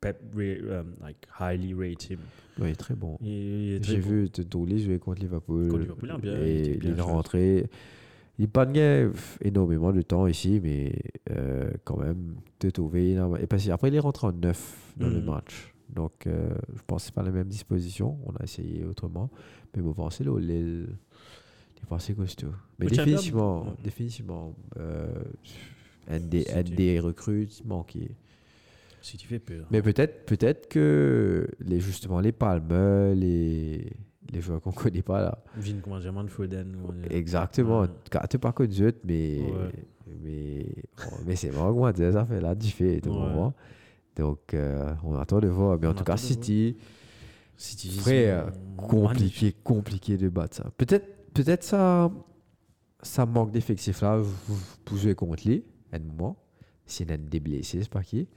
C: Pep ra- um, like, highly rate him.
A: Ouais, il est très bon.
C: Il- il est très
A: J'ai
C: bon.
A: vu Douli jouer contre Liverpool.
C: Contre Liverpool, hein, bien, il était
A: et
C: bien
A: il est
C: joué.
A: rentré. Il gagne énormément de temps ici, mais euh, quand même, de trouver énormément. Et parce que après, il est rentré en 9 dans le
C: Mhm.
A: match. Donc, euh, je pense que c'est pas la même disposition. On a essayé autrement. Mais bon, pensez le l'aile. Il pensé costaud. Mais
C: Au Champions-
A: définitivement,
C: Mhm.
A: définitivement, euh, un des, un
C: C'était-
A: des recrues manquait.
C: Si tu fais peur.
A: Mais peut-être peut-être que les, justement les Palme, les, les joueurs qu'on connaît pas là.
C: Vin comment German Foden. ouais.
A: Exactement.
C: Ouais.
A: Quand tu parles contre eux, mais,
C: Ouais.
A: mais, oh, mais c'est vraiment moi, ça fait là, tu fais de
C: Ouais.
A: moment. Donc euh, on attend de voir. Mais en
C: On
A: tout cas,
C: attend de voir.
A: City,
C: City
A: frère,
C: c'est-
A: compliqué, compliqué de battre ça. Peut-être peut-être ça, ça manque d'effectifs là, vous, vous- vous jouez contre lui, à un moment. S'il y en a des blessés, c'est pas qui.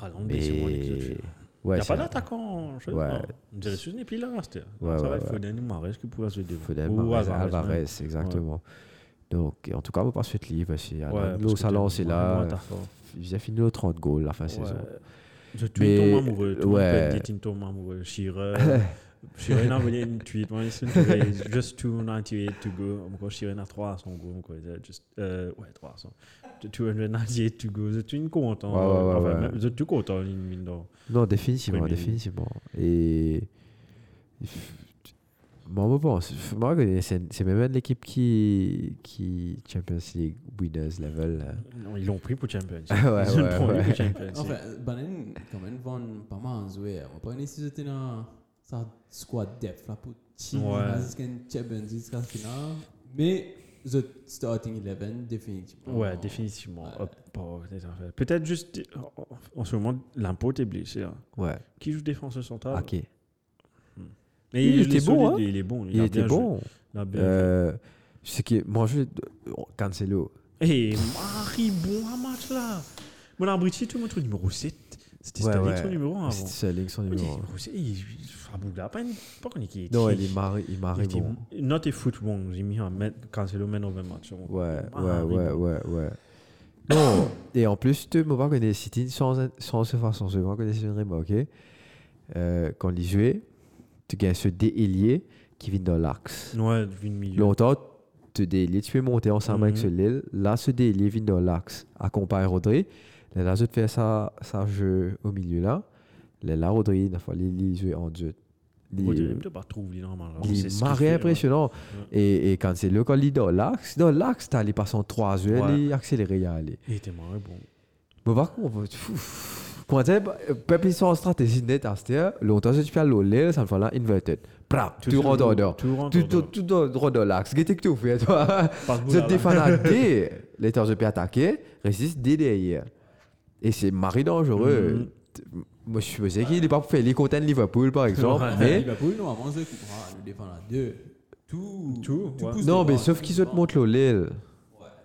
C: Haaland,
A: Mais
C: ah, c'est mon exemple.
A: ouais,
C: Il
A: Ouais,
C: n'y a pas
A: c'est-
C: d'attaquant. Je sais
A: Ouais.
C: pas. On dirait juste Nepi là. c'était-
A: Ouais,
C: ça
A: ouais,
C: va, il
A: ouais.
C: faut Dani Mahrez qui pourrait se développer.
A: Foden,
C: Ou
A: Alvarez,
C: Alvarez,
A: Alvarez,
C: même.
A: exactement. Donc, et en tout cas, on passe cette livre. Si
C: Ouais, parce
A: Nos
C: que t'es
A: salons, c'est
C: vraiment
A: là.
C: un tafard.
A: Il a fini nos 30 goals la fin de
C: Ouais.
A: saison.
C: Je
A: Mais-
C: tweet ton amoureux. Tout
A: ouais.
C: le monde dit tweet ton amoureux. Shearer. Sheeran a envoyé une tweet. Moi, c'est une tweet. Just 298 to go. Encore Sheeran a 3 à son goal. Encore, il disait Just, euh, ouais, 3 à son. 298 to go. C'est une content.
A: Ouais, ouais, ouais, ouais.
C: même- C'est tout content, une mine d'or.
A: Non, définitivement,
C: Premier.
A: définitivement. Et. Bon, bon, bon, c'est- moi, c'est c'est même l'équipe qui, qui. Champions League Winners Level. euh, là.
C: Non, Ils l'ont pris pour Champions.
A: Ouais,
C: Ils
A: ouais,
C: l'ont pris
A: ouais.
C: pour Champions.
D: Enfin, Banen, quand même, vont pas mal en jouer. On va pas si c'était dans sa squad depth là pour Chile,
C: Ouais.
D: jusqu'à une Champions League, jusqu'à la finale. Mais the starting 11, définitivement.
C: Ouais, définitivement.
D: Ouais.
C: Hop, oh, des affaires. Peut-être juste. En ce moment, l'impôt est blessé. hein.
A: Ouais,
C: Qui joue défense centrale
A: Ah, ok.
C: Mais
A: Il
C: est
A: était bon,
C: solide,
A: hein.
C: Il est bon.
A: Il
C: a
A: était
C: bien joué.
A: bon.
C: Il a bien joué.
A: Euh, je sais que. Moi, je. oh, Cancelo.
C: Et Eh, Marie, bon un match là. Mon abriti, tout le monde, numéro 7. C'était
A: Ouais,
C: Sterling
A: ouais.
C: son numéro 1 avant.
A: C'est Sterling, son
C: Il était
A: numéro.
C: numéro 7. Il- il- Aboula, pas une- pas qu'on est qui-
A: Non,
C: qui-
A: il est marré, il
C: il
A: marré
C: était
A: bon.
C: Not a foot wrong. J'ai mis un man- Cancelo man of the match. Donc,
A: Ouais, ouais,
C: Marie,
A: ouais,
C: bon.
A: ouais, ouais. Non, et en plus, tu ne pas connaître City sans, sans se faire sans se voir connaître une remarque. ok? Euh, quand ils jouaient, tu gagnes ce déhélier qui vient dans l'axe.
C: Ouais, vu le milieu.
A: Longtemps, tu déhélier, tu es monté ensemble avec
C: Mhm.
A: ce Lille. Là, ce déhélier vient dans l'axe. Accompagne Rodri. Là, là, je te fais ça, ça jeu au milieu là. Là, là Rodri, il faut les jouer en jeu. Il-
C: Rodri, il peut pas trouver, il est normal. là.
A: il
C: C'est ce
A: est
C: qu'il
A: marré
C: fait,
A: impressionnant. Et, et quand c'est le quand il est dans l'axe, dans l'axe, t'as les passants 3 jeux,
C: Ouais.
A: il est accéléré, il a allé.
C: ouais. Il était marré bon.
A: Mais par contre, on va- pfff. quand t'es peuple sont en stratégie net à ce longtemps je fais l'olé, ça me fait là inverted. Bra, tu
C: sur-
A: rentres en dehors.
C: Tout rentre
A: Tu
C: en dehors.
A: tu- tu rentres dans l'axe. Qu'est-ce que tu fais toi
C: Passe
A: Vous êtes
C: boule là-bas.
A: des fans à D, les temps je peux attaquer, résiste D derrière. Et c'est marré
C: Mhm.
A: dangereux. T- Moi je faisais qu'il n'est pas pour faire les contents de Liverpool par exemple,
C: Ouais.
A: mais
D: Liverpool, nous, avant, c'est ah, nous défend la 2. Tout.
C: Tout, ouais.
D: pousse
A: Non,
D: devant,
A: mais sauf
D: tout
A: qu'ils
D: pousse
A: te montrent l'aile.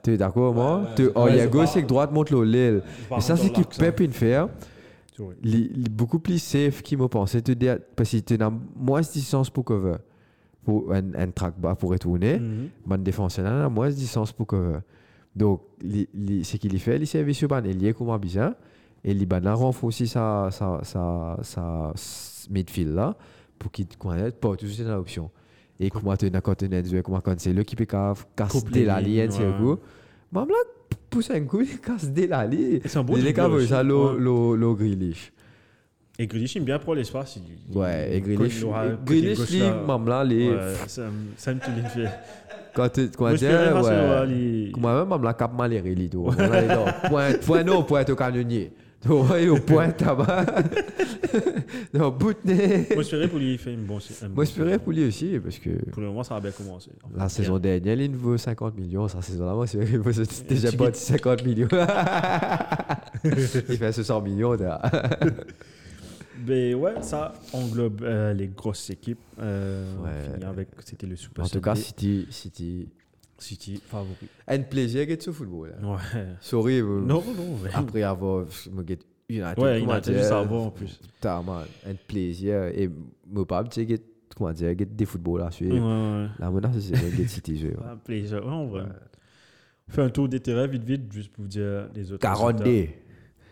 A: Tu es d'accord, moi
D: ouais,
A: Tu-
D: ouais,
A: Oh,
C: ouais,
A: il y a
C: c'est
A: gauche
C: pas-
A: et droite montre l'aile.
C: Il
A: Mais
C: part
A: ça,
C: dans
A: c'est qui
C: l'axe, hein.
A: Pep faire
C: Tu vois.
A: beaucoup plus safe qu'ils me pensaient. te dire- Parce que tu as moins de distance pour cover. Pour un, un track bas pour retourner.
C: Mhm.
A: Bonne défense, elle a moins de distance pour cover. Donc, li- li- ce qu'il fait, il service sur ban. e Il y est comme un bizarre. Et Liban a renforcé sa, sa, sa, sa s- midfield là pour qu'il connaisse pas tout c'est l'option. Et comment tu as côté net jouer, comment quand c'est le qui peut ca- casser
C: Coupler
A: la
C: les
A: ligne,
C: lignes,
A: c'est le
C: ouais.
A: coup. Même là, pousse un coup, il casse dès la ligne.
C: Et C'est un beau
A: Il est
C: dribbleur
A: capable
C: aussi.
A: ça,
C: Ouais.
A: l'eau grillish.
C: Et Grealish, il aime bien prendre l'espace. il-
A: Ouais, et
C: quand il
A: grillish.
C: aura côté
A: Grillish,
C: gauche,
A: lui,
C: là,
A: même là, les-
C: Ouais, ça me- ça me tue les pieds.
A: quand tu quand
C: Moi,
A: tu
C: je dirais, là, c'est
A: ouais.
C: le- les-
A: Moi-même, je me la cap mal les relais, tu vois. Là, les gars, Point, point non, point au camionnier. Tu vois, il est au point là-bas. Non, bout de nez.
C: Moi, je dirais pour lui, il fait une bonne saison.
A: Moi, je ferais pour lui aussi, parce que
C: Pour le moment, ça a bien commencé.
A: la saison dernière, il vaut 50 millions. Sa saison d'avant, c'est il vaut c'est déjà
C: tu
A: pas
C: dis-
A: 50 millions. il fait 600 millions, là.
C: Mais ouais, ça englobe euh, les grosses équipes. Euh, on
A: Ouais.
C: finit avec, c'était le Super
A: En tout cas,
C: Sunday.
A: City, City.
C: City favori.
A: Un plaisir de ce football. là.
C: Ouais.
A: Sorry, euh, vous-
C: Non, non, mais...
A: après avoir. Je me get United.
C: Ah. Ouais, il
A: comment
C: a
A: dire,
C: juste avant en plus.
A: Putain, man, un plaisir. Et mon pape, tu sais, get- comment dire, get des footballs à
C: Ouais,
A: suivre.
C: ouais.
A: La menace, c'est le Get City jeu. hein. Euh,
C: Un plaisir, ouais, en vrai. On fait un tour des terrains vite, vite, juste pour vous dire les autres.
A: 42.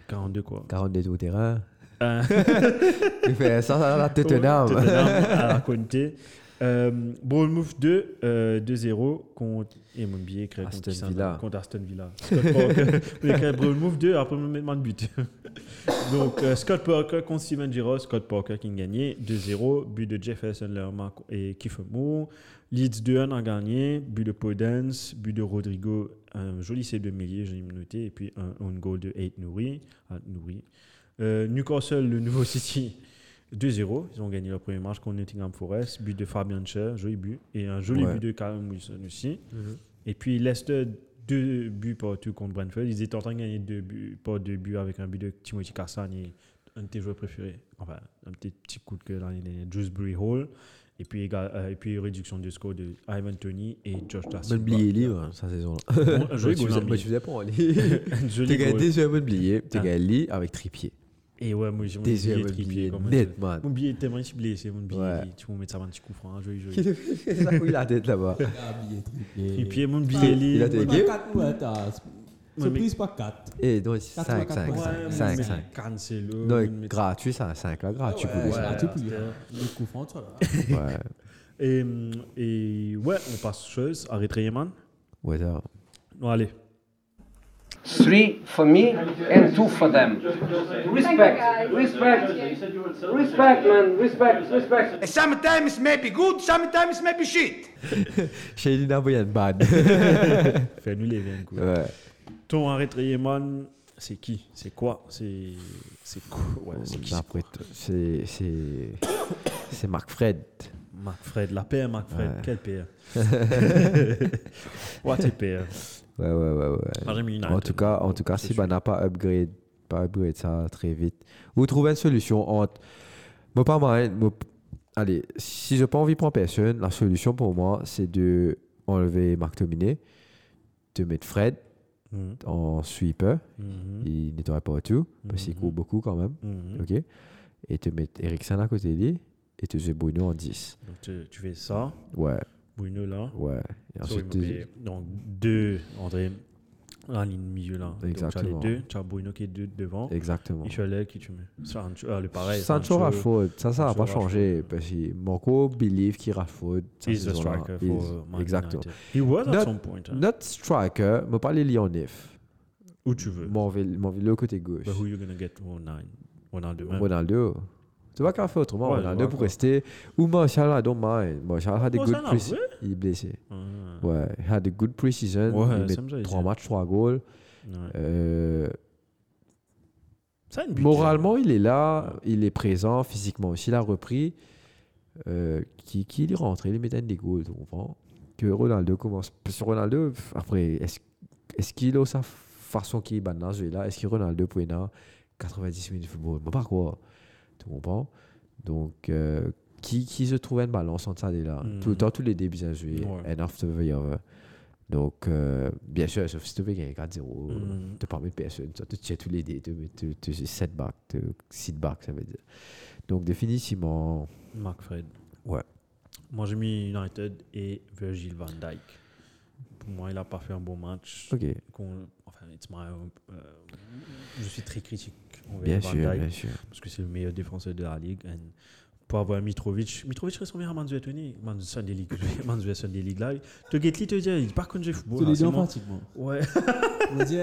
C: 42 quoi.
A: 42 au terrain.
C: Euh,
A: Il fait ça, ça, la tête en
C: Ouais,
A: arme.
C: Tottenham à compter. Euh, Bournemouth 2, euh, 2-0 contre et mon billet crée contre,
A: Aston
C: qui ça,
A: Villa.
C: contre Aston Villa. Scott Parker. Il crée Bournemouth 2 après me mettre moins de but. Donc euh, Scott Parker contre Steven Gerrard, Scott Parker qui a gagné 2-0, but de Jefferson Lerma et Kiefer Moore. Leeds 2-1 a gagné, but de Podence, but de Rodrigo, un joli save de milieu, j'ai noté, et puis un own goal de 8 Nouri. Ah, Nouri. Euh, Newcastle, le nouveau City, 2-0. Ils ont gagné leur premier match contre Nottingham Forest. But de Fabian Cher, joli but. Et un joli
A: Ouais. Mhm.
C: but de Callum Wilson aussi. Et puis Leicester, deux buts par tout contre Brentford. Ils étaient en train de gagner deux buts, pas deux buts avec un but de Timothy Cassan et un de tes joueurs préférés. Enfin, un petit, petit coup de cœur l'année dernière, Dewsbury Hall. Et puis, égal- euh, et puis réduction de score de Ivan Tony et Josh Tassi.
A: Bon blié libre, hein, sa saison.
C: Bon, un
A: Je
C: joli goal,
A: faisais
C: un
A: moi,
C: billet.
A: je faisais pas en ligne.
C: Un joli
A: T'as
C: goal.
A: gagné déjà un bon blié, t'as
C: Ah.
A: gagné avec tripier.
C: Et ouais, moi, j'ai mon
A: Des
C: billet
A: yeux
C: trippé.
A: oubliés,
C: comme on
A: net,
C: dit.
A: man.
C: Mon billet est tellement blessé, mon
A: Ouais.
C: billet. Tu vas mettre ça un petit coup franc, hein, joli, joli.
A: C'est ça où il a la tête là-bas.
C: Trippé, mon billet,
A: Il a des-
C: lit.
A: game?
D: 4 ouais, t'as.
C: Ouais, mais-
D: Surprise pas 4.
A: Et donc, 5, 5,
D: 84, ouais.
A: 5,
D: Ouais,
A: 5,
D: mais-
A: 5.
C: Cancelo.
A: Non, gratuit, ça, 5 là,
C: Ah,
A: gratuit pour
D: ouais,
A: les
C: ça.
D: gratuit pour
C: Ouais,
D: les coups francs, tu vois. là.
A: Ouais,
C: Et, hum, et ouais, on passe aux choses. Arrêtez, Yaman.
A: ouais, ça.
C: Non, allez.
F: three for me and two for them. Respect, respect, respect, man, respect, respect.
G: Sometimes may be good, sometimes may be shit.
A: Chez Lina Boyan Bad.
C: Fais-nous les veines, quoi.
A: Ouais.
C: Ton arrêté, Yaman, c'est qui C'est quoi C'est. C'est quoi Ouais, c'est qui c'est quoi
A: Après, C'est. C'est. C'est Marc Fred.
C: McFred, la paire, McFred.
A: Ouais.
C: Quelle paire What a paire.
A: Ouais, ouais, ouais, ouais.
C: Ah, j'aime United.
A: En tout cas, en tout cas,
C: C'est
A: si n'a pas upgrade, pas upgrade ça très vite. Vous trouvez une solution entre. Moi, pas moi, hein, moi, Allez, si je n'ai pas envie de prendre personne, la solution pour moi, c'est de enlever Marc Tominé, de mettre Fred Mm.
C: Mhm,
A: en sweeper.
C: mhm,
A: Il nettoie pas tout, parce qu'il
C: Mhm.
A: court beaucoup quand même.
C: mhm.
A: Ok Et te mettre Eriksen à côté de lui et te jouer Bruno en 10.
C: Donc, tu, tu fais ça.
A: Ouais,
C: Bruno, là.
A: ouais. Et
C: Sorry,
A: ensuite,
C: mais-
A: tu-
C: donc, deux, André, la ligne milieu, là. Donc, tu as les
A: Exactement.
C: deux. Tu as Bruno qui est deux devant.
A: exactement.
C: Et Chalet qui tu mets. Sancho, ah, le pareil.
A: Sancho Rashford, ça, ça n'a
C: Sancho,
A: pas changé.
C: Rashford.
A: Parce que Moko believe qu'il Rashford. sa
C: He's the
A: saison-là,
C: striker
A: is-
C: for Man
A: Exactement.
C: United. He was at
A: Not-
C: some point. hein.
A: Notre striker, me parler Lyonif.
C: Où tu veux.
A: Mon vil- mon vil- le côté gauche.
C: But who you gonna get on nine? Ronaldo même.
A: Ronaldo. Tu vois qu'il a fait autrement,
C: Ouais, je
A: Ronaldo,
C: vois
A: pour
C: quoi.
A: rester. Ou Martial, I don't mind. Martial a des good
C: Martial, ah,
A: pre-season.
C: ouais?
A: Il est blessé.
C: Ah,
A: Ouais, il a des good pre-season.
C: Ouais,
A: il
C: ça me
A: met
C: dit.
A: 3 matchs, 3 goals.
C: ouais.
A: Euh,
C: Ça a une butée.
A: Moralement, il est là, il est présent, physiquement aussi, il a repris. Euh, qui, qui il est rentré, il est mettait des goals, tu comprends Que Ronaldo commence. Parce que Ronaldo, pff, après, est-ce est qu'il a sa façon qui est maintenant, je là Est-ce que Ronaldo peut être 90 minutes de football Mais pas quoi, tu comprends Donc, euh, qui, qui se trouve une balance entre ça et là
C: Mhm.
A: Tout le temps, tous les débuts bien joués,
C: Ouais.
A: and after euh, the other. Donc, euh, bien sûr, sauf si tu veux gagner 4-0,
C: Mhm.
A: tu parles de personne, tu tiens tous les dés, tu 7 back, 6 back, ça veut dire. Donc, définitivement,
C: Mark Fred.
A: Ouais.
C: Moi, j'ai mis United et Virgil van Dijk. Pour moi, il a pas fait un bon match.
A: ok,
C: Qu'on- Enfin, it's my own- euh, je suis très critique envers
A: bien
C: Van
A: sûr,
C: Dijk
A: bien sûr.
C: parce que c'est le meilleur défenseur de la ligue. and pour avoir Mitrovic, Mitrovic reste son meilleur man de Tony, man de Sunday League, man de Sunday League là. Te Gately te dit, par contre, j'ai football.
D: Tu
C: là,
D: les
C: c'est
D: deux en
C: moi.
D: pratique, moi.
C: Ouais.
D: Je me dis.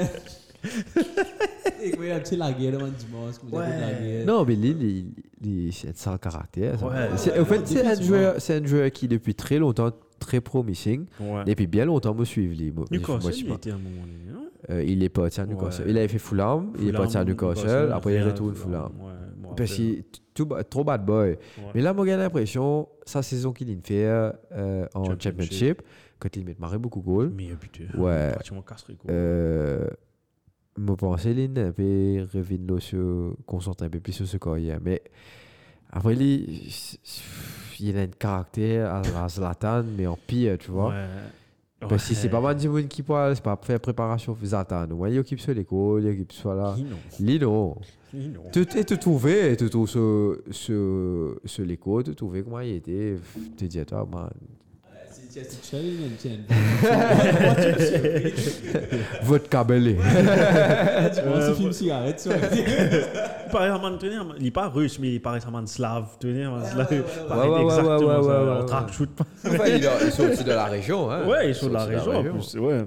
D: Et quoi, il a petit lagué le dimanche. je me dis,
C: Ouais.
D: il a lagué.
A: Non, mais Lille, il- il- c'est ça le caractère. ça.
C: Ouais.
A: C'est- En fait, c'est un,
D: Définitivement.
A: joueur, c'est un joueur qui, depuis très longtemps, très promising,
C: ouais.
A: depuis bien longtemps, me suit. Lille, moi- moi,
C: Newcastle,
A: je sais
C: il
A: pas.
C: était à un moment donné, non
A: Euh, il est parti à Newcastle.
C: Ouais.
A: Il avait fait Fulham, il est
C: Fulham,
A: parti à Newcastle,
C: Newcastle,
A: après il
C: Real,
A: retourne Fulham.
C: Ouais, bon,
A: Parce
C: après,
A: qu'il est tout ba- trop bad boy. Mais là, moi, j'ai l'impression, sa saison qu'il vient de faire euh, en
C: Championship. Mm.
A: championship, quand il met marré beaucoup de goals,
C: Mais putain,
A: Ouais.
C: pratiquement cassé quoi.
A: euh, je pense qu'il est un peu revenu là sur concentré un peu plus sur ce carrière. Mais après, lui, il a un caractère à à Zlatan, mais en pire, tu vois.
C: Ouais.
A: Parce que
C: Ouais.
A: Bah, c'est pas mal de monde qui parle, c'est pas faire préparation Zlatan. Ouais, il occupe sur l'école, il occupe sur là.
C: Qui non
A: Lino.
C: Qui non
A: Tu te trouver, tu trouves ce, ce, ce l'écho, tu trouver comment il était, tu dis à toi, bah, man,
D: C'est Chelsea Chelsea, il y a une tienne.
A: votre cabelé.
D: Tu vois, si tu fumes une cigarette, tu vois.
C: Il paraît un man tenir, il est pas russe, mais il paraît un man slave. Tenir, un slave.
D: ouais, ouais,
C: Il
D: ouais.
C: paraît
A: Ouais, ouais,
C: exactement
A: ouais, ouais,
C: ça,
A: ouais,
C: on
A: ouais.
C: traque, shoot pas.
A: enfin, il est- ils sont aussi de la région. Hein.
C: Ouais, ils sont de la
A: aussi
C: région en plus, ouais.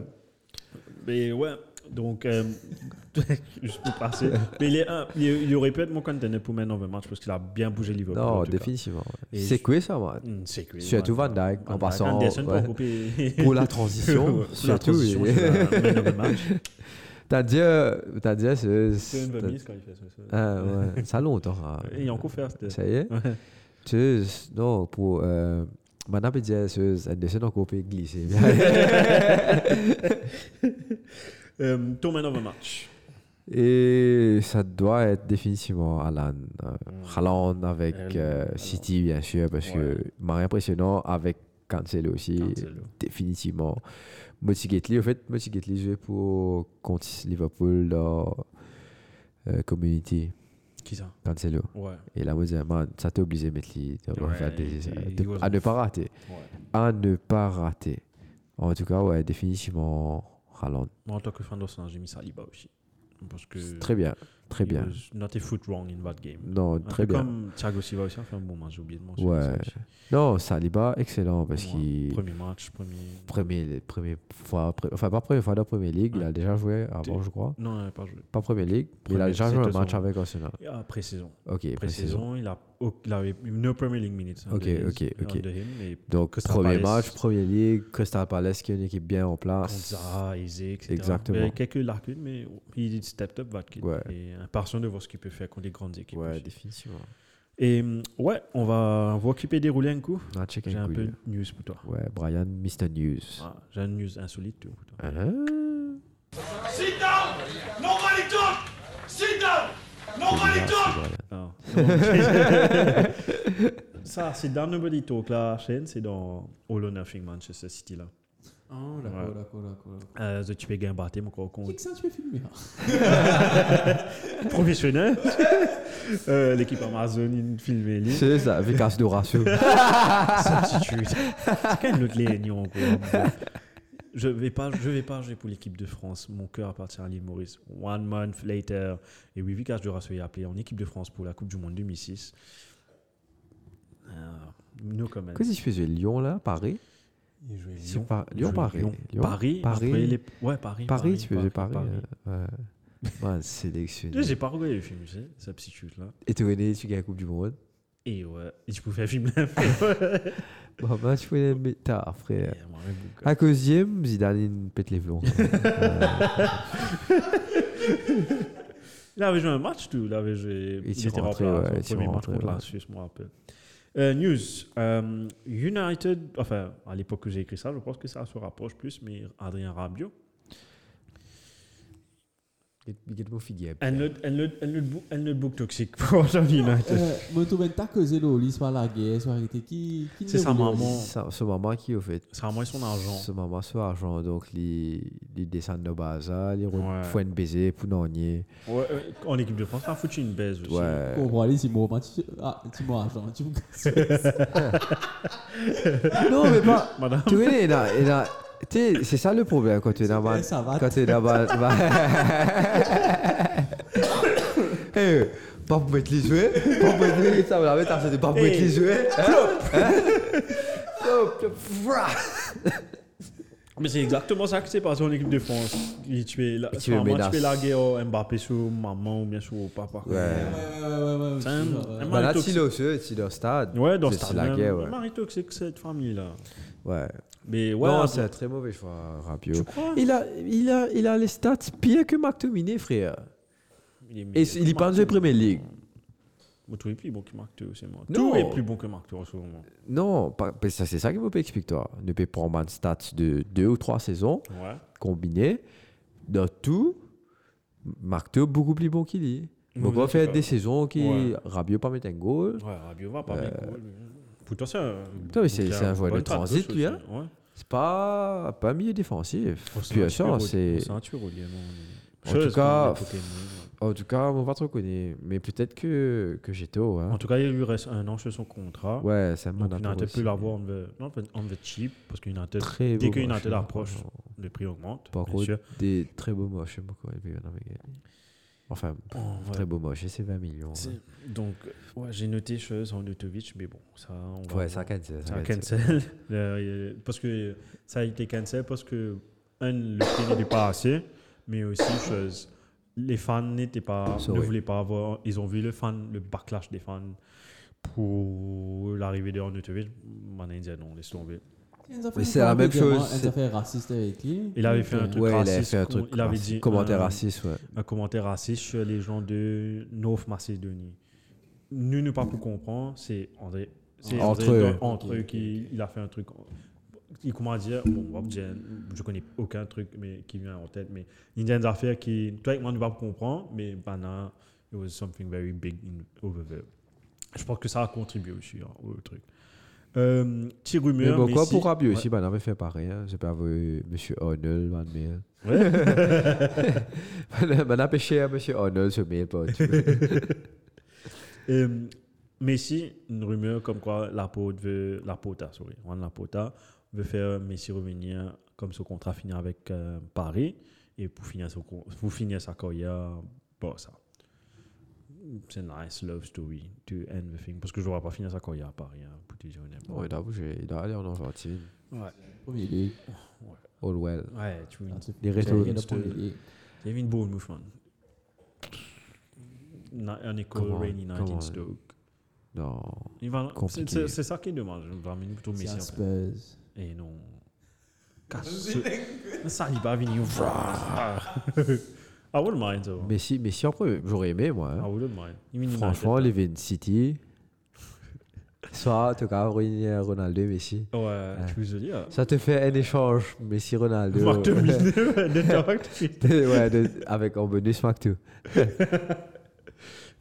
C: Mais ouais, donc, euh, je peux passer. Mais il, est un- il, il aurait pu être mon contender pour maintenant 20 matchs parce qu'il a bien bougé Liverpool. en
A: Non,
C: tout cas.
A: définitivement. ouais.
C: Et
A: C'est
C: je-
A: quoi ça, man
C: Hmm, C'est cool.
A: Surtout
C: ouais.
A: Van Dyke, en passant.
C: Anderson pour
A: ouais.
C: couper.
A: Pour la
C: Ouais,
A: transition,
C: pour la
A: surtout.
C: transition, euh,
A: oui.
C: c'est un man of the match.
A: T'as dit, euh, t'as dit, c'est-
C: C'est une
A: c'est.
C: remise quand il fait ça, ça.
A: Ah, ouais, ça longtemps. hein.
C: Et il a encore fait, c'était-
A: Ça y est.
C: Ouais.
A: Tu sais, non, pour. euh, Maintenant, je dis, c'est Anderson encore peut glisser.
C: Euh, Ton man of the match.
A: Et Eh, ça doit être définitivement Alan.
C: Hmm.
A: euh, Haaland avec
C: Haaland,
A: euh, City, bien sûr, parce
C: Ouais.
A: que Marie impressionnant avec Cancelo aussi,
C: Cancelo.
A: définitivement. Motti Gately, en fait, Motti Gately jouait pour contre Liverpool dans euh, Community.
C: Qui ça
A: Cancelo.
C: Ouais.
A: Et là, moi, c'est vraiment- ça t'a obligé de mettre les- de
C: Ouais,
A: faire des-
C: il-
A: euh,
C: il
A: de-
C: was
A: à ne
C: off.
A: pas rater. À ne pas rater. En tout cas, ouais, définitivement Haaland.
C: Moi, en tant que fan d'Arsenal, j'ai mis Saliba aussi. Parce que.
A: Très bien, très
C: he
A: bien.
C: was Not a foot wrong in that game.
A: Non,
C: Un
A: très
C: peu
A: bien.
C: Comme Thiago Silva aussi a fait un bon match, j'ai oublié de mentionner
A: Ouais,
C: ça aussi.
A: Non, Saliba, excellent, parce
C: Ouais,
A: qu'il...
C: Premier match, premier.
A: Premier, premier fois, pre- enfin pas première fois dans la Premier League, il a déjà joué avant, je crois.
C: Non, il n'a pas joué.
A: Pas Premier League, mais il a
C: Premier,
A: déjà joué un
C: c'était
A: match
C: son-
A: avec Arsenal.
C: Après saison.
A: Ok,
C: Après
A: pré-saison.
C: saison, il a, au- il avait no Premier League minutes. hein,
A: Ok, ok, ok. Donc,
C: Costa
A: premier
C: Palace.
A: match, Premier League, Crystal Palace, qui est une équipe bien en place.
C: Konza, Isaac, etc.
A: Exactement.
C: Il y a quelques lacunes, mais oh, il stepped up, Vatkin.
A: Ouais.
C: Et impatient de voir ce qu'il peut faire contre les grandes équipes.
A: Ouais,
C: aussi.
A: définitivement.
C: Et hum, ouais, on va, on va occuper des roulés un coup.
A: On a check
C: J'ai
A: un
C: un
A: coup.
C: peu
A: lui.
C: de news pour toi.
A: Ouais, Brian, Mr. News.
C: Ah, J'ai une news insolite tu vois, pour toi.
A: Hein?
G: Sit down! Nobody talk! Sit down! Nobody
A: Merci,
G: talk!
A: Brian.
C: Ah. Ça, c'est dans Nobody Talk, la chaîne, c'est dans All or Nothing Manchester City. là.
D: Oh, d'accord, d'accord, d'accord. d'accord.
C: Euh, tu peux gagner un bâtiment encore
D: Qui que ça, tu peux filmer hein?
C: professionnel. Euh, L'équipe Amazon, il filme les Ah,
A: C'est ça, Vikas Dorasso.
C: substitutes. C'est quand même l'autre lénion, quoi. Bon. Je vais pas, je vais pas jouer pour l'équipe de France. Mon cœur appartient à l'île Maurice. One month later. Et oui, Vicas Durasso est appelé en équipe de France pour la Coupe du Monde 2006. Euh, no comment.
A: Qu'est-ce que je faisais Lyon, là Paris
C: Il jouait
A: C'est
C: Lyon.
A: pas-
C: Il
A: Lyon,
C: jouait
A: Paris. Lyon,
C: Paris.
A: Paris.
C: après les- Ouais, Paris.
A: Paris, tu faisais Paris.
C: Paris.
A: euh, Ouais, ouais
C: Tu sais,
A: sélectionné.
C: J'ai pas regardé le film, tu sais, Substitute là.
A: Et tu connais, tu gagnes la Coupe du Monde.
C: Et ouais, et je pouvais filmer un film.
A: Bon, ben, tu connais le tard, frère.
C: Et moi, un bouc.
A: À cause d'Yem, Zidane, il pète les plombs.
C: Il avait joué un match, tout. Il avait joué.
A: Il s'est rentré,
C: remplacé
A: ouais,
C: au
A: il s'est
C: premier match
A: rentré,
C: contre
A: ouais.
C: la Suisse, je me rappelle. Euh, news. euh, United, enfin, à l'époque que j'ai écrit ça, je pense que ça se rapproche plus, mais Adrien Rabiot.
A: Également Figuier.
C: Un autre- un autre- un autre bou- un autre bouc toxique pour Adam United.
D: Euh, Moi, tu m'as que Zélo, lui, soit la guerre, soit arrêté. Qui qui
C: C'est
D: ne
C: sa
D: voulait-
C: maman.
A: Ce moment qui, au fait.
C: Ça a moins son argent.
A: Ce moment, son argent. Donc, les les descendent de Baza, les
C: Ouais.
A: fouines baiser, pour n'ennier.
C: Ouais, euh, en équipe de France, ça a foutu une baise aussi.
A: Ouais.
D: Pour voir les Timo, bah, tu- ah, Timo Argent, tu me casses.
A: Non, mais pas.
C: Madame.
A: Tu connais, il a- il a- tu sais, c'est ça le problème quand tu es dans ma-
D: ça va.
A: Quand tu es dans ma- ma- Eh, pas pour mettre les jouets, pas pour mettre les ça, on la met, t'as fait des pas pour
C: Eh.
A: mettre les jouets. Hein Hein Flop, flop, fra.
C: Mais c'est exactement ça que c'est passé en équipe de France. Et tu es, la,
A: Et tu es
C: tu
A: menace.
C: tu es largué au Mbappé sur maman ou bien sur papa.
A: Ouais.
D: Ouais, ouais, ouais, ouais, ouais,
C: C'est un-
D: je suis genre,
C: un
D: ouais.
A: Bah là,
C: Toxic.
A: tu l'as aussi, tu l'as au stade.
C: Ouais, dans
A: C'est-
C: ce
A: c'est la guerre, ouais.
C: Marie toxique, cette famille-là.
A: Ouais.
C: Mais ouais, ah,
A: Non,
C: Adrien-
A: c'est un très mauvais choix, Rabiot.
C: Tu crois
A: Il a, il, a, il a les stats pires que McTominay, frère. Et il est pas en Premier League.
C: Moi, Bah, tout est plus bon que Marc Théo, c'est moi.
A: Non.
C: Tout est plus bon que Marc Théo en ce moment.
A: Non, pas- parce que c'est ça que vous pouvez expliquer, toi. Ne peut prendre un stats de deux ou trois saisons
C: Ouais.
A: combinées. Dans tout, Marteau beaucoup plus bon qu'il est.
C: Mais
A: Donc
C: vous
A: on va
C: êtes
A: faire
C: d'accord.
A: des saisons qui
C: Ouais.
A: Rabiot pas mettre un goal.
C: Ouais, Rabiot va pas bien. cool. Pourtant, c'est un.
A: Putain, mais c'est-
C: donc,
A: c'est un joueur de
C: bonne patte,
A: transit,
C: tout
A: lui,
C: ça,
A: hein.
C: Ouais.
A: C'est pas pas un milieu défensif.
C: Oh, c'est
A: Puis
C: un
A: ça,
C: Tyrolien,
A: c'est
C: C'est un Tyrolien, non,
A: En
C: mais-
A: tout
C: Chose,
A: cas,
C: comme les Pokémon, ouais.
A: en tout cas on va te reconnaître. Mais peut-être que que j'ai tôt. hein.
C: En tout cas, il lui reste un an sur son contrat.
A: Ouais, ça m'a
C: Donc, United peut l'avoir on the, non, on the cheap parce que United,
A: Très
C: dès
A: beau
C: que
A: match,
C: United
A: hein,
C: approche,
A: franchement.
C: le prix augmente.
A: Par
C: bien
A: contre,
C: sûr.
A: des très beaux moches. j'aime beaucoup les Vietnamiens. Enfin,
C: Oh, ouais.
A: très beaux moches. Et c'est 20 millions.
C: C'est-
A: hein.
C: Donc, ouais, j'ai noté chose en Lutovic, mais bon, ça, on va.
A: Ouais, ça cancel.
C: ça
A: ça cancel.
C: cancel. Euh, parce que ça a été cancel parce que, un, le prix n'était pas assez, mais aussi, chose, les fans n'étaient pas,
A: Sorry.
C: ne voulaient pas avoir. Ils ont vu le fan, le backlash des fans pour l'arrivée de Lutovic. Manin disait ah non, laisse tomber.
D: Ils ont fait
A: Mais
D: une
A: c'est la
D: campagne
A: même
D: de
A: chose,
D: moi, Ils
A: c'est-
D: ont fait raciste avec lui.
C: Il avait fait un
D: Ok.
C: truc
A: Ouais, il avait
C: raciste.
A: fait un truc.
C: il avait
A: raciste.
C: dit.
A: Commentaire
C: euh,
A: raciste, ouais.
C: un commentaire raciste sur les gens de North Macédonie. Nous, ne pas pour comprendre, c'est André. C'est
A: Entre
C: André
A: eux.
C: dans- entre eux qui il a fait un truc. Il comment dire Bon, on va dire, je connais aucun truc mais qui vient en tête, mais il y a des affaires qui, toi et moi, ne pas comprendre, mais bana, it was something very big in, over there. Je pense que ça a contribué aussi hein, au truc. Euh, petit
A: Mais
C: rumeur.
A: bon, quoi
C: Messi-
A: pour Rabiot
C: Ouais.
A: aussi, ben, on avait fait pareil. Hein. J'ai pas avoué Monsieur O'Neill, man, mais. hein.
C: Ouais.
A: Ben, on a pêché à Monsieur O'Neill ce mail, pas.
C: Euh, Messi, une rumeur comme quoi la Porte veut, la Pota, sorry, Juan Laporta veut faire Messi revenir comme ce contrat finit avec euh, Paris et pour finir, son con- pour finir sa carrière, bon, ça. C'est nice love story to end the thing. Parce que je ne vais pas finir sa carrière à Paris, hein, pour te dire honnêtement.
A: Ouais, d'avoue, j'ai- il doit aller en Argentine.
D: Premier ligue.
A: All well.
C: Ouais, tu vois.
D: That's it.
A: Les
C: restos-
D: Premier ligue.
C: Ah, Kevin Bournemouth, man. Na- Un école
A: Comment-
C: Rainy Night
A: comment-
C: in Stoke.
A: Non.
C: Il va- c'est-
A: Compliqué.
C: C'est c'est ça qui est dommage. Je vais ramener plutôt
D: C'est
C: Messi.
D: un
C: après.
D: Spurs.
C: Et non. Casse. Ça il va venir. Ah, I wouldn't mind, though.
A: Messi, Messi en premier, j'aurais aimé, moi.
C: I
A: hein.
C: wouldn't mind. You mean
A: Franchement,
C: United,
A: Living City. Soit, en tout cas, Rooney, Ronaldo, Messi.
C: là. Ouais, tu veux se dire.
A: Ça te fait un échange, Messi, Ronaldo.
C: Moi, deux minutes de talk.
A: ouais, de- avec en bonus Mactou.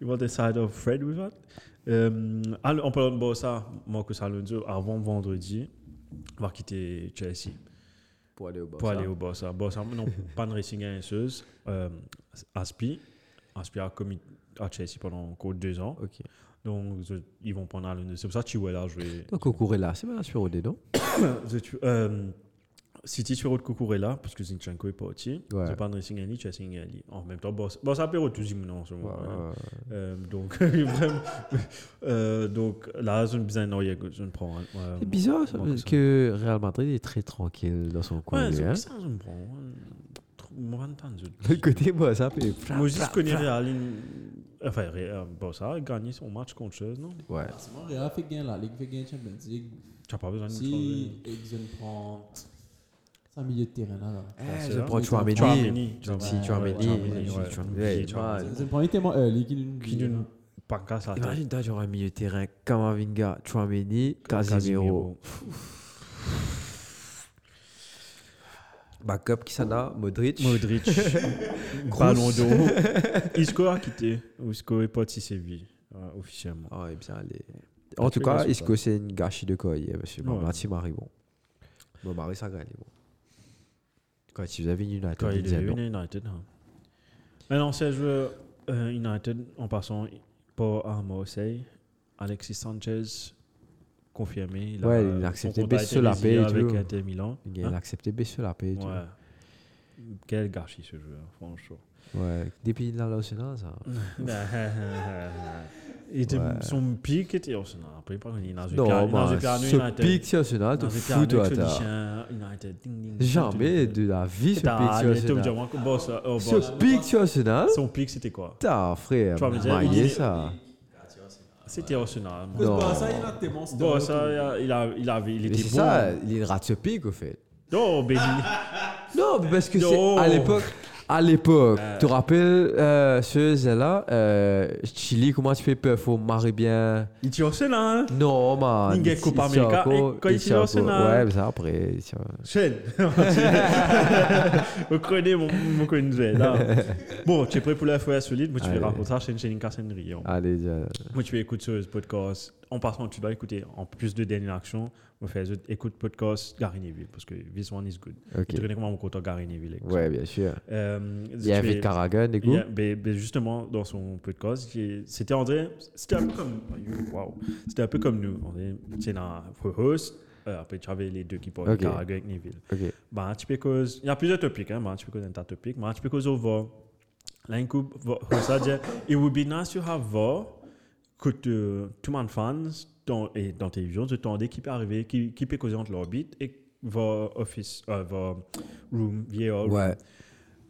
C: You want the side of Fred with that? Euh, Al- en parlant de Barça, Marcos Alonso, avant vendredi, va quitter Chelsea
A: Pour aller au Barça.
C: pour aller au Barça. Barça, non, pas de Racing Agenceuse. Euh, Aspi. Aspi a commis à Chelsea pendant encore deux ans.
A: Ok.
C: Donc, je- ils vont prendre Alonso. C'est pour ça que Chihuahua a joué.
A: Donc, Cucurella, c'est bien sur OD, non
C: The two- euh, City sur haute Kukurela, parce que Zinchenko est parti.
A: Ouais.
C: Ils ont pas de Racing Ali, Chasing Ali. En même temps, Barça Barça perd au tout en ce moment. hein.
A: Ouais.
C: Euh, donc, vraiment, euh, donc là, je ne besoin non, il y a- je ne prends. euh,
A: C'est bizarre ça,
C: Marcos
A: parce que Real Madrid est très tranquille dans son coin.
C: Ouais,
A: lui,
C: c'est
A: hein.
C: bizarre, je ne prends. euh, trop- moi, en tant que-
A: Le côté Barça, puis.
C: Moses connaît Real. il- Enfin, Real- euh, Barça a gagné son match contre Chelsea, non
A: Ouais.
D: Ah, C'est mon Real fait gagner la Ligue, fait gagner Champions League.
C: Tu n'as pas besoin de changer.
D: Si Exxon prend ça milieu de terrain là. là.
C: Ah, c'est
A: Eh, je
C: vrai.
A: prends Chouameni.
C: Chouameni,
A: Si, Chouameni.
C: Chouameni, ouais, Chouameni,
A: si,
C: ouais.
A: Chouameni,
C: Ouais,
A: ouais,
C: Chouameni.
A: man.
D: Exxon prend tellement early qu'il
C: Qui d'une pancasse à la tête.
A: Imagine, toi, j'aurais un milieu de terrain Kamavinga, Chouameni, Casimiro. Backup, Kisana, Modric.
C: Modric, Ballon d'Or. Isco a quitté. Isco est parti Séville, euh, officiellement.
A: Ah, ouais, bien, allez. En tout
C: Très
A: cas,
C: bien,
A: est-ce que c'est une gâchis de coïe, monsieur
C: Ouais.
A: Marty Marie, bon. Bon, Marie, ça gagne, bon. Quand il ah avait une
C: Quand il est
A: non.
C: devenu United. hein. Un ancien joueur euh, United, en passant pour à Marseille, Alexis Sanchez, confirmé. Il
A: Ouais, il a accepté
C: de
A: Bessel à paix et
C: avec
A: tout.
C: Inter Milan.
A: Il
C: Hein?
A: a accepté Bessel après. tu vois.
C: Ouais. Quel gâchis ce joueur, franchement.
A: Ouais. Depuis il est allé au Sénat, ça.
C: Il était-
A: Ouais.
C: Son pic était Arsenal. Après, par contre, il a joué
A: Non,
C: Piano- il a
A: mais
C: joué Piano
A: ce
C: United.
A: pic sur Sénat,
C: Il a
A: te
C: joué
A: fous,
C: Piano
A: Ah, toi, t'as-
C: Expedition, United, ding, ding, ding,
A: Jamais
C: ding, ding.
A: de la vie, ce
C: T'as
A: pic
C: les top
A: sur Sénat.
C: diamants. Bon, ça- oh, bon, ça-
A: Ce pic sur Sénat,
C: Son pic, c'était quoi
A: t'as, frère,
C: Tu vas me dire,
A: maillé
C: il-
A: ça.
C: C'était Arsenal.
D: Parce
A: Non.
D: que Barça, il a tellement ce
C: Bon,
D: terrain
C: ça, il, a- euh, il, a- il avait, il
A: Mais
C: était
A: c'est
C: bon.
A: ça, il rate ce pic, au fait.
C: Non, Bézini.
A: Non, mais parce que
C: Non.
A: c'est à l'époque. À l'époque, tu te rappelles euh, ce là euh, Chili, comment tu fais peur Faut marrer bien.
C: Il était Arsenal.
A: Non, man.
C: Ninguém
A: il-
C: Copa
A: il tient
C: América, hein,
A: encore,
C: et quand il tient
A: tient
C: au Sénat.
A: encore. Ouais, mais ça après. il tient-
C: Chen. Vous connaissez mon, mon connaissez, là. Bon, tu es prêt pour la foyer solide. Moi, tu
A: Allez. Ah.
C: verras pour ça. Chen, Chen, Cassenry. hein.
A: Allez, déjà.
C: Moi, tu écoutes sur ce podcast. En passant, tu dois écouter en plus de dernière action. Moi, fais écoute podcast Gary Neville parce que this one is good.
A: Ok.
C: Tu connais comment mon compte Gary Neville. est.
A: Ouais, bien sûr.
C: Euh,
A: Il y
C: tu es-
A: avait Caragan, du
C: Il
A: coup.
C: y a- ben- ben justement, dans son podcast, j'ai- c'était André, c'était un peu comme, wow. c'était un peu comme nous. André, c'est un host, euh, après tu avais les deux qui parlent,
A: Ok.
C: Caraguay et Neville.
A: Ok.
C: Ben, tu peux cause, il y a plusieurs topics, hein, ben, tu peux cause un tas de topics, ben, tu peux cause au va. Là, un coup, va- comme ça dire, it would be nice to have va, que te- tout le monde fans, dans, et dans tes visions, de ton dé qui peut arriver, qui, qui peut causer entre l'orbite et va office, euh, va room, VR,
A: Ouais.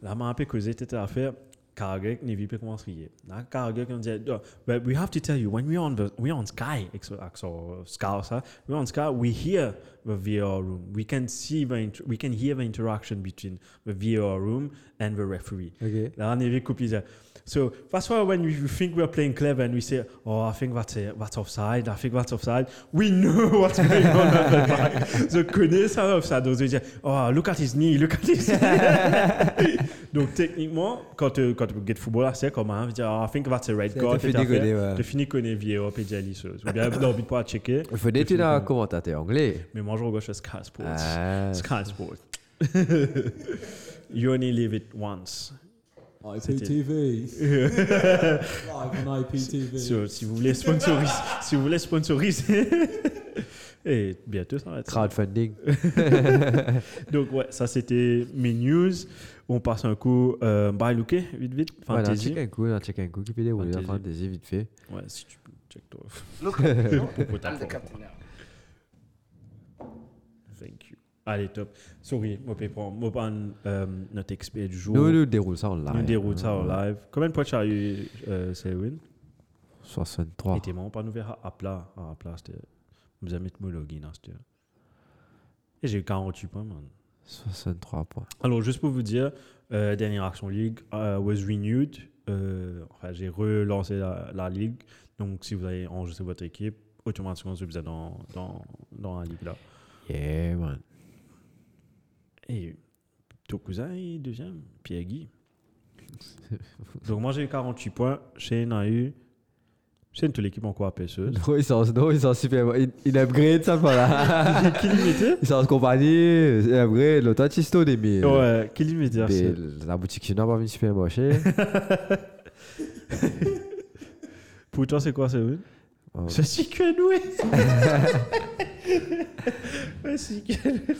C: la m'a un peu causé cette affaire. Cargill ne vit pas comment se rier. Là, Cargill qui me disait, "Oh, but we have to tell you, when we're on, the, we're on Sky, ex- ex- or Sky, ça, we're on Sky, we hear the VR room. We can see the, inter- we can hear the interaction between the VR room and the referee.
A: Ok.
C: Là, on est vu couple, il disait, So that's why when we think we're playing clever and we say, "Oh, I think that's it, that's offside. I think that's offside," we know what's going on at the back. So connais ça offside. Donc, je dis, "Oh, look at his knee, look at his." knee. Donc techniquement, quand euh, quand tu get football, là, c'est comme hein, je dis, "Oh, I think that's a red
A: Ça
C: card."
A: te fait
C: et t'as
A: déconner, ouais.
C: T'as fini connais vieillot et Jalisos. Ou bien l'arbitre pas à checker.
A: Il faut d'être un commentateur anglais.
C: Mais moi je regarde sur Sky Sports.
A: Ah,
C: Sky Sports. you only live it once.
D: Ah, IPTV. Live on
C: Si, euh,
D: IPTV.
C: si vous voulez sponsoriser, si vous voulez sponsoriser, et bientôt ça va être. ça.
A: Crowdfunding.
C: Donc ouais, ça c'était mes news. On passe un coup euh, by Luke, vite vite.
A: Voilà, on
C: Fantasy.
A: check un coup, on check un coup qui peut dérouler la
C: Fantasy.
A: fantasy vite fait.
C: ouais, si tu peux, check toi.
E: Look, no,
C: Pour ta
E: I'm the
C: forme.
E: captain now.
C: Thank you. Allez top. Sorry, moi je prends, moi prendre euh, notre expert du jour.
A: Nous, nous déroule ça en live.
C: Nous déroule ça en
A: Ouais.
C: live. Combien de points tu as eu, euh, Selwyn
A: 63.
C: Et t'es marrant, pas nous verra à plat. Ah, À plat, c'était. Vous avez mis le login, hein, c'était. Et j'ai eu 48 points, man.
A: 63 points.
C: Alors, juste pour vous dire, euh, dernière Action League euh, was renewed. Euh, enfin, j'ai relancé la, la ligue. Donc, si vous avez enregistré votre équipe, automatiquement, vous êtes dans, dans, dans la ligue là.
A: Yeah, man.
C: Et ton cousin est deuxième, Pierre Guy. Donc, moi, j'ai eu 48 points. Shane a eu. Shane, toute l'équipe encore pêcheuse.
A: Non, ils sont, non, ils sont super bons. Ils, ils upgrade ça, voilà.
C: Qui l'imitait
A: ils sont en compagnie, ils upgrade. L'autre, ils sont des mille.
C: Ouais, qui l'imitait
A: Puis,
C: Arsène
A: La boutique chinoise va venir super mochée.
C: Pour toi, c'est quoi, c'est vrai Je suis que doué. Je suis que doué.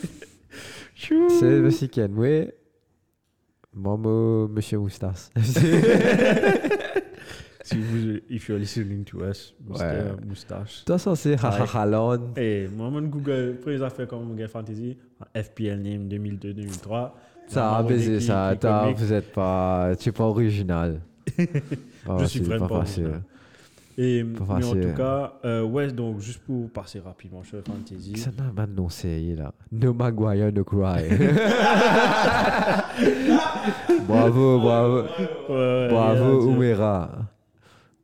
C: Chou.
A: C'est le week-end, oui. Maman, monsieur Moustache.
C: Si vous, if you're listening to us, Mr.
A: Ouais.
C: Moustache.
A: Toi, c'est Hahahalon.
C: Et moi, mon Google, pour les affaires comme Google Fantasy, FPL Name 2002-2003.
A: Ça a
C: Maman
A: baisé,
C: qui-
A: ça.
C: qui
A: T'as-
C: comique.
A: Vous êtes pas. Tu es pas original. Ah,
C: Je suis
A: c'est
C: vraiment pas original. Et, mais
A: Pas
C: en
A: facile.
C: tout cas, euh, ouais, donc juste pour passer rapidement sur Fantasy.
A: Ça n'a pas non sérieux là. No Maguire, no Cry. bravo, bravo.
C: Ouais, ouais,
A: Bravo,
C: yeah,
A: Oumera.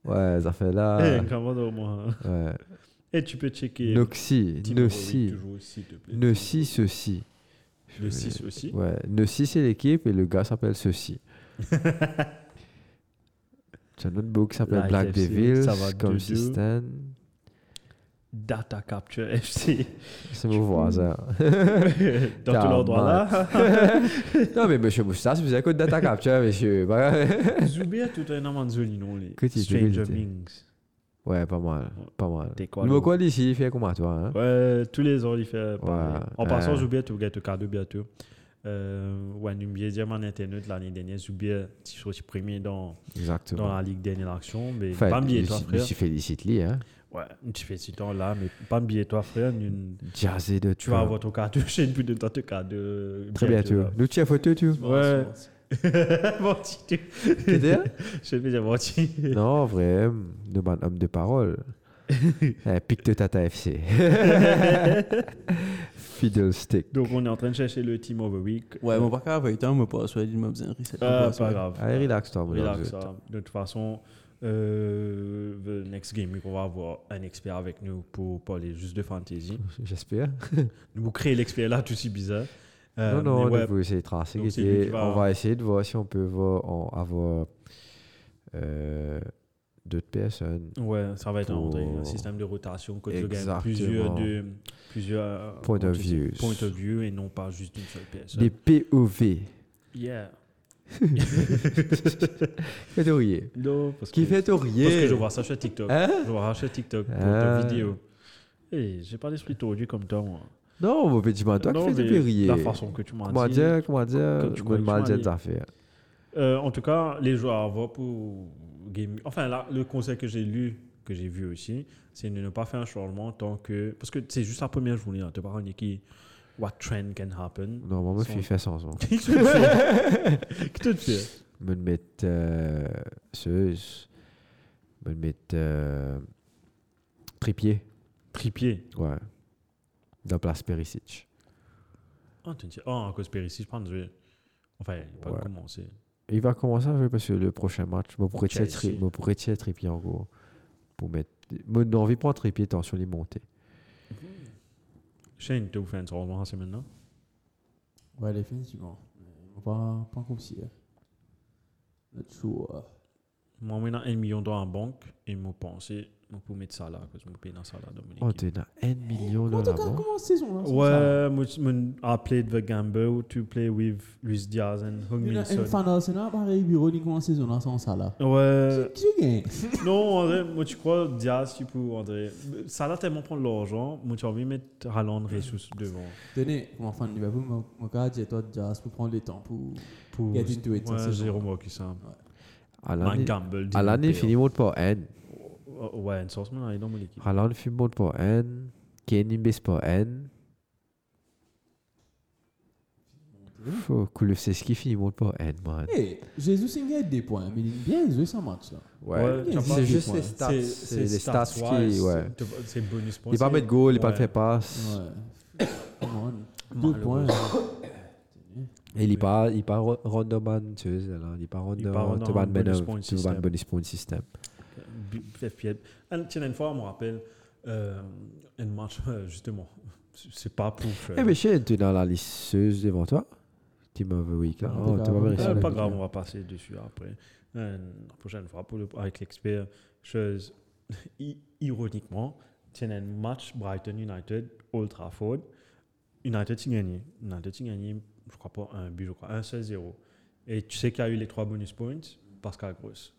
A: Ouais, ça fait
C: tu-
A: là.
C: Eh, comment au moins.
A: Ouais.
C: Et Eh, tu peux checker.
A: Noxy,
C: Team Euroleague
A: Noxy,
C: toujours, s'il te plaît.
A: Noxy, ceci.
C: Le 6 aussi.
A: Ouais, Noxy, c'est l'équipe et le gars s'appelle ceci. John Notebook s'appelle
C: Like
A: Black
C: FC,
A: Devils,
C: ça va
A: comme
C: deux-deux.
A: System.
C: Data Capture FC.
A: C'est mon voisin.
C: Dans tout l'endroit là.
A: non, mais monsieur Moustache, vous avez quoi de data capture, monsieur Bah,
C: Zoubia tout un homme en Zolino. les
A: Que tu
C: Stranger
A: dis,
C: Things.
A: Ouais, pas mal. Pas mal.
C: T'es quoi
A: Le mot
C: le-
A: quoi d'ici, il fait comment toi hein
C: Ouais, tous les ans, il fait pareil.
A: Ouais, euh,
C: En passant,
A: ouais.
C: Zoubia, tu gagnes ton cadeau bientôt. Euh, ouais, n'oubliez jamais en internet l'année dernière, Zoubia, tu sorti premier dans, dans
A: Exactement.
C: la Ligue dernière action, mais
A: Enfin,
C: pas billet
A: je-
C: toi,
A: je
C: frère.
A: suis félicite-lui. Hein.
C: Ouais, tu fais ce temps là, mais pas billet toi, frère. Une-
A: Jazzé de
C: Tu vas avoir ton cadeau chez une plus de temps, ton cadeau.
A: Très bien, tu vois.
C: là.
A: Nous, tu as photo, tu
C: Ouais. Menti, tu.
A: T'es là
C: Je vais dire menti.
A: Non, vrai, hum, de bon homme de parole. eh, pique de Tata FC. Fiddlestick.
C: Donc, on est en train de chercher le Team of the Week.
H: Ouais, mon parcours avait été un, mais pas soit il m'a besoin de reset.
C: Ah, pas grave.
A: Allez, relax, toi, mon
C: Relax,
A: Dieu.
C: ça. De toute façon, euh, the next game, week, on va avoir un expert avec nous pour parler juste de fantasy.
A: J'espère.
C: Nous, vous créez l'expert là, tout si bizarre. Euh,
A: non, non,
C: mais
A: on
C: ouais,
A: va essayer de tracer.
C: Donc, c'est
A: guetter.
C: lui qui va-
A: On va essayer de voir si on peut voir, en- avoir euh, d'autres personnes.
C: ouais, ça va être un-
A: Pour-
C: un, système de rotation que tu gagnes
A: Exactement.
C: plusieurs, de, plusieurs euh,
A: Point of
C: comment tu dis,
A: views.
C: point of view et non pas juste une seule pièce.
A: Des POV.
C: Yeah.
A: Faites rire.
C: Non, parce
A: Qui
C: que-
A: fait rire
C: Parce que je vois ça sur TikTok.
A: Hein
C: je vois ça sur TikTok pour
A: Ah.
C: ta vidéo. Et j'ai pas d'esprit tordu comme toi, moi.
A: Non, mon petit man, Ah, toi
C: Non,
A: qui fais
C: mais
A: des rire.
C: La façon que tu m'as
A: Comment
C: dit.
A: dire, comment dire,
C: Comme tu
A: je
C: crois
A: me
C: que
A: mal
C: tu m'as
A: dire
C: dit.
A: des affaires.
C: Euh, en tout cas, les joueurs vont pour game. Enfin, là, le conseil que j'ai lu, que j'ai vu aussi, c'est de ne pas faire un changement tant que. Parce que c'est juste la première journée, hein, tu parles une équipe. What trend can happen?
A: Non, moi,
C: Son-
A: je fait ça en ce moment.
C: Qui te fait Qui te fait
A: Je me mets euh, Ceuse. Je me mets euh, Tripier.
C: Tripier.
A: Ouais. Dans place Perisic.
C: Oh, tu me dis, oh, en cause Périssi, je pense. que je- Enfin, pas
A: Ouais.
C: commencer.
A: Il va commencer à jouer parce que le prochain match, je pourrais tirer
C: Chelsea.
A: Tri- je pourrais tirer Tripier en gros. Pour mettre. Moi, j'ai envie de prendre Tripier tant sur les montées.
C: Shane, tu vous fais un changement c'est maintenant?
D: Ouais, définitivement. Mais Pas, pas comme si. hein. Notre choix.
C: Moi, maintenant, un million d'euros en banque et me penser, Moi, pour mettre ça là, parce que je me paye dans ça là, Dominique.
A: Oh, t'es dans 1 million
D: En
A: de
D: tout cas,
A: là-bas.
D: comment saison là
C: Ouais, moi, je- moi, I played the gamble to play with Luis Diaz and Hung
D: Une
C: Min Son.
D: fan c'est là pareil bureau ni comment saison là sans ça là.
C: Ouais.
D: Qui tu gagnes
C: Non, André, moi, tu crois, Diaz, tu peux, André. Ça là, tellement prendre l'argent, moi, tu as envie de mettre Haaland Ressus devant.
D: Tenez, comme fan de Liverpool, mon- mon cas, j'ai toi déjà pour prendre le temps pour
C: Pour.
D: get into it.
C: Ouais,
D: cette
C: j'ai
D: saison.
C: remarqué ça. Un
A: hein. Alan,
C: gamble.
A: Alan il
C: deal.
A: finit monte par N.
C: Oh, Ouais, une source, mais il est dans mon équipe.
A: Alan finit monte par N. Kane il baisse par N. Faut que le Seski finit monte par N, man.
D: Hey, Jésus Singer des points, mais il a bien joué ce match là.
A: Ah, Ouais.
C: t'as
D: c'est
C: pas-
D: juste les
A: stats, c'est les stats qui-
C: stats-wise,
A: ouais.
C: tu vois, C'est bonus point.
A: Il va pas mettre goal, il va pas
C: Ouais.
A: faire passe.
D: Ouais. Come on. Deux points.
A: Et il pas, il pas random man, tu sais, là. Il pas
C: Il part
A: random,
C: dans
A: tu vas
C: un bonus
A: bonus
C: point
A: point system.
C: system.
A: bonus point system.
C: Bi- fait pied. Un- Tiens, une fois, on me rappelle, euh, un match, euh, justement, c'est c'est pas pour faire.
A: Eh, mais Shane, tu es dans la lisseuse devant toi. Team of the week, là.
D: Ah,
A: Oh,
D: t'es
A: tu vas
D: pas-
A: vérifier.
C: Euh,
D: c'est
C: pas
D: le-
C: grave, on va passer dessus après. Euh, la prochaine fois, pour le- avec l'expert, chose i- ironiquement, tiens, un match Brighton United, Old Trafford, United a gagné. United a gagné, je crois pas un but, je crois, un seul 0 Et tu sais qu'il y a eu les trois bonus points, Pascal Gross.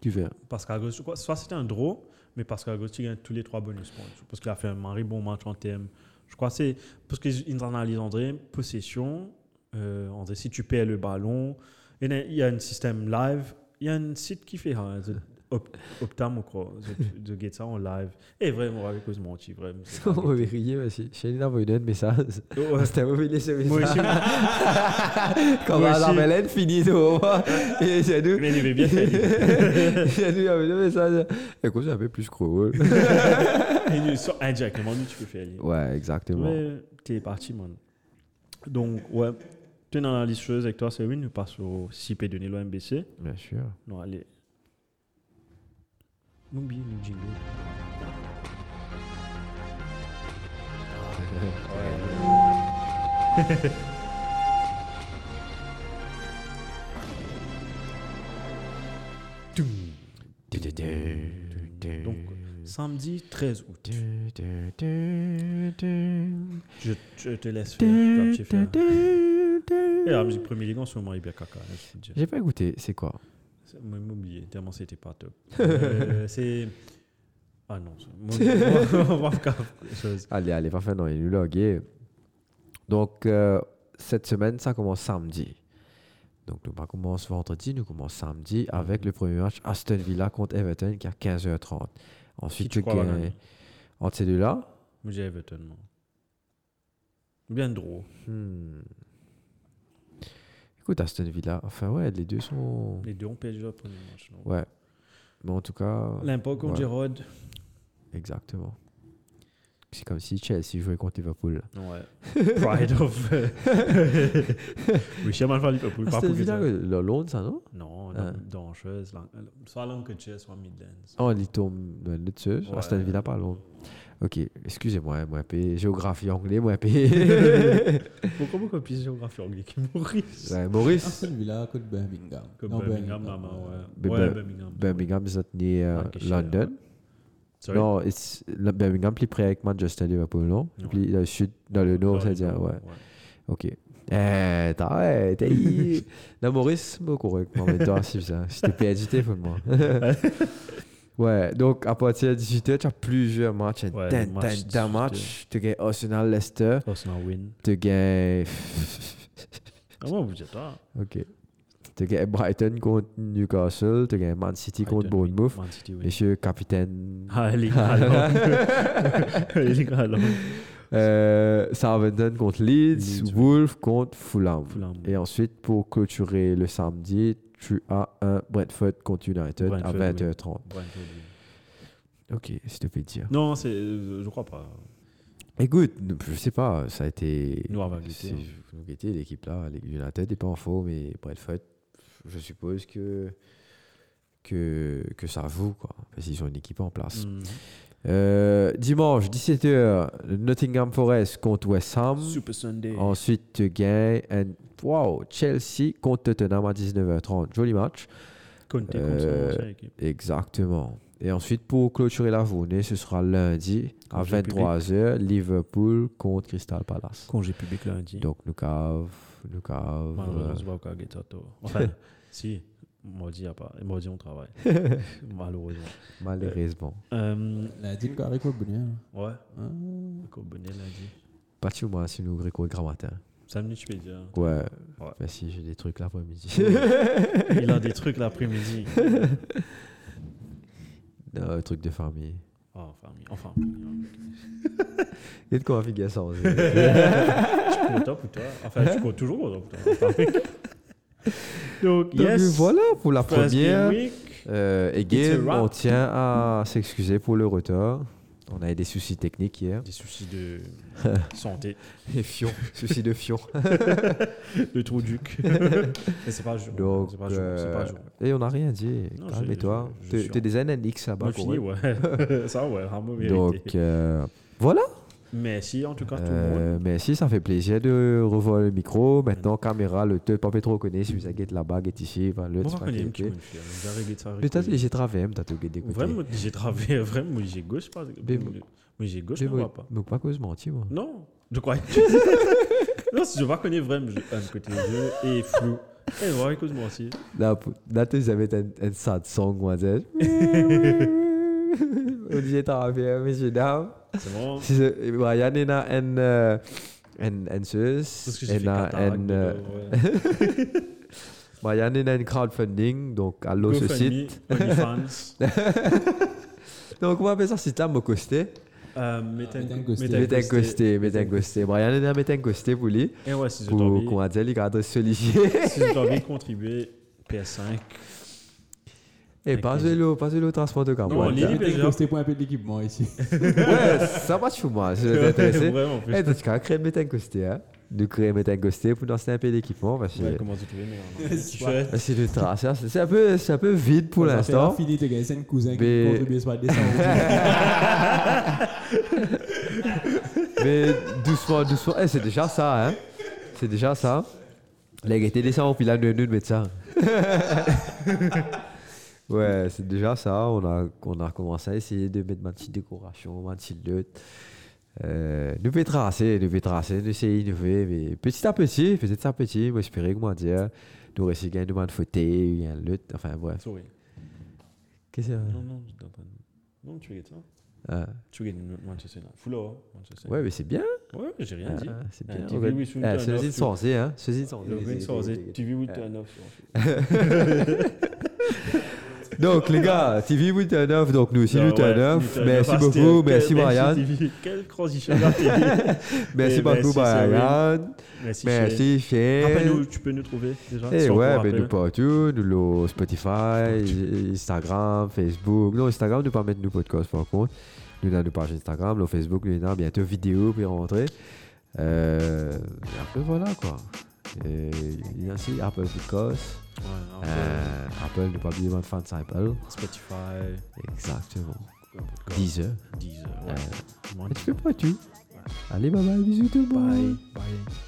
A: Tu verras.
C: Pascal Gross, je crois- soit c'était un draw, mais Pascal Gross, tu gagnes tous les trois bonus points. Parce qu'il a fait un mari bon match en thème. Je crois que c'est. Parce qu'ils analysent André, possession. euh, André, si tu perds le ballon. Il y en a- il y a un système live. Il y a un site qui fait. hein, c'est Op- Optam, ou quoi. De get ça en live. Et vraiment, avec cause menti, vraiment. c'est pas
A: On va
C: vrai.
A: vérifier, parce que Shane a envoyé un message.
C: Ouais.
A: C'était mauvais laisser
C: Moi
A: message.
C: aussi,
A: Quand
C: Moi
A: la
C: aussi.
A: Mélène finit, tu vois. Et c'est nous.
C: mais il avait bien fait.
A: C'est nous, il y avait le message. Écoute, c'est un peu plus cool.
C: Et nous, sur- Indirectement, nous, tu peux faire. aller.
A: Ouais, exactement.
C: Ouais, t'es parti, man. Donc, ouais, t'es dans la liste chose avec toi, c'est win. Nous passons au 6P de Nilo MBC.
A: Bien sûr.
C: Non, allez. N'oubliez le jingle. Donc, samedi 13 août. Je, je te laisse faire. Eh, toi, petit frère. Et la musique Premier Ligue, en ce moment, il est bien caca. hein, je te dis.
A: J'ai pas écouté, c'est quoi
C: C'est- Moi, j'ai oublié, tellement c'était pas top. Euh, c'est. Ah non, c'est- moi, on va faire quelque chose.
A: Allez, allez, parfait, non, il est nul, là, ok. Donc, euh, cette semaine, ça commence samedi. Donc, nous pas commence vendredi, nous commence samedi avec le premier match Aston Villa contre Everton qui est à 15h30. Ensuite,
C: tu
A: tu
C: crois va
A: gagnes
C: gagner
A: entre ces deux-là.
C: Moi, j'ai Everton, moi. Bien drôle.
A: hmm. Écoute, Aston Villa, enfin, ouais, les deux sont.
C: Les deux ont perdu leur premier match. non
A: Ouais. Mais en tout cas,
C: L'impact contre
A: Ouais.
C: Gérard.
A: exactement. C'est comme si Chelsea jouait contre Liverpool.
C: Ouais. Pride of. euh, oui, j'ai mal fait Liverpool. Pas
A: Aston
C: pour que
A: Villa,
C: ça.
A: le Londres, ça, non
C: Non,
A: Ah.
C: dangereuse. euh, Soit Lancashire, soit Midlands.
A: Oh, il tombe dans le dessus.
C: Ouais.
A: Aston Villa, pas Londres. Ok, excusez-moi, moi, P. Géographie anglais, moi, P.
C: Pourquoi beaucoup plus géographie anglais qui Maurice
A: Ouais, Maurice,
D: Aston Villa contre Birmingham.
C: Comme
D: Non,
C: Birmingham, maman,
A: Mais
C: ouais. Ouais,
A: Bir-
C: Birmingham.
A: Birmingham is not near
C: Lancashire.
A: euh, London.
C: Sorry.
A: Non, it's, le Birmingham, plus près avec Manchester, Liverpool, non
C: Ouais.
A: Plus dans le sud, dans le nord,
C: Sorry,
A: c'est-à-dire,
C: non,
A: ouais. Ok. Eh, t'arrêtes, eh. Non, Maurice, moi, correct. Moi, mais toi, c'est ça. Je t'ai perdu le téléphone, moi. ouais, donc à partir de 18h, tu as plusieurs matchs. Un
C: Ouais,
A: tin,
C: des matchs
A: tin, tin match. Tu gagnes Arsenal, Leicester.
C: Arsenal win.
A: Tu gagnes.
C: Comment Ah, vous dites ça
A: ok. Tu gagnes Brighton contre Newcastle. Tu gagnes Man City contre Bournemouth.
C: Man City win.
A: Monsieur capitaine.
C: Ah, Erling
A: Ah.
C: Haaland. Erling Haaland.
A: Euh, Southampton contre Leeds.
C: Leeds, oui.
A: Wolves contre Fulham.
C: Fulham.
A: Et ensuite, pour clôturer le samedi, tu as un Brentford contre United
C: Brentford, oui.
A: à 20h30.
C: Brentford win.
A: Ok, si tu peux dire.
C: Non, c'est, euh, je crois pas.
A: Écoute, je sais pas, ça a été.
C: Nous, on va guetter,
A: c'est-
C: hein.
A: Nous guetter, l'équipe là. les- United n'est pas en faux, mais Brentford, je suppose que. Que, que ça vaut, quoi. Parce qu'ils ont une équipe en place.
C: Hmm.
A: Euh, dimanche, 17h, Nottingham Forest contre West Ham.
C: Super Sunday.
A: Ensuite, tu gagnes un- wow, Chelsea contre Tottenham à 19h30. Joli match.
C: Conte contre son
A: Euh,
C: ancienne équipe.
A: Exactement. Et ensuite, pour clôturer la journée, ce sera lundi à
C: Congé
A: 23h, Liverpool contre Crystal Palace.
C: Congé public lundi.
A: Donc, nous cave, nous cave.
C: Malheureusement, au Kage Toto. Enfin, si, mardi, y a pas. mardi, on travaille. Malheureusement.
A: euh, malheureusement.
C: Euh,
D: La dîme quoi, avec quoi, bonheur.
C: ouais,
D: Ah.
C: Koboné lundi.
A: Pas moi si nous gréco le grand matin.
C: Samedi, tu peux dire.
A: Ouais.
C: Ouais.
A: Merci, j'ai des trucs l'après-midi.
C: Il a des trucs l'après-midi.
A: Non, un truc de famille.
C: Oh, enfin, mais- enfin.
A: Il y a de quoi faire ça. aussi.
C: Je suis content pour toi. Enfin, je suis content toujours content pour toi. Enfin, Donc,
A: Donc,
C: yes.
A: voilà pour la
C: First game
A: première.
C: week.
A: Euh,
C: It's a
A: again,
C: wrap.
A: on tient à s'excuser pour le retard. On a eu des soucis techniques hier.
C: Des soucis de santé.
A: Et fion, soucis de fion.
C: Le trou duc. Mais c'est pas jour.
A: Donc,
C: C'est pas jour. C'est pas
A: euh,
C: jour.
A: Et on n'a rien dit.
C: Non,
A: Calme-toi.
C: je- je- je
A: T'es
C: suis
A: t'es des analytics là-bas.
C: Moi,
A: pour
C: fini,
A: eux.
C: ouais. Ça, ouais, vraiment vérité.
A: Donc euh, voilà.
C: Mais si, en tout cas, tout le monde.
A: Euh, merci, ça fait plaisir de revoir le micro. Maintenant, caméra, le te pas trop connaît. Si vous avez la bague est ici, ben, le
C: Moi,
A: tu
C: je
A: vas
C: connais un petit
A: cliquer.
C: peu. J'ai réglé ça.
A: Mais t'as j'ai hein, travaillé, même t'as tout gueté.
C: Vraiment, j'ai travaillé. Vraiment, moi, j'ai gauche. pas-
A: Mais-
C: Moi, j'ai gauche,
A: je
C: je
A: me
C: vois pas.
A: me pas cause menti, moi.
C: Non, je crois. non, si je vois connais vraiment, je, un côté jeu et flou. Et voilà, écoute moi aussi.
A: Là, pour- là tu avais un, un sad song, moi, tu sais. On dit, travaillé, messieurs, dames.
C: C'est bon.
A: Si ze- maar ja, nee, na en, eh, en, en
C: Parce
A: zus.
C: que j'ai
A: En,
C: fait euh,
A: na-
C: Qatar.
A: en, eh, maar ja, nee, na en crowdfunding. Donc, allo ce site.
C: OnlyFans.
A: Donc, on va appeler ça site là, me coster.
C: Euh, Metten-
D: Metten Gosté.
C: Metten
A: Met un
C: Gosté.
A: coster, met un coster. Maar ja, nee, na met un coster pour lui.
C: Et Eh ouais, si je
A: Pour
C: dois
A: qu'on dit, les cadres solicités.
C: si je dois bien contribuer, PS5.
A: Et pas le, pas le transport de
C: Non,
A: carbone.
C: les-
A: hein.
D: Il était posté pour un peu de l'équipement ici.
A: Ouais, ça va, chou, moi. Je suis intéressé.
C: Vraiment, plus.
A: Et donc, quand on crée, met un coster, hein. Nous créons, met un coster pour lancer un peu d'équipement. Parce
C: Ouais,
A: que
C: comment tu trouves mais
A: parce que le train, ça, c'est c'est un peu, c'est un peu vide pour l'instant.
D: fini, t'es gagné, c'est un cousin qui
A: Mais-
D: contribue sur la descente.
A: Mais doucement, doucement. Eh, c'est déjà ça, hein. C'est déjà ça. Les gars, t'es descendu, puis là, nous, nous, mettre ça. ouais, c'est déjà ça. On a, on a commencé à essayer de mettre ma petite décoration, ma petite lutte. Euh, nous fait tracer, nous fait tracer, nous essayons d'innover, mais petit à petit, petit à petit, moi j'espérais comment dire, nous réussissons à demander fauteuil, un lutte, enfin bref.
C: Sorry.
A: Qu'est-ce que
C: Non, non, je t'entends. Non, tu regardes ça.
A: c'est euh,
C: Tu regardes Manchester United. Full hour, Manchester
A: Ouais, mais c'est bien,
C: Ouais, ouais, j'ai rien
A: hein,
C: dit.
A: c'est
C: Ah,
A: bien.
C: TV
A: Ouais.
C: with
A: Eh, Ceux-ci
C: Winter,
A: sont censés, hein, ceux-ci sont
C: Le Green Source, TV with
A: Ah.
C: turn off.
A: Donc les gars, TV vous turn off, donc nous aussi
C: Ah
A: nous
C: ouais,
A: turn
C: nous
A: off.
C: turn
A: Merci
C: off,
A: beaucoup,
C: Astrid.
A: merci Marianne,
C: TV. Quelle transition là, TV.
A: merci
C: Eh, merci,
A: beaucoup
C: Cyril.
A: Marianne,
C: Merci. chérie.
A: merci
C: Rappelle-nous,
A: Cher.
C: tu peux nous trouver déjà.
A: Et
C: sur
A: ouais,
C: ton
A: ben nous
C: rappel.
A: partout, nous le Spotify, Instagram, Facebook. Non, Instagram, nous pas mettre nos podcasts par contre. Nous dans nos pages Instagram, le Facebook, nous dans bientôt vidéo pour rentrer. Euh, et après voilà quoi. Et il y a aussi Apple Podcast.
C: Ouais, Apple,
A: Euh, Apple, nous pas oublier de fan Apple.
C: Spotify,
A: Exactement.
C: Google Podcast,
A: Deezer.
C: Deezer.
A: Euh,
C: Ouais. Moins
A: Et tu fais pas tout. Allez, bye bye, bisous tout le monde.
C: Bye. Bye.